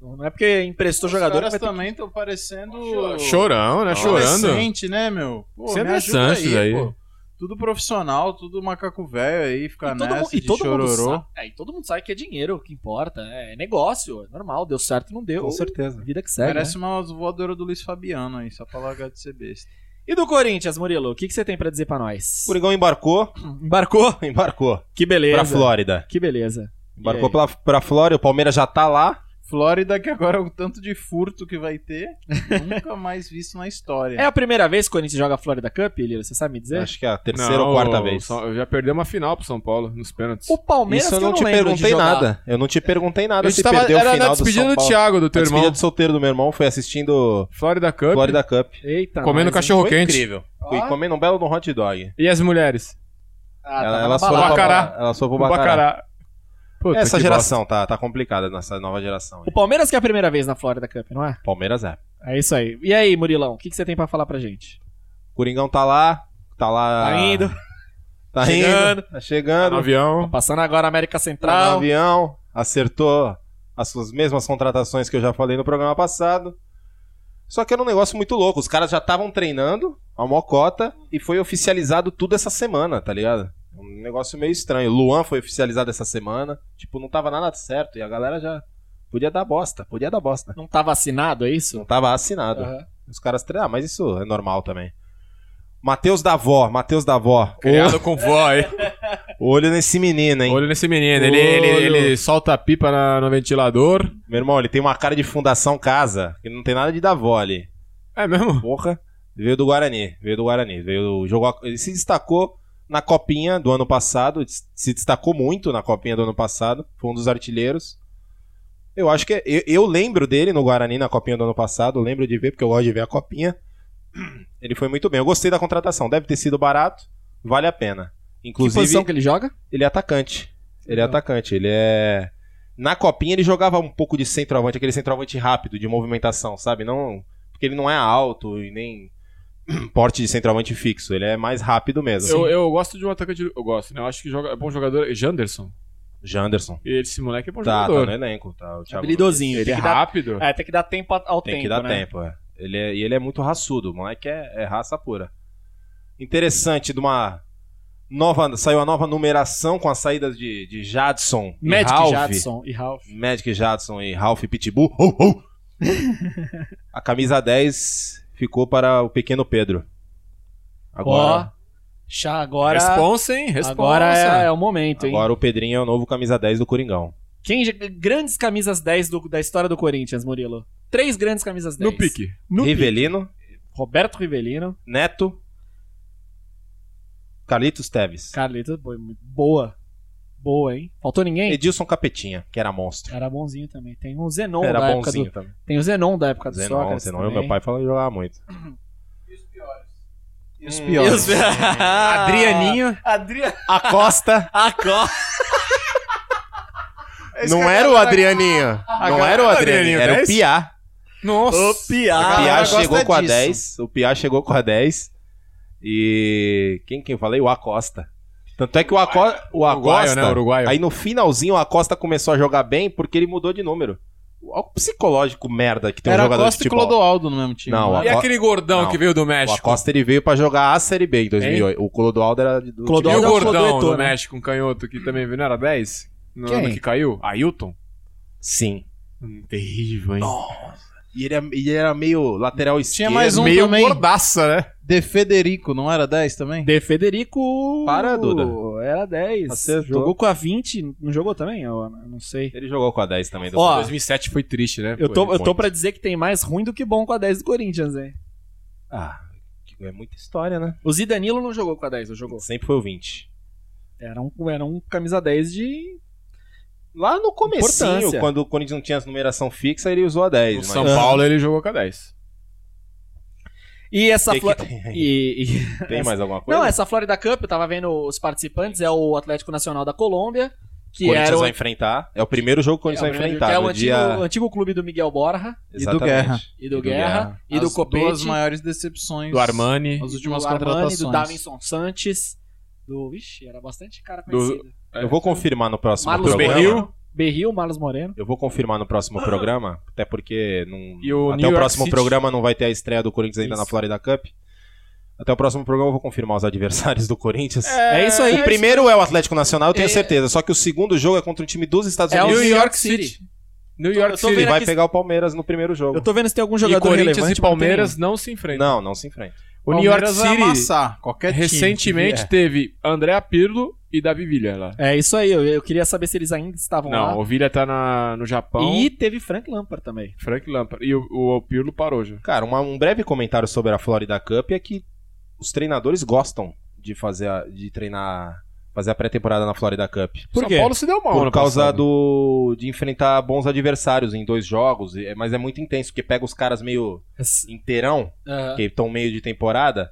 Speaker 1: Não é porque emprestou
Speaker 4: Os
Speaker 1: jogador. que
Speaker 4: caras
Speaker 1: vai ter que-
Speaker 4: também estão parecendo.
Speaker 3: Chorão, né? Chorando.
Speaker 4: Adolescente, né, meu? Pô,
Speaker 3: Você é
Speaker 4: me ajuda
Speaker 3: Sanches aí.
Speaker 4: pô. Tudo profissional, tudo macaco velho aí, ficar
Speaker 1: E todo,
Speaker 2: né,
Speaker 4: nessa
Speaker 1: mundo, e
Speaker 4: de
Speaker 1: todo mundo
Speaker 4: chororô.
Speaker 1: sabe, é, e todo mundo sabe que é dinheiro que importa. É negócio, é normal. Deu certo, não deu.
Speaker 2: Com certeza.
Speaker 1: Vida que segue.
Speaker 4: Parece uma voadora do Luiz Fabiano aí, só pra largar de ser besta.
Speaker 1: né? E do Corinthians, Murilo, o que, que você tem pra dizer pra nós?
Speaker 2: O Curigão embarcou, <laughs>
Speaker 1: Embarcou? <laughs>
Speaker 2: embarcou
Speaker 1: Que beleza.
Speaker 2: pra Flórida.
Speaker 1: Que beleza. E
Speaker 2: Embarcou
Speaker 1: aí?
Speaker 2: pra, pra Flórida, o Palmeiras já tá lá.
Speaker 4: Flórida, que agora é o tanto de furto que vai ter, nunca mais visto na história.
Speaker 1: É a primeira vez que o Corinthians joga a Florida Cup, Lira? Você sabe me dizer?
Speaker 2: Acho que é a terceira ou quarta vez.
Speaker 3: São- Eu já perdi uma final pro São Paulo nos pênaltis.
Speaker 1: O Palmeiras
Speaker 2: Isso eu
Speaker 1: que
Speaker 2: não, te
Speaker 1: lembro de
Speaker 2: perguntei
Speaker 1: jogar.
Speaker 2: nada. Eu não te perguntei nada
Speaker 3: Eu
Speaker 2: se
Speaker 3: tava-
Speaker 2: perdeu o
Speaker 3: era
Speaker 2: final
Speaker 3: na
Speaker 2: do São
Speaker 3: despedida do,
Speaker 2: Paulo.
Speaker 3: Thiago, do
Speaker 2: A
Speaker 3: teu irmão.
Speaker 2: despedida de solteiro do meu irmão foi assistindo
Speaker 3: Florida Cup.
Speaker 2: Florida Cup.
Speaker 1: Eita, nós,
Speaker 3: Comendo
Speaker 1: hein?
Speaker 3: cachorro
Speaker 2: Foi
Speaker 3: quente.
Speaker 2: incrível. Fui
Speaker 1: Ó.
Speaker 2: comendo um belo no hot dog.
Speaker 3: E as mulheres?
Speaker 1: Ah,
Speaker 2: ela,
Speaker 1: tava
Speaker 2: ela
Speaker 1: na
Speaker 2: só
Speaker 1: balada.
Speaker 3: pra Bacará.
Speaker 2: Ela só
Speaker 3: O
Speaker 2: pro Bacará.
Speaker 3: Puta,
Speaker 2: Essa
Speaker 3: que
Speaker 2: geração tá, tá complicada, nessa nova geração.
Speaker 1: O Palmeiras que é a primeira vez na Florida Cup, não é?
Speaker 2: Palmeiras é.
Speaker 1: É isso aí. E aí, Murilão, o que, que você tem pra falar pra gente?
Speaker 2: Coringão tá lá, tá lá...
Speaker 1: Tá indo,
Speaker 2: Tá
Speaker 1: Chegando.
Speaker 2: indo, tá
Speaker 3: bosta.
Speaker 2: chegando.
Speaker 3: No Um avião.
Speaker 1: passando agora a América
Speaker 2: Tá no
Speaker 1: Central.
Speaker 2: avião, acertou as suas mesmas contratações que eu já falei no programa passado. Só que era um negócio muito louco. Os caras já estavam treinando a mocota e foi oficializado tudo essa semana, tá ligado? Um negócio meio estranho. Luan foi oficializado essa semana. Tipo, não tava nada certo e a galera já podia dar bosta, podia dar bosta.
Speaker 1: Não tá vacinado, é isso?
Speaker 2: Não tava assinado.
Speaker 1: Aham.
Speaker 2: Os caras treinaram, mas isso é normal também. Matheus Davó, Matheus Davó.
Speaker 3: Criado com vó, hein?
Speaker 2: O- Olho nesse menino, hein?
Speaker 3: Olho nesse menino. Ele,
Speaker 2: Olho.
Speaker 3: ele, ele solta a pipa na- no ventilador.
Speaker 2: Meu irmão, ele tem uma cara de fundação casa. Ele não tem nada de Davó ali.
Speaker 3: É mesmo?
Speaker 2: Porra. Veio do Guarani, veio do Guarani, veio do- jogou, a- ele se destacou na copinha do ano passado, des- se destacou muito na copinha do ano passado, foi um dos artilheiros. Eu acho que é- eu, eu lembro dele no Guarani na copinha do ano passado, eu lembro de ver porque eu gosto de ver a copinha. Ele foi muito bem. Eu gostei da contratação, deve ter sido barato, vale a pena.
Speaker 1: Que
Speaker 2: Inclusive,
Speaker 1: posição que ele joga?
Speaker 2: ele é atacante. Ele é
Speaker 1: Legal.
Speaker 2: atacante. Ele é. Na copinha ele jogava um pouco de centroavante, aquele centroavante rápido, de movimentação, sabe? Não. Porque ele não é alto e nem <clears throat> porte de centroavante fixo. Ele é mais rápido mesmo.
Speaker 3: Eu, eu gosto de um atacante. Eu gosto, né? Eu acho que joga, é bom jogador. é Janderson.
Speaker 2: Janderson.
Speaker 3: E esse moleque é bom
Speaker 2: Tá, tá
Speaker 3: jogador.
Speaker 2: no elenco. Tá, o Thiago
Speaker 1: Habilidosinho,
Speaker 3: Ele é
Speaker 1: Tem que dar-
Speaker 3: rápido.
Speaker 1: É, tem que dar tempo ao
Speaker 2: Tem
Speaker 1: tempo,
Speaker 2: que dar
Speaker 1: né?
Speaker 2: tempo, é. Ele é, e ele é muito raçudo, o moleque é, é raça pura. Interessante de uma nova. Saiu a nova numeração com as saídas de, de Jadson. e
Speaker 1: Magic
Speaker 2: Ralph.
Speaker 1: Jadson e Ralph.
Speaker 2: Magic Jadson e Ralph Pitbull. Oh, oh! a camisa 10 ficou para o pequeno Pedro. Agora,
Speaker 1: Ó, já agora...
Speaker 3: Responsa, hein? Responsa.
Speaker 1: Agora é, é o momento, hein?
Speaker 2: agora o Pedrinho é o novo camisa 10 do Coringão.
Speaker 1: Quem já- grandes camisas 10 do- da história do Corinthians, Murilo. Três grandes camisas 10.
Speaker 3: No pique.
Speaker 1: No pique.
Speaker 2: Rivelino,
Speaker 1: Roberto Rivelino.
Speaker 2: Neto, Carlitos Teves,
Speaker 1: Carlito, bo- boa. Boa, hein? Faltou ninguém?
Speaker 2: Edilson Capetinha, que era monstro.
Speaker 1: Era bonzinho também. Tem o Zenon da
Speaker 2: Era
Speaker 1: época do...
Speaker 2: bonzinho também.
Speaker 1: Tem o Zenon da época do
Speaker 2: Zenon,
Speaker 1: Sócrates
Speaker 2: Zenon, eu,
Speaker 1: também.
Speaker 2: meu pai falava que jogava muito.
Speaker 4: E os
Speaker 2: Hum.
Speaker 1: E
Speaker 2: <laughs>
Speaker 4: piores.
Speaker 1: os-
Speaker 3: Adrianinho.
Speaker 1: Adriano.
Speaker 2: A
Speaker 1: <laughs>
Speaker 2: Costa
Speaker 1: Ah, Agora.
Speaker 2: não
Speaker 1: é
Speaker 2: era o Adrianinho. Não era o Adrianinho, era o
Speaker 3: 10?
Speaker 2: Piá.
Speaker 1: O
Speaker 3: Nossa.
Speaker 2: O
Speaker 1: piá.
Speaker 4: galera
Speaker 2: Piá
Speaker 4: Ah, gosta
Speaker 2: chegou com a
Speaker 4: disso.
Speaker 2: 10. O Piá chegou com a 10. E quem que eu falei? O Acosta. Tanto é que o, Aco... o
Speaker 3: Uruguaio,
Speaker 2: Acosta.
Speaker 3: né? Uruguaio.
Speaker 2: Aí no finalzinho o Acosta começou a jogar bem porque ele mudou de número. Olha o psicológico merda que tem um
Speaker 4: Era
Speaker 2: jogador
Speaker 4: Costa
Speaker 2: de
Speaker 4: e
Speaker 2: futebol.
Speaker 4: Clodoaldo no mesmo time.
Speaker 2: Não,
Speaker 4: né?
Speaker 3: E aquele gordão
Speaker 2: Não.
Speaker 3: que veio do
Speaker 2: O
Speaker 3: México?
Speaker 2: Acosta ele veio pra jogar a Série B em 2008. O Clodoaldo era do
Speaker 3: E o
Speaker 1: Clodoaldo- Dodão
Speaker 3: gordão
Speaker 1: Fodoetô,
Speaker 3: do
Speaker 1: né?
Speaker 3: México, um canhoto que também veio, não era 10? No
Speaker 1: Quem?
Speaker 3: ano que caiu? Ailton?
Speaker 2: Sim.
Speaker 3: terrível, hein?
Speaker 2: E ele, era- ele era meio lateral esquerdo.
Speaker 4: Tinha mais um
Speaker 2: meio
Speaker 4: também.
Speaker 2: gordaça, né?
Speaker 4: De Federico, não era 10 também?
Speaker 1: De Federico.
Speaker 2: Para, Duda.
Speaker 1: Era 10.
Speaker 2: Acertou.
Speaker 1: Jogou com a 20. Não jogou também? Eu eu não sei.
Speaker 2: Ele jogou com a 10 também. do
Speaker 1: Ó,
Speaker 3: 2007 foi triste, né?
Speaker 1: Eu tô,
Speaker 3: Foi
Speaker 1: eu tô
Speaker 3: muito.
Speaker 1: pra dizer que tem mais ruim do que bom com a 10 do Corinthians, hein?
Speaker 2: Ah, é muita história, né?
Speaker 1: O Zidanilo não jogou com a 10, não jogou.
Speaker 2: Sempre foi o 20.
Speaker 1: Era um, era um camisa 10 de.
Speaker 2: Lá no comecinho,
Speaker 1: Importância.
Speaker 2: quando o Corinthians não tinha as numeração fixa, ele usou a 10.
Speaker 3: O
Speaker 2: mas-
Speaker 3: São Paulo ele jogou com a 10.
Speaker 1: E essa
Speaker 2: <laughs> Tem,
Speaker 1: Flo...
Speaker 2: que- tem-
Speaker 1: e- e-
Speaker 2: tem mais alguma coisa?
Speaker 1: Não, essa Florida Cup, eu tava vendo os participantes, é o Atlético Nacional da Colômbia,
Speaker 2: O
Speaker 1: que
Speaker 2: Corinthians
Speaker 1: era o,
Speaker 2: vai enfrentar. É o primeiro jogo que o
Speaker 1: é o
Speaker 2: Corinthians vai
Speaker 1: primeiro-
Speaker 2: enfrentar.
Speaker 1: que é o
Speaker 2: no
Speaker 1: antigo,
Speaker 2: dia...
Speaker 1: antigo clube do Miguel Borja
Speaker 4: do
Speaker 2: Exatamente.
Speaker 4: Guerra.
Speaker 1: e do,
Speaker 2: E do
Speaker 1: Guerra,
Speaker 2: Guerra.
Speaker 1: e do
Speaker 4: As duas
Speaker 1: Copete,
Speaker 4: maiores decepções.
Speaker 3: Do Armani.
Speaker 4: As últimas
Speaker 1: do Armani,
Speaker 4: contratações.
Speaker 1: do Davinson Sanches, do... Vixe, era bastante cara
Speaker 3: Do-
Speaker 1: conhecido.
Speaker 2: Eu vou confirmar no próximo
Speaker 1: Marlos
Speaker 2: programa.
Speaker 3: Berril.
Speaker 1: Berril, Ah. Marlos Moreno.
Speaker 2: Eu vou confirmar no próximo programa, até porque não-
Speaker 3: E o
Speaker 2: até
Speaker 3: New
Speaker 2: o
Speaker 3: York
Speaker 2: próximo
Speaker 3: City.
Speaker 2: programa não vai ter a estreia do Corinthians ainda
Speaker 1: Isso.
Speaker 2: na Florida Cup. Até o próximo programa eu vou confirmar os adversários do Corinthians.
Speaker 1: É isso aí.
Speaker 2: O primeiro é o Atlético Nacional, eu tenho
Speaker 1: É-
Speaker 2: certeza. Só que o segundo jogo é contra o time dos Estados
Speaker 1: É o
Speaker 2: Unidos.
Speaker 1: New York City.
Speaker 3: New
Speaker 1: Eu
Speaker 3: York
Speaker 1: tô
Speaker 3: City.
Speaker 2: Ele
Speaker 1: vendo
Speaker 2: vai
Speaker 1: aqui-
Speaker 2: pegar o Palmeiras no primeiro jogo.
Speaker 1: Eu tô vendo se tem algum
Speaker 3: E
Speaker 1: jogador
Speaker 3: Corinthians
Speaker 1: relevante.
Speaker 3: e Palmeiras não se enfrentam.
Speaker 2: Não, não se enfrenta.
Speaker 3: O New York
Speaker 4: Palmeiras vai
Speaker 3: City
Speaker 4: amassar qualquer time que
Speaker 3: recentemente
Speaker 4: vier.
Speaker 3: teve André Pirlo e da Vivilha lá.
Speaker 1: É isso aí, eu, eu queria saber se eles ainda estavam
Speaker 3: Não,
Speaker 1: lá.
Speaker 3: o Vilha tá na- no Japão.
Speaker 1: E teve Frank Lampard também.
Speaker 3: Frank Lampard. E o, o Pirlo parou já.
Speaker 2: Cara, uma- um breve comentário sobre a Florida Cup é que os treinadores gostam de fazer a- de treinar, fazer a pré-temporada na Florida Cup.
Speaker 1: Por
Speaker 3: São
Speaker 1: quê?
Speaker 3: Paulo se deu mal
Speaker 2: Por
Speaker 3: ano
Speaker 2: causa
Speaker 3: passado.
Speaker 2: do, de enfrentar bons adversários em dois jogos, e- mas é muito intenso, porque pega os caras meio inteirão,
Speaker 1: Aham.
Speaker 2: que estão meio de temporada.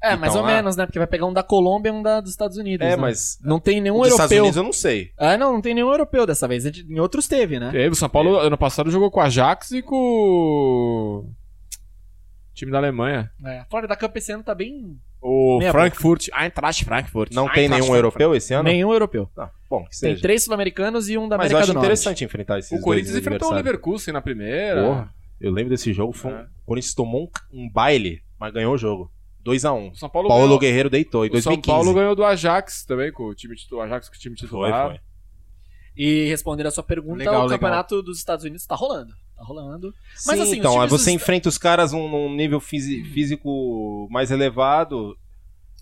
Speaker 1: ah, É,
Speaker 2: Então,
Speaker 1: mais ou
Speaker 2: lá-
Speaker 1: menos, né? Porque vai pegar um da Colômbia e um da, dos Estados Unidos.
Speaker 2: É,
Speaker 1: né?
Speaker 2: mas
Speaker 1: Não tem
Speaker 3: Um
Speaker 1: nenhum
Speaker 2: os Estados
Speaker 1: europeu.
Speaker 2: Unidos eu não sei.
Speaker 1: Ah, não, não tem nenhum europeu dessa vez. Em outros teve, né?
Speaker 3: Teve, É, o São Paulo ano passado jogou com a Ajax e com o time da Alemanha.
Speaker 1: É, a Florida Cup esse ano tá bem.
Speaker 3: O
Speaker 1: Meia
Speaker 3: Frankfurt, Eintracht Ah, Frankfurt.
Speaker 2: Não
Speaker 3: Eintracht
Speaker 2: tem nenhum
Speaker 3: Frankfurt.
Speaker 2: europeu esse ano?
Speaker 1: Nenhum europeu.
Speaker 2: Ah, bom, que
Speaker 1: Tem
Speaker 2: seja.
Speaker 1: três sul-americanos e um da
Speaker 2: mas
Speaker 1: América
Speaker 2: eu acho
Speaker 1: do Norte.
Speaker 2: interessante enfrentar esses
Speaker 3: O Corinthians
Speaker 2: dois
Speaker 3: enfrentou o
Speaker 2: adversários.
Speaker 3: Leverkusen na primeira.
Speaker 2: Porra, eu lembro desse jogo. foi um-
Speaker 3: É.
Speaker 2: O Corinthians tomou um, um baile, mas ganhou o jogo. 2x1.
Speaker 3: O São Paulo
Speaker 2: Paulo
Speaker 3: ganhou.
Speaker 2: Guerreiro deitou em
Speaker 3: o São
Speaker 2: 2015.
Speaker 3: Paulo ganhou do Ajax também, com o time titular. Ajax com o time
Speaker 2: Foi,
Speaker 1: tá?
Speaker 3: titular. Tá
Speaker 2: foi.
Speaker 1: E respondendo a sua pergunta,
Speaker 4: Legal,
Speaker 1: o
Speaker 4: legal.
Speaker 1: campeonato dos Estados Unidos tá rolando. Tá rolando. Mas, assim,
Speaker 2: Sim,
Speaker 1: os
Speaker 2: então,
Speaker 1: times
Speaker 2: aí você
Speaker 1: dos-
Speaker 2: enfrenta os caras num, num nível fisi- físico mais elevado.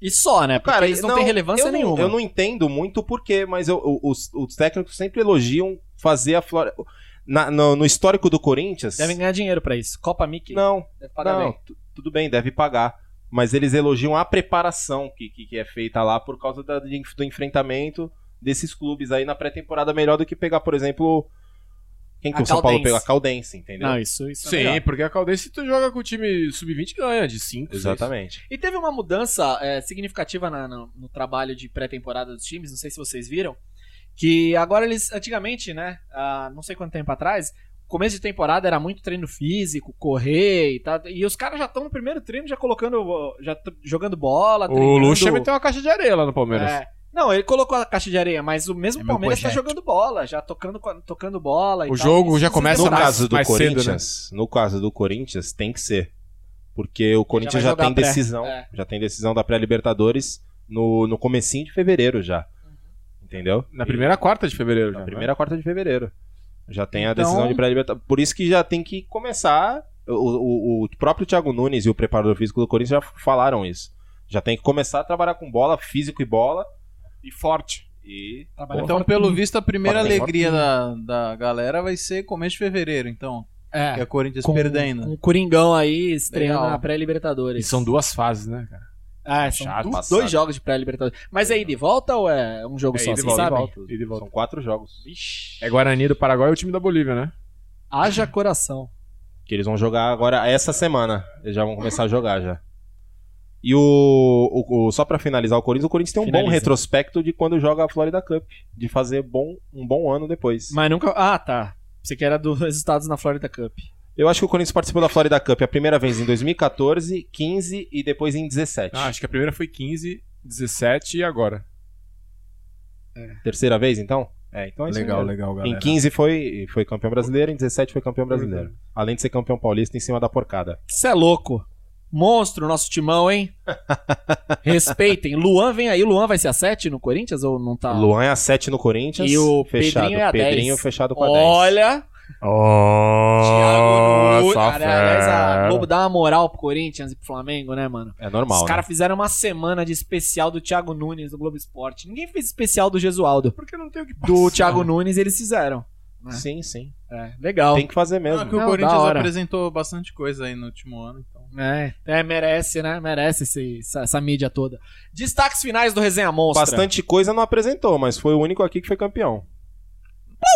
Speaker 1: E só, né? Porque
Speaker 2: Cara,
Speaker 1: eles não, têm relevância
Speaker 2: eu não-
Speaker 1: nenhuma.
Speaker 2: Eu não entendo muito porquê, mas eu- eu- os, os técnicos sempre elogiam fazer a Flórida. na- no, no histórico do Corinthians.
Speaker 1: Devem ganhar dinheiro pra isso. Copa Mickey. é
Speaker 2: Não,
Speaker 1: Deve pagar
Speaker 2: não,
Speaker 1: bem.
Speaker 2: tu- tudo bem, deve pagar. Mas eles elogiam a preparação que, que, que é feita lá por causa da- de- do enfrentamento desses clubes aí na pré-temporada, melhor do que pegar, por exemplo, quem que
Speaker 1: A
Speaker 2: o São Paulo
Speaker 1: Caldense.
Speaker 2: pegou? A Caldense, entendeu?
Speaker 1: Não, isso, isso é
Speaker 3: Sim,
Speaker 1: melhor.
Speaker 3: porque a Caldense tu joga com o time sub-20 e ganha de 5.
Speaker 2: Exatamente.
Speaker 1: E teve uma mudança é, significativa na- na- no trabalho de pré-temporada dos times, não sei se vocês viram, que agora eles, antigamente, né, ah, não sei quanto tempo atrás, começo de temporada era muito treino físico, correr e tal, e os caras já estão no primeiro treino já colocando, ó, já t- jogando bola,
Speaker 3: O
Speaker 1: treinando.
Speaker 3: Lucha meteu uma caixa de areia lá no Palmeiras.
Speaker 1: É. Não, ele colocou a caixa de areia, mas o mesmo
Speaker 4: É meu
Speaker 1: Palmeiras tá
Speaker 4: projeto.
Speaker 1: jogando bola, já tocando, co- tocando bola e
Speaker 3: O
Speaker 1: tal.
Speaker 3: jogo
Speaker 1: Isso é
Speaker 3: já
Speaker 1: não
Speaker 3: começa
Speaker 1: se
Speaker 2: no
Speaker 3: mais-
Speaker 1: debate.
Speaker 2: caso do
Speaker 3: mais cedo, né?
Speaker 2: Corinthians, no caso do Corinthians tem que ser, porque o Corinthians
Speaker 1: vai
Speaker 2: já,
Speaker 1: jogar
Speaker 2: tem
Speaker 1: pré,
Speaker 2: decisão,
Speaker 1: é.
Speaker 2: já tem decisão da pré-libertadores no, no comecinho de fevereiro já,
Speaker 1: Uhum.
Speaker 2: entendeu?
Speaker 3: Na
Speaker 2: E-
Speaker 3: primeira quarta de
Speaker 2: na
Speaker 3: fevereiro. já, né?
Speaker 2: primeira quarta de fevereiro já tem a
Speaker 4: Então-
Speaker 2: decisão de pré-libertadores, por isso que já tem que começar o, o- o próprio Thiago Nunes e o preparador físico do Corinthians já falaram isso, já tem que começar a trabalhar com bola, físico e bola
Speaker 3: né? E forte.
Speaker 2: e
Speaker 1: Trabalha
Speaker 4: Então,
Speaker 1: forte.
Speaker 4: pelo visto, a primeira
Speaker 2: Parabéns.
Speaker 4: alegria da, da galera vai ser começo de fevereiro, então.
Speaker 1: é,
Speaker 4: Que é Corinthians
Speaker 1: com,
Speaker 4: perdendo.
Speaker 1: com o Coringão aí estreando
Speaker 4: Legal.
Speaker 1: na pré-libertadores.
Speaker 3: E são duas fases, né, cara?
Speaker 1: Ah, são
Speaker 3: Chato,
Speaker 1: du-
Speaker 2: passado.
Speaker 1: dois jogos de pré-libertadores. Mas é ida e volta ou é um jogo
Speaker 3: É
Speaker 1: só,
Speaker 3: ida e
Speaker 1: vocês
Speaker 3: volta,
Speaker 1: sabem?
Speaker 3: volta. E de volta.
Speaker 2: são quatro jogos
Speaker 1: Vixe.
Speaker 3: É Guarani do Paraguai e o time da Bolívia, né?
Speaker 1: Haja coração.
Speaker 2: Que eles vão jogar agora essa semana. Eles já vão começar a jogar já. E o, o- o- só pra finalizar o Corinthians, o Corinthians tem um bom
Speaker 1: Finaliza.
Speaker 2: retrospecto de quando joga a Florida Cup, de fazer bom, um bom ano depois.
Speaker 1: Mas nunca. Ah, tá. Você que era dos resultados na Florida Cup.
Speaker 2: Eu acho que o Corinthians participou da Florida Cup a primeira vez em 2014, 15 e depois em 17.
Speaker 3: Ah, acho que a primeira foi 15, 17 e agora.
Speaker 2: Terceira vez então? É, então é isso
Speaker 4: legal,
Speaker 2: mesmo.
Speaker 4: legal, né?
Speaker 2: Em
Speaker 4: galera.
Speaker 2: 15 foi, foi campeão brasileiro, em 17 foi campeão brasileiro. Além de ser campeão paulista em cima da porcada.
Speaker 1: Isso é louco. Monstro, nosso timão,
Speaker 3: <laughs>
Speaker 1: hein? Respeitem. Luan vem aí. Luan vai ser a 7 no Corinthians ou não tá?
Speaker 2: Luan é a 7 no Corinthians,
Speaker 1: E o
Speaker 2: fechado.
Speaker 1: Pedrinho é a 10.
Speaker 2: fechado com a 10.
Speaker 1: Olha. Thiago
Speaker 3: Oh,
Speaker 1: Nunes. Cara, aliás, a Globo dá uma moral pro Corinthians e pro Flamengo, né, mano?
Speaker 2: É normal.
Speaker 1: Os
Speaker 2: né?
Speaker 1: caras fizeram uma semana de especial do Thiago Nunes no Globo Esporte. Ninguém fez especial do Gesualdo.
Speaker 3: Porque não tem o que passar.
Speaker 1: do Thiago Nunes eles fizeram. né? Ah,
Speaker 2: Sim, sim.
Speaker 1: É, legal.
Speaker 2: Tem que fazer
Speaker 4: Não, é
Speaker 2: mesmo.
Speaker 4: que o
Speaker 1: Não, da
Speaker 4: Corinthians
Speaker 1: hora.
Speaker 4: apresentou bastante coisa aí no último ano, então.
Speaker 1: É, é, merece, né? Merece esse- essa, essa mídia toda. Destaques finais do Resenha Monstra.
Speaker 2: Bastante coisa não apresentou, mas foi o único aqui que foi campeão.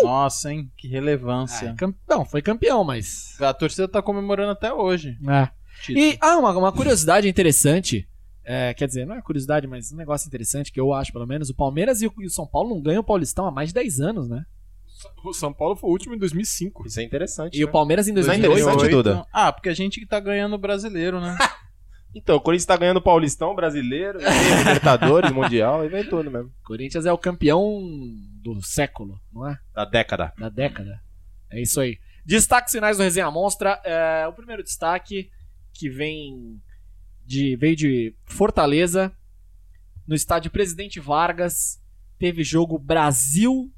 Speaker 1: Uh!
Speaker 4: Nossa, hein? Que
Speaker 1: É,
Speaker 4: relevância.
Speaker 1: cam- não, foi campeão, mas.
Speaker 4: A torcida tá comemorando até hoje.
Speaker 1: É.
Speaker 4: título.
Speaker 1: E, ah, uma, uma curiosidade interessante. é, quer dizer, não é curiosidade, mas um negócio interessante que eu acho, pelo menos. O Palmeiras e o, e o São Paulo não ganham o Paulistão há mais de 10 anos, né?
Speaker 3: O São Paulo foi o último em 2005.
Speaker 2: Isso é interessante.
Speaker 1: E o Palmeiras em
Speaker 2: Não é
Speaker 1: 2008.
Speaker 2: interessante, Duda?
Speaker 4: Ah, porque a gente que tá ganhando o brasileiro, né?
Speaker 2: Então, o Corinthians tá ganhando Paulistão, brasileiro, né?
Speaker 1: <laughs>
Speaker 2: Libertadores, Mundial, e vem tudo mesmo.
Speaker 1: Corinthians é o campeão do século, não é?
Speaker 2: Da década.
Speaker 1: da década. É isso aí. Destaques finais do Resenha Monstra. É, o primeiro destaque que vem de veio de Fortaleza, no estádio Presidente Vargas, teve jogo Brasil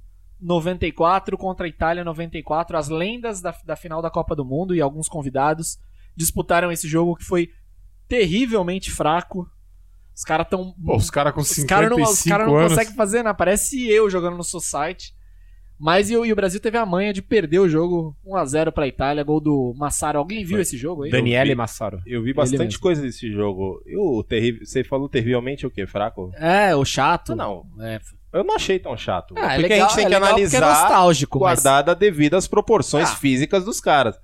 Speaker 1: 94 contra Itália 94. As lendas da, da final da Copa do Mundo e alguns convidados disputaram esse jogo que foi terrivelmente fraco. Os caras tão.
Speaker 3: Pô, os caras com
Speaker 1: Os caras não,
Speaker 3: 55
Speaker 1: os cara não
Speaker 3: anos.
Speaker 1: conseguem fazer nada. Parece eu jogando no Society. Mas e, o- e o Brasil teve a manha de perder o jogo 1x0 pra Itália, gol do Massaro. Alguém viu
Speaker 2: Foi.
Speaker 1: esse jogo aí?
Speaker 3: Daniele Massaro.
Speaker 2: Eu vi
Speaker 1: Ele
Speaker 2: bastante
Speaker 1: mesmo.
Speaker 2: coisa desse jogo. E o terrível. Você falou terrivelmente o quê? Fraco?
Speaker 1: É, o chato.
Speaker 2: Ah, não.
Speaker 1: É,
Speaker 2: Eu não achei tão chato.
Speaker 1: Ah, é
Speaker 2: porque
Speaker 1: legal,
Speaker 2: a gente tem
Speaker 1: é
Speaker 2: que
Speaker 1: legal porque é
Speaker 2: analisar
Speaker 1: nostálgico, mas-
Speaker 2: guardada devido às proporções
Speaker 1: Ah.
Speaker 2: físicas dos caras.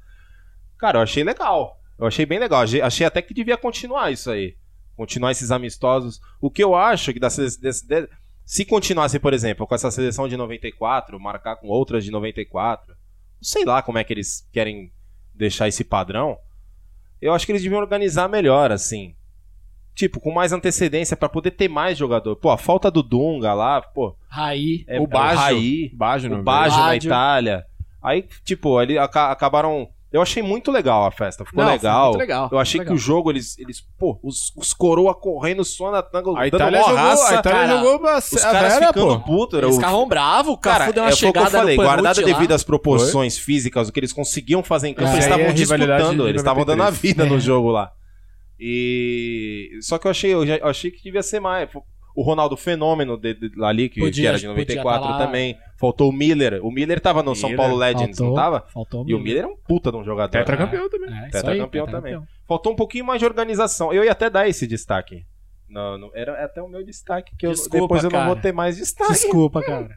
Speaker 2: Cara, eu achei legal. Eu achei bem legal. Achei, achei até que devia continuar isso aí. Continuar esses amistosos. O que eu acho que da sele- desse- de- se continuasse, por exemplo, com essa seleção de 94, marcar com outras de 94, não sei lá como é que eles querem deixar esse padrão. Eu acho que eles deviam organizar melhor, assim. Tipo, com mais antecedência pra poder ter mais jogador. Pô, a falta do Dunga lá, pô.
Speaker 1: Raí.
Speaker 2: É,
Speaker 3: O Baggio.
Speaker 2: É o Raí
Speaker 3: Baggio, não
Speaker 2: o
Speaker 3: é
Speaker 2: Baggio na
Speaker 1: Baggio.
Speaker 2: Itália. Aí, tipo, ali aca- acabaram. Eu achei muito legal a festa, ficou
Speaker 1: Não, foi
Speaker 2: legal.
Speaker 1: muito legal.
Speaker 2: Eu achei
Speaker 1: Legal.
Speaker 2: que o jogo, eles. eles pô, os, os coroa correndo, só na tanga,
Speaker 3: A
Speaker 2: dando
Speaker 3: Itália
Speaker 2: mó
Speaker 3: jogou, a
Speaker 2: raça.
Speaker 3: Itália
Speaker 1: cara.
Speaker 3: jogou a,
Speaker 2: Os
Speaker 3: a
Speaker 2: caras
Speaker 3: Vera,
Speaker 2: ficando
Speaker 3: pô.
Speaker 2: puto. era
Speaker 1: Eles
Speaker 2: o-
Speaker 1: ficavam bravos, o Cafu
Speaker 2: Cara,
Speaker 1: deu uma
Speaker 2: é, foi o que
Speaker 1: chegada
Speaker 2: eu falei,
Speaker 1: no Panucci
Speaker 2: guardado
Speaker 1: lá.
Speaker 2: devido às proporções físicas, o que eles conseguiam fazer em campo,
Speaker 3: Ah,
Speaker 2: eles
Speaker 3: aí
Speaker 2: estavam
Speaker 3: é a rivalidade É.
Speaker 2: disputando,
Speaker 3: de
Speaker 2: eles estavam dando a
Speaker 3: 93.
Speaker 2: vida no jogo lá. E só que eu achei, eu já- eu achei que devia ser mais. O Ronaldo Fenômeno de, de- lá ali, que, que
Speaker 1: Podia-
Speaker 2: era de 94
Speaker 1: podia tá lá.
Speaker 2: também. Faltou o Miller. O Miller tava no São
Speaker 3: Miller,
Speaker 2: Paulo Legends,
Speaker 1: Faltou-
Speaker 2: não tava?
Speaker 1: Faltou
Speaker 2: E o Miller é um puta de um jogador.
Speaker 3: Tetracampeão também.
Speaker 1: É, isso aí,
Speaker 2: Tetracampeão também.
Speaker 1: tetracampeão.
Speaker 2: Faltou um pouquinho mais de organização. Eu ia até dar esse destaque. Não, não- era até o meu destaque, que eu-
Speaker 1: Desculpa,
Speaker 2: depois eu não
Speaker 1: cara.
Speaker 2: vou ter mais destaque.
Speaker 1: Desculpa, cara.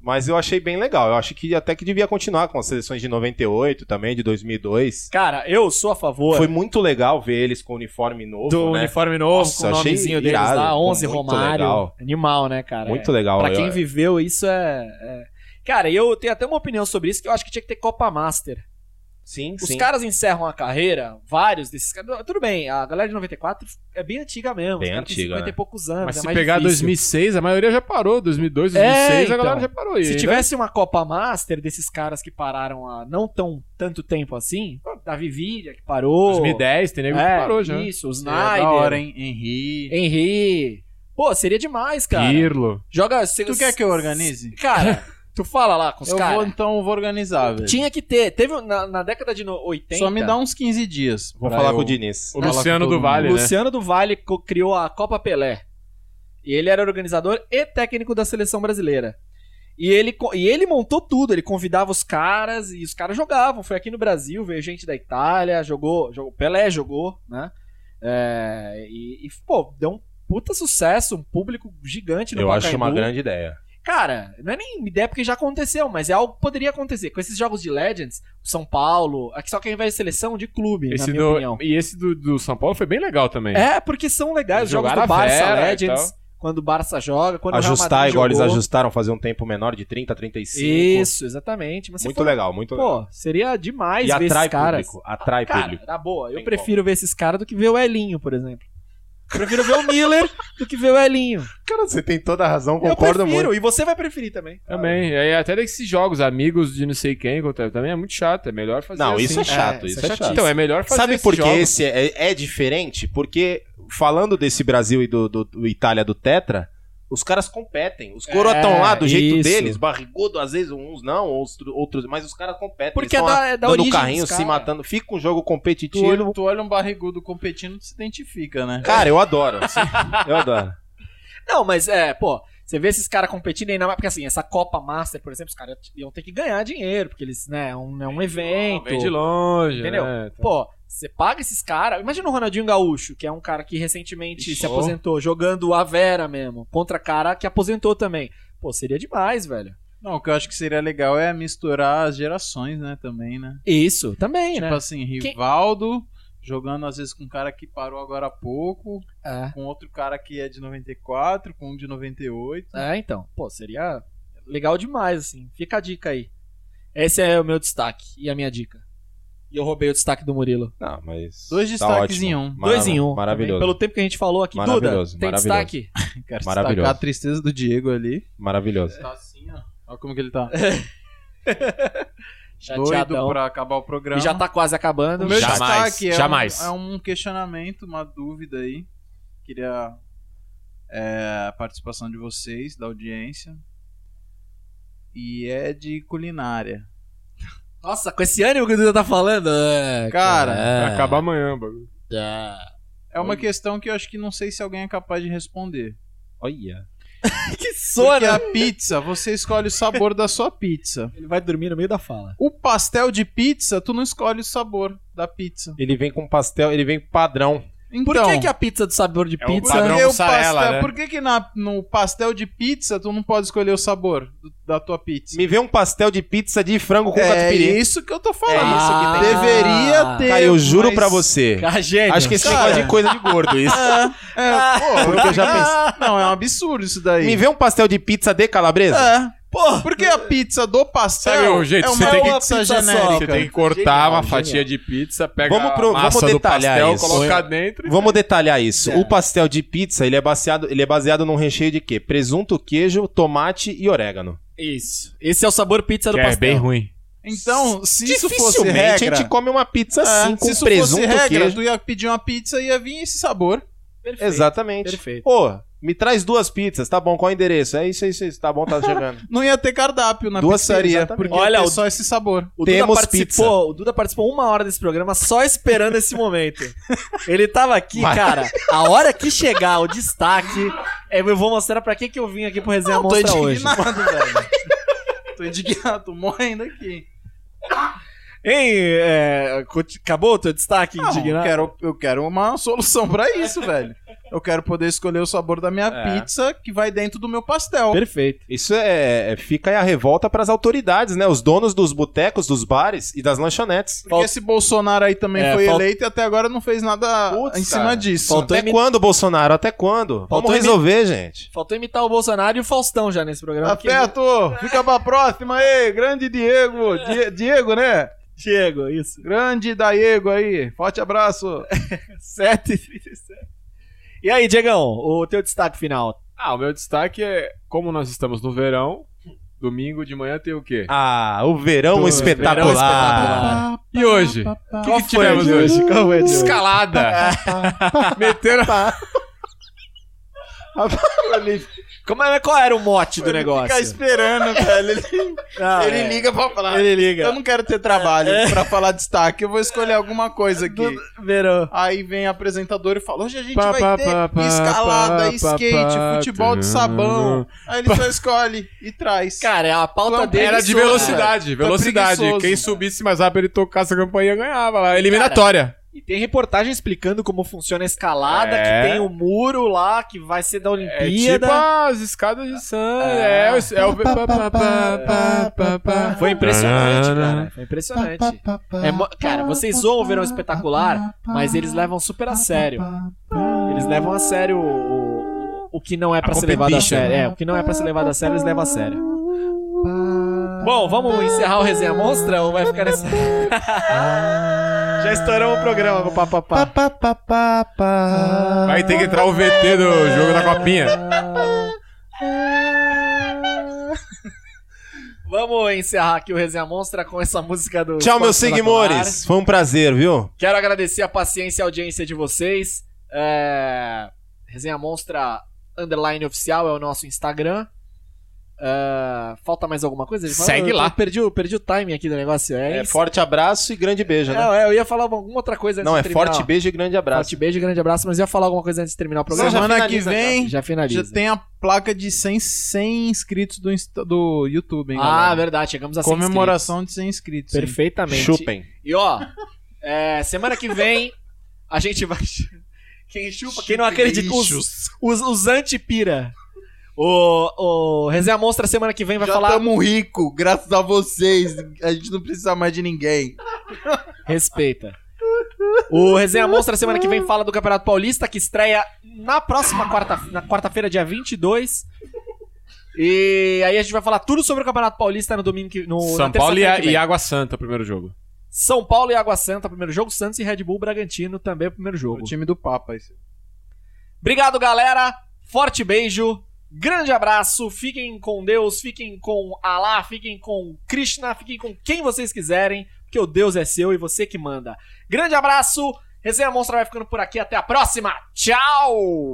Speaker 2: Mas eu achei bem legal. Eu acho que até que devia continuar com as seleções de 98 também, de 2002.
Speaker 1: Cara, eu sou a favor
Speaker 2: Foi muito legal ver eles com o uniforme novo,
Speaker 1: do
Speaker 2: né?
Speaker 1: uniforme novo,
Speaker 2: Nossa,
Speaker 1: com o
Speaker 2: achei
Speaker 1: nomezinho deles
Speaker 2: irado,
Speaker 1: lá,
Speaker 2: ficou
Speaker 1: 11
Speaker 2: muito
Speaker 1: Romário.
Speaker 2: legal.
Speaker 1: Animal, né, cara?
Speaker 2: Muito legal.
Speaker 1: Pra quem
Speaker 2: eu,
Speaker 1: viveu, isso é, é- Cara, eu tenho até uma opinião sobre isso, que eu acho que tinha que ter Copa Master.
Speaker 2: Sim,
Speaker 1: Os
Speaker 2: sim.
Speaker 1: caras encerram a carreira, vários desses caras... Tudo bem, a galera de 94 é bem antiga mesmo.
Speaker 2: Bem
Speaker 1: os caras têm
Speaker 2: antiga,
Speaker 1: 50 e
Speaker 2: né?
Speaker 1: poucos anos,
Speaker 3: Mas
Speaker 1: é
Speaker 3: se
Speaker 1: mais
Speaker 3: pegar
Speaker 1: difícil.
Speaker 3: 2006, a maioria já parou. 2002,
Speaker 1: É,
Speaker 3: 2006, a
Speaker 1: então.
Speaker 3: galera já parou. E né?
Speaker 1: Se
Speaker 3: ainda-
Speaker 1: tivesse uma Copa Master desses caras que pararam há não tão tanto tempo assim, pô, Davi Villa, que parou...
Speaker 3: 2010, tem nego
Speaker 1: é,
Speaker 3: que parou já.
Speaker 1: Isso, o
Speaker 4: Snyder.
Speaker 1: Snyder,
Speaker 4: É Da hora, hein? Henry.
Speaker 1: Henry... Pô, seria demais, cara.
Speaker 3: Pirlo.
Speaker 1: Joga. se-
Speaker 4: Tu quer que eu organize?
Speaker 1: <laughs> Cara, tu fala lá com os
Speaker 4: eu vou,
Speaker 1: caras.
Speaker 4: então, eu vou organizar, velho.
Speaker 1: Tinha que ter. Teve um- na, na década de no- 80.
Speaker 4: Só me dá um uns 15 dias.
Speaker 2: Vou
Speaker 4: pra
Speaker 2: falar
Speaker 4: eu-
Speaker 2: com o Diniz.
Speaker 3: O
Speaker 4: Fala
Speaker 3: Luciano
Speaker 4: com todo
Speaker 3: do Vale,
Speaker 1: O
Speaker 3: né?
Speaker 1: Luciano do Vale co- criou a Copa Pelé. E ele era organizador e técnico da seleção brasileira. E ele, co- e ele montou tudo, ele convidava os caras e os caras jogavam. Foi aqui no Brasil, veio gente da Itália, jogou, jogou Pelé jogou, né? É, e, e, pô, deu um puta sucesso, um público gigante no
Speaker 2: Eu acho
Speaker 1: Pacaembu.
Speaker 2: uma grande ideia.
Speaker 1: Cara, não é nem ideia porque já aconteceu, mas é algo que poderia acontecer. Com esses jogos de Legends, São Paulo, aqui só que ao invés de seleção, de clube, na
Speaker 3: Esse
Speaker 1: minha
Speaker 3: do-
Speaker 1: opinião.
Speaker 3: e esse do, do São Paulo foi bem legal também.
Speaker 1: É, porque são legais. Os jogos
Speaker 3: Jogaram
Speaker 1: do
Speaker 3: a
Speaker 1: Barça,
Speaker 3: Vera e
Speaker 1: Legends, quando o Barça joga, quando o Real
Speaker 2: Ajustar
Speaker 1: Madrid
Speaker 2: igual eles
Speaker 1: jogou.
Speaker 2: ajustaram, fazer um tempo menor de 30, 35.
Speaker 1: Isso, exatamente. Mas você
Speaker 2: Muito
Speaker 1: fala,
Speaker 2: legal, muito legal.
Speaker 1: Pô, seria demais
Speaker 2: E
Speaker 1: ver
Speaker 2: atrai
Speaker 1: esses caras.
Speaker 2: público. Atrai
Speaker 1: Cara,
Speaker 2: público.
Speaker 1: na boa, eu
Speaker 2: Tem
Speaker 1: prefiro ver esses caras do que ver o Elinho, por exemplo. <laughs> Eu prefiro ver o Miller do que ver o Elinho.
Speaker 2: <laughs> Cara, você tem toda a razão,
Speaker 1: eu prefiro, e você vai preferir também.
Speaker 3: Também. E aí, até desses jogos, amigos de não sei quem, contra- também é muito chato. É melhor fazer
Speaker 2: Não,
Speaker 3: assim.
Speaker 2: isso é chato,
Speaker 1: É,
Speaker 2: isso
Speaker 1: isso é
Speaker 2: é chato.
Speaker 3: Então, é melhor fazer
Speaker 2: Sabe
Speaker 3: esses
Speaker 2: por que
Speaker 3: jogos.
Speaker 2: esse é, é diferente? Porque falando desse Brasil e do, do- do Itália do Tetra, os caras competem. Os coroa
Speaker 1: É,
Speaker 2: estão lá do jeito
Speaker 1: isso.
Speaker 2: deles, barrigudo, às vezes uns não, outros, outros mas os caras competem.
Speaker 1: Porque é
Speaker 2: eles tão lá
Speaker 1: da, é da
Speaker 2: dando
Speaker 1: origem dos
Speaker 2: carrinho, se
Speaker 1: caras.
Speaker 2: matando. Fica um jogo
Speaker 4: Tu olha,
Speaker 2: competitivo.
Speaker 4: tu olha um barrigudo competindo, tu se identifica, né?
Speaker 2: Cara,
Speaker 1: <laughs>
Speaker 2: eu adoro. eu adoro.
Speaker 1: Não, mas é, pô, você vê esses caras competindo ainda mais, porque assim, essa Copa Master, por exemplo, os caras iam ter que ganhar dinheiro, porque eles, né, é um, é um evento.
Speaker 3: Vem de longe,
Speaker 1: Entendeu?
Speaker 3: né? Então,
Speaker 1: Pô, você paga esses caras. Imagina o Ronaldinho Gaúcho, que é um cara que recentemente
Speaker 3: Ixi.
Speaker 1: se aposentou, jogando a Vera mesmo, contra cara que aposentou também. Pô, seria demais, velho.
Speaker 4: Não, o que eu acho que seria legal é misturar as gerações, né? Também, né?
Speaker 1: Isso, também,
Speaker 4: Tipo
Speaker 1: né?
Speaker 4: assim, Rivaldo jogando às vezes com um cara que parou agora há pouco,
Speaker 1: É.
Speaker 4: com outro cara que é de 94, com um de 98.
Speaker 1: É, então. Pô, seria legal demais, assim. Fica a dica aí. Esse é o meu destaque e a minha dica. E eu roubei o destaque do Murilo.
Speaker 2: Não, mas.
Speaker 4: Dois
Speaker 2: tá
Speaker 4: destaques
Speaker 2: ótimo.
Speaker 4: em um.
Speaker 2: Mara-
Speaker 1: Dois em um.
Speaker 2: Maravilhoso.
Speaker 1: Pelo tempo que a gente falou aqui, Duda,
Speaker 2: Maravilhoso,
Speaker 1: tem
Speaker 2: maravilhoso.
Speaker 1: destaque?
Speaker 4: Quero
Speaker 2: Maravilhoso.
Speaker 4: destacar tá a tristeza do Diego ali.
Speaker 2: Maravilhoso.
Speaker 4: Tá assim, ó. Olha como que ele tá. Doido
Speaker 1: Chateadão.
Speaker 4: pra acabar o programa.
Speaker 1: Tá E já tá quase acabando.
Speaker 4: O meu
Speaker 3: Já- Jamais,
Speaker 4: destaque é,
Speaker 3: jamais.
Speaker 4: Um, é um questionamento, uma dúvida aí. Queria é, a participação de vocês, da audiência. E é de culinária.
Speaker 1: Nossa, com esse ânimo que o Duda tá falando. é,
Speaker 4: Cara,
Speaker 1: é.
Speaker 3: Acaba amanhã, bagulho.
Speaker 1: É.
Speaker 4: É É uma questão que eu acho que não sei se alguém é capaz de responder.
Speaker 2: Olha.
Speaker 1: que né?
Speaker 4: Porque
Speaker 1: sora!
Speaker 4: a pizza, você escolhe o sabor da sua pizza.
Speaker 1: Ele vai dormir no meio da fala.
Speaker 4: O pastel de pizza, tu não escolhe o sabor da pizza.
Speaker 2: Ele vem com pastel, ele vem padrão.
Speaker 4: Então,
Speaker 1: Por que, que a pizza do sabor de
Speaker 3: É o
Speaker 1: pizza.
Speaker 3: padrão
Speaker 4: Porque o
Speaker 3: mussarela,
Speaker 4: pastel-
Speaker 3: né?
Speaker 4: Por que, que na- no pastel de pizza tu não pode escolher o sabor do- da tua pizza?
Speaker 2: Me vê um pastel de pizza de frango com
Speaker 4: é
Speaker 2: catupiry.
Speaker 4: isso que eu tô falando.
Speaker 1: isso que tem.
Speaker 4: Deveria ter.
Speaker 2: Cara, eu juro
Speaker 4: mas-
Speaker 2: pra você.
Speaker 1: Cara, gênio.
Speaker 2: Acho que esse
Speaker 4: Cara.
Speaker 2: negócio de coisa de gordo,
Speaker 4: <laughs>
Speaker 2: isso.
Speaker 4: É, é, pô,
Speaker 2: Porque eu já
Speaker 4: Não, é um absurdo isso daí.
Speaker 2: Me vê um pastel de pizza de calabresa?
Speaker 4: É.
Speaker 1: Porra!
Speaker 4: Porque a pizza do pastel
Speaker 3: Sabe o jeito?
Speaker 4: é
Speaker 3: Você
Speaker 4: uma
Speaker 3: tem que-
Speaker 4: pizza
Speaker 1: pizza só.
Speaker 4: genérica.
Speaker 3: Você tem que cortar
Speaker 1: Genial,
Speaker 3: uma
Speaker 1: genial.
Speaker 3: fatia de pizza, pega
Speaker 2: Vamos pro-
Speaker 3: a massa
Speaker 2: vamos
Speaker 3: do
Speaker 2: detalhar
Speaker 3: pastel,
Speaker 2: isso.
Speaker 3: colocar
Speaker 4: É.
Speaker 3: dentro. e-
Speaker 2: Vamos detalhar isso.
Speaker 1: É.
Speaker 2: O pastel de pizza, ele é baseado, ele é baseado num recheio de quê? Presunto, queijo, tomate e orégano.
Speaker 1: Isso. Esse é o sabor pizza do
Speaker 3: Que é
Speaker 1: pastel.
Speaker 3: bem ruim.
Speaker 4: Então, se isso fosse
Speaker 2: Dificilmente
Speaker 4: regra,
Speaker 2: a gente come uma pizza assim,
Speaker 4: é,
Speaker 2: com
Speaker 4: se isso
Speaker 2: presunto,
Speaker 4: fosse regra,
Speaker 2: queijo.
Speaker 4: tu ia pedir uma pizza e ia vir esse sabor.
Speaker 1: Perfeito.
Speaker 2: Exatamente.
Speaker 1: Perfeito.
Speaker 2: Pô, me traz duas pizzas, tá bom, qual é o endereço? É isso, é isso, é isso. Tá bom, tá
Speaker 4: <laughs>
Speaker 2: chegando.
Speaker 4: Não ia ter cardápio na
Speaker 2: Duas
Speaker 4: pizzaria,
Speaker 2: pizzas,
Speaker 4: porque
Speaker 1: Olha,
Speaker 4: ia ter
Speaker 1: o-
Speaker 4: só esse sabor.
Speaker 1: O Duda,
Speaker 2: Temos
Speaker 1: participou, o Duda participou uma hora desse programa só esperando esse momento. Ele tava aqui,
Speaker 2: Mas-
Speaker 1: cara. A hora que chegar o destaque, é, eu vou mostrar pra que, que eu vim aqui pro Resenha
Speaker 4: tô
Speaker 1: Mostra hoje.
Speaker 4: indignado, velho. Tô indignado, tô morrendo aqui.
Speaker 1: Hein, é, conti- acabou o teu destaque,
Speaker 4: Não, eu,
Speaker 1: indignado?
Speaker 4: quero, eu quero uma solução pra isso, velho. Eu quero poder escolher o sabor da minha
Speaker 2: É.
Speaker 4: pizza que vai dentro do meu pastel.
Speaker 1: Perfeito.
Speaker 2: Isso é, é- fica aí a revolta pras autoridades, né? Os donos dos botecos, dos bares e das lanchonetes.
Speaker 4: Porque
Speaker 1: Falta-
Speaker 4: esse Bolsonaro aí também
Speaker 1: É,
Speaker 4: foi
Speaker 1: falta-
Speaker 4: eleito e até agora não fez nada
Speaker 2: Putz,
Speaker 4: em cima
Speaker 2: cara.
Speaker 4: disso.
Speaker 1: Faltou
Speaker 2: Até
Speaker 1: imi-
Speaker 2: quando, Bolsonaro? Até quando?
Speaker 1: Faltou
Speaker 2: Vamos
Speaker 1: imi-
Speaker 2: resolver, gente.
Speaker 1: Faltou imitar o Bolsonaro e o Faustão já nesse programa. porque-
Speaker 4: Afeto, Tá fica pra próxima aí, grande Diego. Die- Diego, né?
Speaker 1: é Diego, isso.
Speaker 4: Grande Diego aí.
Speaker 1: <laughs>
Speaker 4: Forte abraço.
Speaker 1: 7h37. E aí, Diegão, o teu destaque final?
Speaker 3: Ah, o meu destaque é, como nós estamos no verão, domingo de manhã tem o quê?
Speaker 2: Ah, o verão
Speaker 1: Dois,
Speaker 2: espetacular.
Speaker 1: verão espetacular.
Speaker 3: E hoje?
Speaker 4: Papá.
Speaker 3: Qual que tivemos hoje?
Speaker 1: Qual foi, Diogo?
Speaker 3: Escalada!
Speaker 1: <laughs>
Speaker 3: Meteram
Speaker 1: Como é, qual era o mote do
Speaker 4: Fica
Speaker 1: negócio?
Speaker 4: esperando, velho. Ele,
Speaker 1: Ah,
Speaker 4: ele
Speaker 1: é.
Speaker 4: liga pra falar.
Speaker 1: Ele liga.
Speaker 4: Eu não quero ter trabalho pra falar destaque. Eu vou escolher alguma coisa aqui.
Speaker 1: É. Do- Verão.
Speaker 4: Aí vem apresentador e fala: Hoje a gente
Speaker 3: Pá,
Speaker 4: vai
Speaker 3: pá,
Speaker 4: ter
Speaker 3: pá, pá,
Speaker 4: escalada,
Speaker 3: pá,
Speaker 4: skate,
Speaker 3: pá,
Speaker 4: futebol de
Speaker 3: pá,
Speaker 4: sabão. Aí ele só escolhe e traz.
Speaker 1: Cara, a pauta
Speaker 4: Não,
Speaker 1: dele
Speaker 3: Era é de
Speaker 1: só-
Speaker 3: velocidade, velocidade.
Speaker 4: preguiçoso.
Speaker 3: Quem subisse mais rápido e tocasse a campainha ganhava lá. Eliminatória.
Speaker 1: E tem reportagem explicando como funciona a escalada,
Speaker 3: É.
Speaker 1: que tem o muro lá, que vai ser da
Speaker 3: é tipo
Speaker 1: Olimpíada.
Speaker 3: as escadas de San. É, o- é o.
Speaker 1: Foi
Speaker 3: Ah,
Speaker 1: impressionante, cara. Foi impressionante. É mo- cara, vocês zoam o Verão Espetacular, mas eles levam super a sério. Eles levam a sério o, o, o que não é pra
Speaker 3: A
Speaker 1: ser levado a
Speaker 3: competition.
Speaker 1: sério. É, o que não é pra ser levado a sério, eles levam a sério. Bom, vamos encerrar o Resenha Monstra ou vai ficar nessa... Já estouramos o programa com o papapá.
Speaker 3: Vai ter que entrar o VT do jogo da copinha.
Speaker 1: Vamos encerrar aqui o Resenha Monstra com essa música do.
Speaker 2: Tchau,
Speaker 1: Esporte
Speaker 2: meus
Speaker 1: Espetacular.
Speaker 2: seguidores. Foi um prazer, viu?
Speaker 1: Quero agradecer a paciência e a audiência de vocês. É, Resenha Monstra underline oficial é o nosso Instagram. É, Falta mais alguma coisa? Ele fala,
Speaker 3: Segue
Speaker 1: eu tô-
Speaker 3: lá.
Speaker 1: Perdi, o- perdi o timing aqui do negócio. É,
Speaker 2: É,
Speaker 1: isso.
Speaker 2: forte abraço e grande beijo, né?
Speaker 1: Não, é, eu ia falar alguma outra coisa antes
Speaker 2: Não, é
Speaker 1: de terminar.
Speaker 2: forte beijo e grande abraço.
Speaker 1: Forte beijo, grande abraço, mas eu ia falar alguma coisa antes de terminar o programa.
Speaker 2: Não, já
Speaker 4: Semana que
Speaker 2: finaliza,
Speaker 4: vem.
Speaker 1: Já finaliza.
Speaker 4: Já tem a placa de 100, 100 inscritos do, Insta- do YouTube, hein,
Speaker 1: Ah,
Speaker 4: galera?
Speaker 1: verdade, chegamos a 100 inscritos.
Speaker 4: Comemoração de 100 inscritos. hein?
Speaker 1: Perfeitamente.
Speaker 2: Chupem.
Speaker 1: E ó, é, semana que vem a gente vai. Quem chupa, quem não acredita. Os,
Speaker 4: Lixos.
Speaker 1: os, os antipira. O, o Resenha Monstra semana que vem vai
Speaker 4: Já
Speaker 1: falar.
Speaker 4: tamo rico, graças a vocês. A gente não precisa mais de ninguém.
Speaker 1: Respeita. O Resenha Monstra semana que vem fala do Campeonato Paulista, que estreia na próxima quarta, na quarta-feira, dia 22. E aí a gente vai falar tudo sobre o Campeonato Paulista no domingo que no
Speaker 3: São
Speaker 1: na
Speaker 3: Paulo e,
Speaker 1: terça-feira
Speaker 3: a-
Speaker 1: que vem.
Speaker 3: e Água Santa, o primeiro jogo.
Speaker 1: São Paulo e Água Santa, primeiro jogo, Santos e Red Bull Bragantino também, é primeiro jogo.
Speaker 4: O time do Papa. Esse.
Speaker 1: Obrigado, galera. Forte beijo. Grande abraço. Fiquem com Deus, fiquem com Alá, fiquem com Krishna, fiquem com quem vocês quiserem, porque o Deus é seu e você que manda. Grande abraço. Resenha Monstra vai ficando por aqui. Até a próxima. Tchau.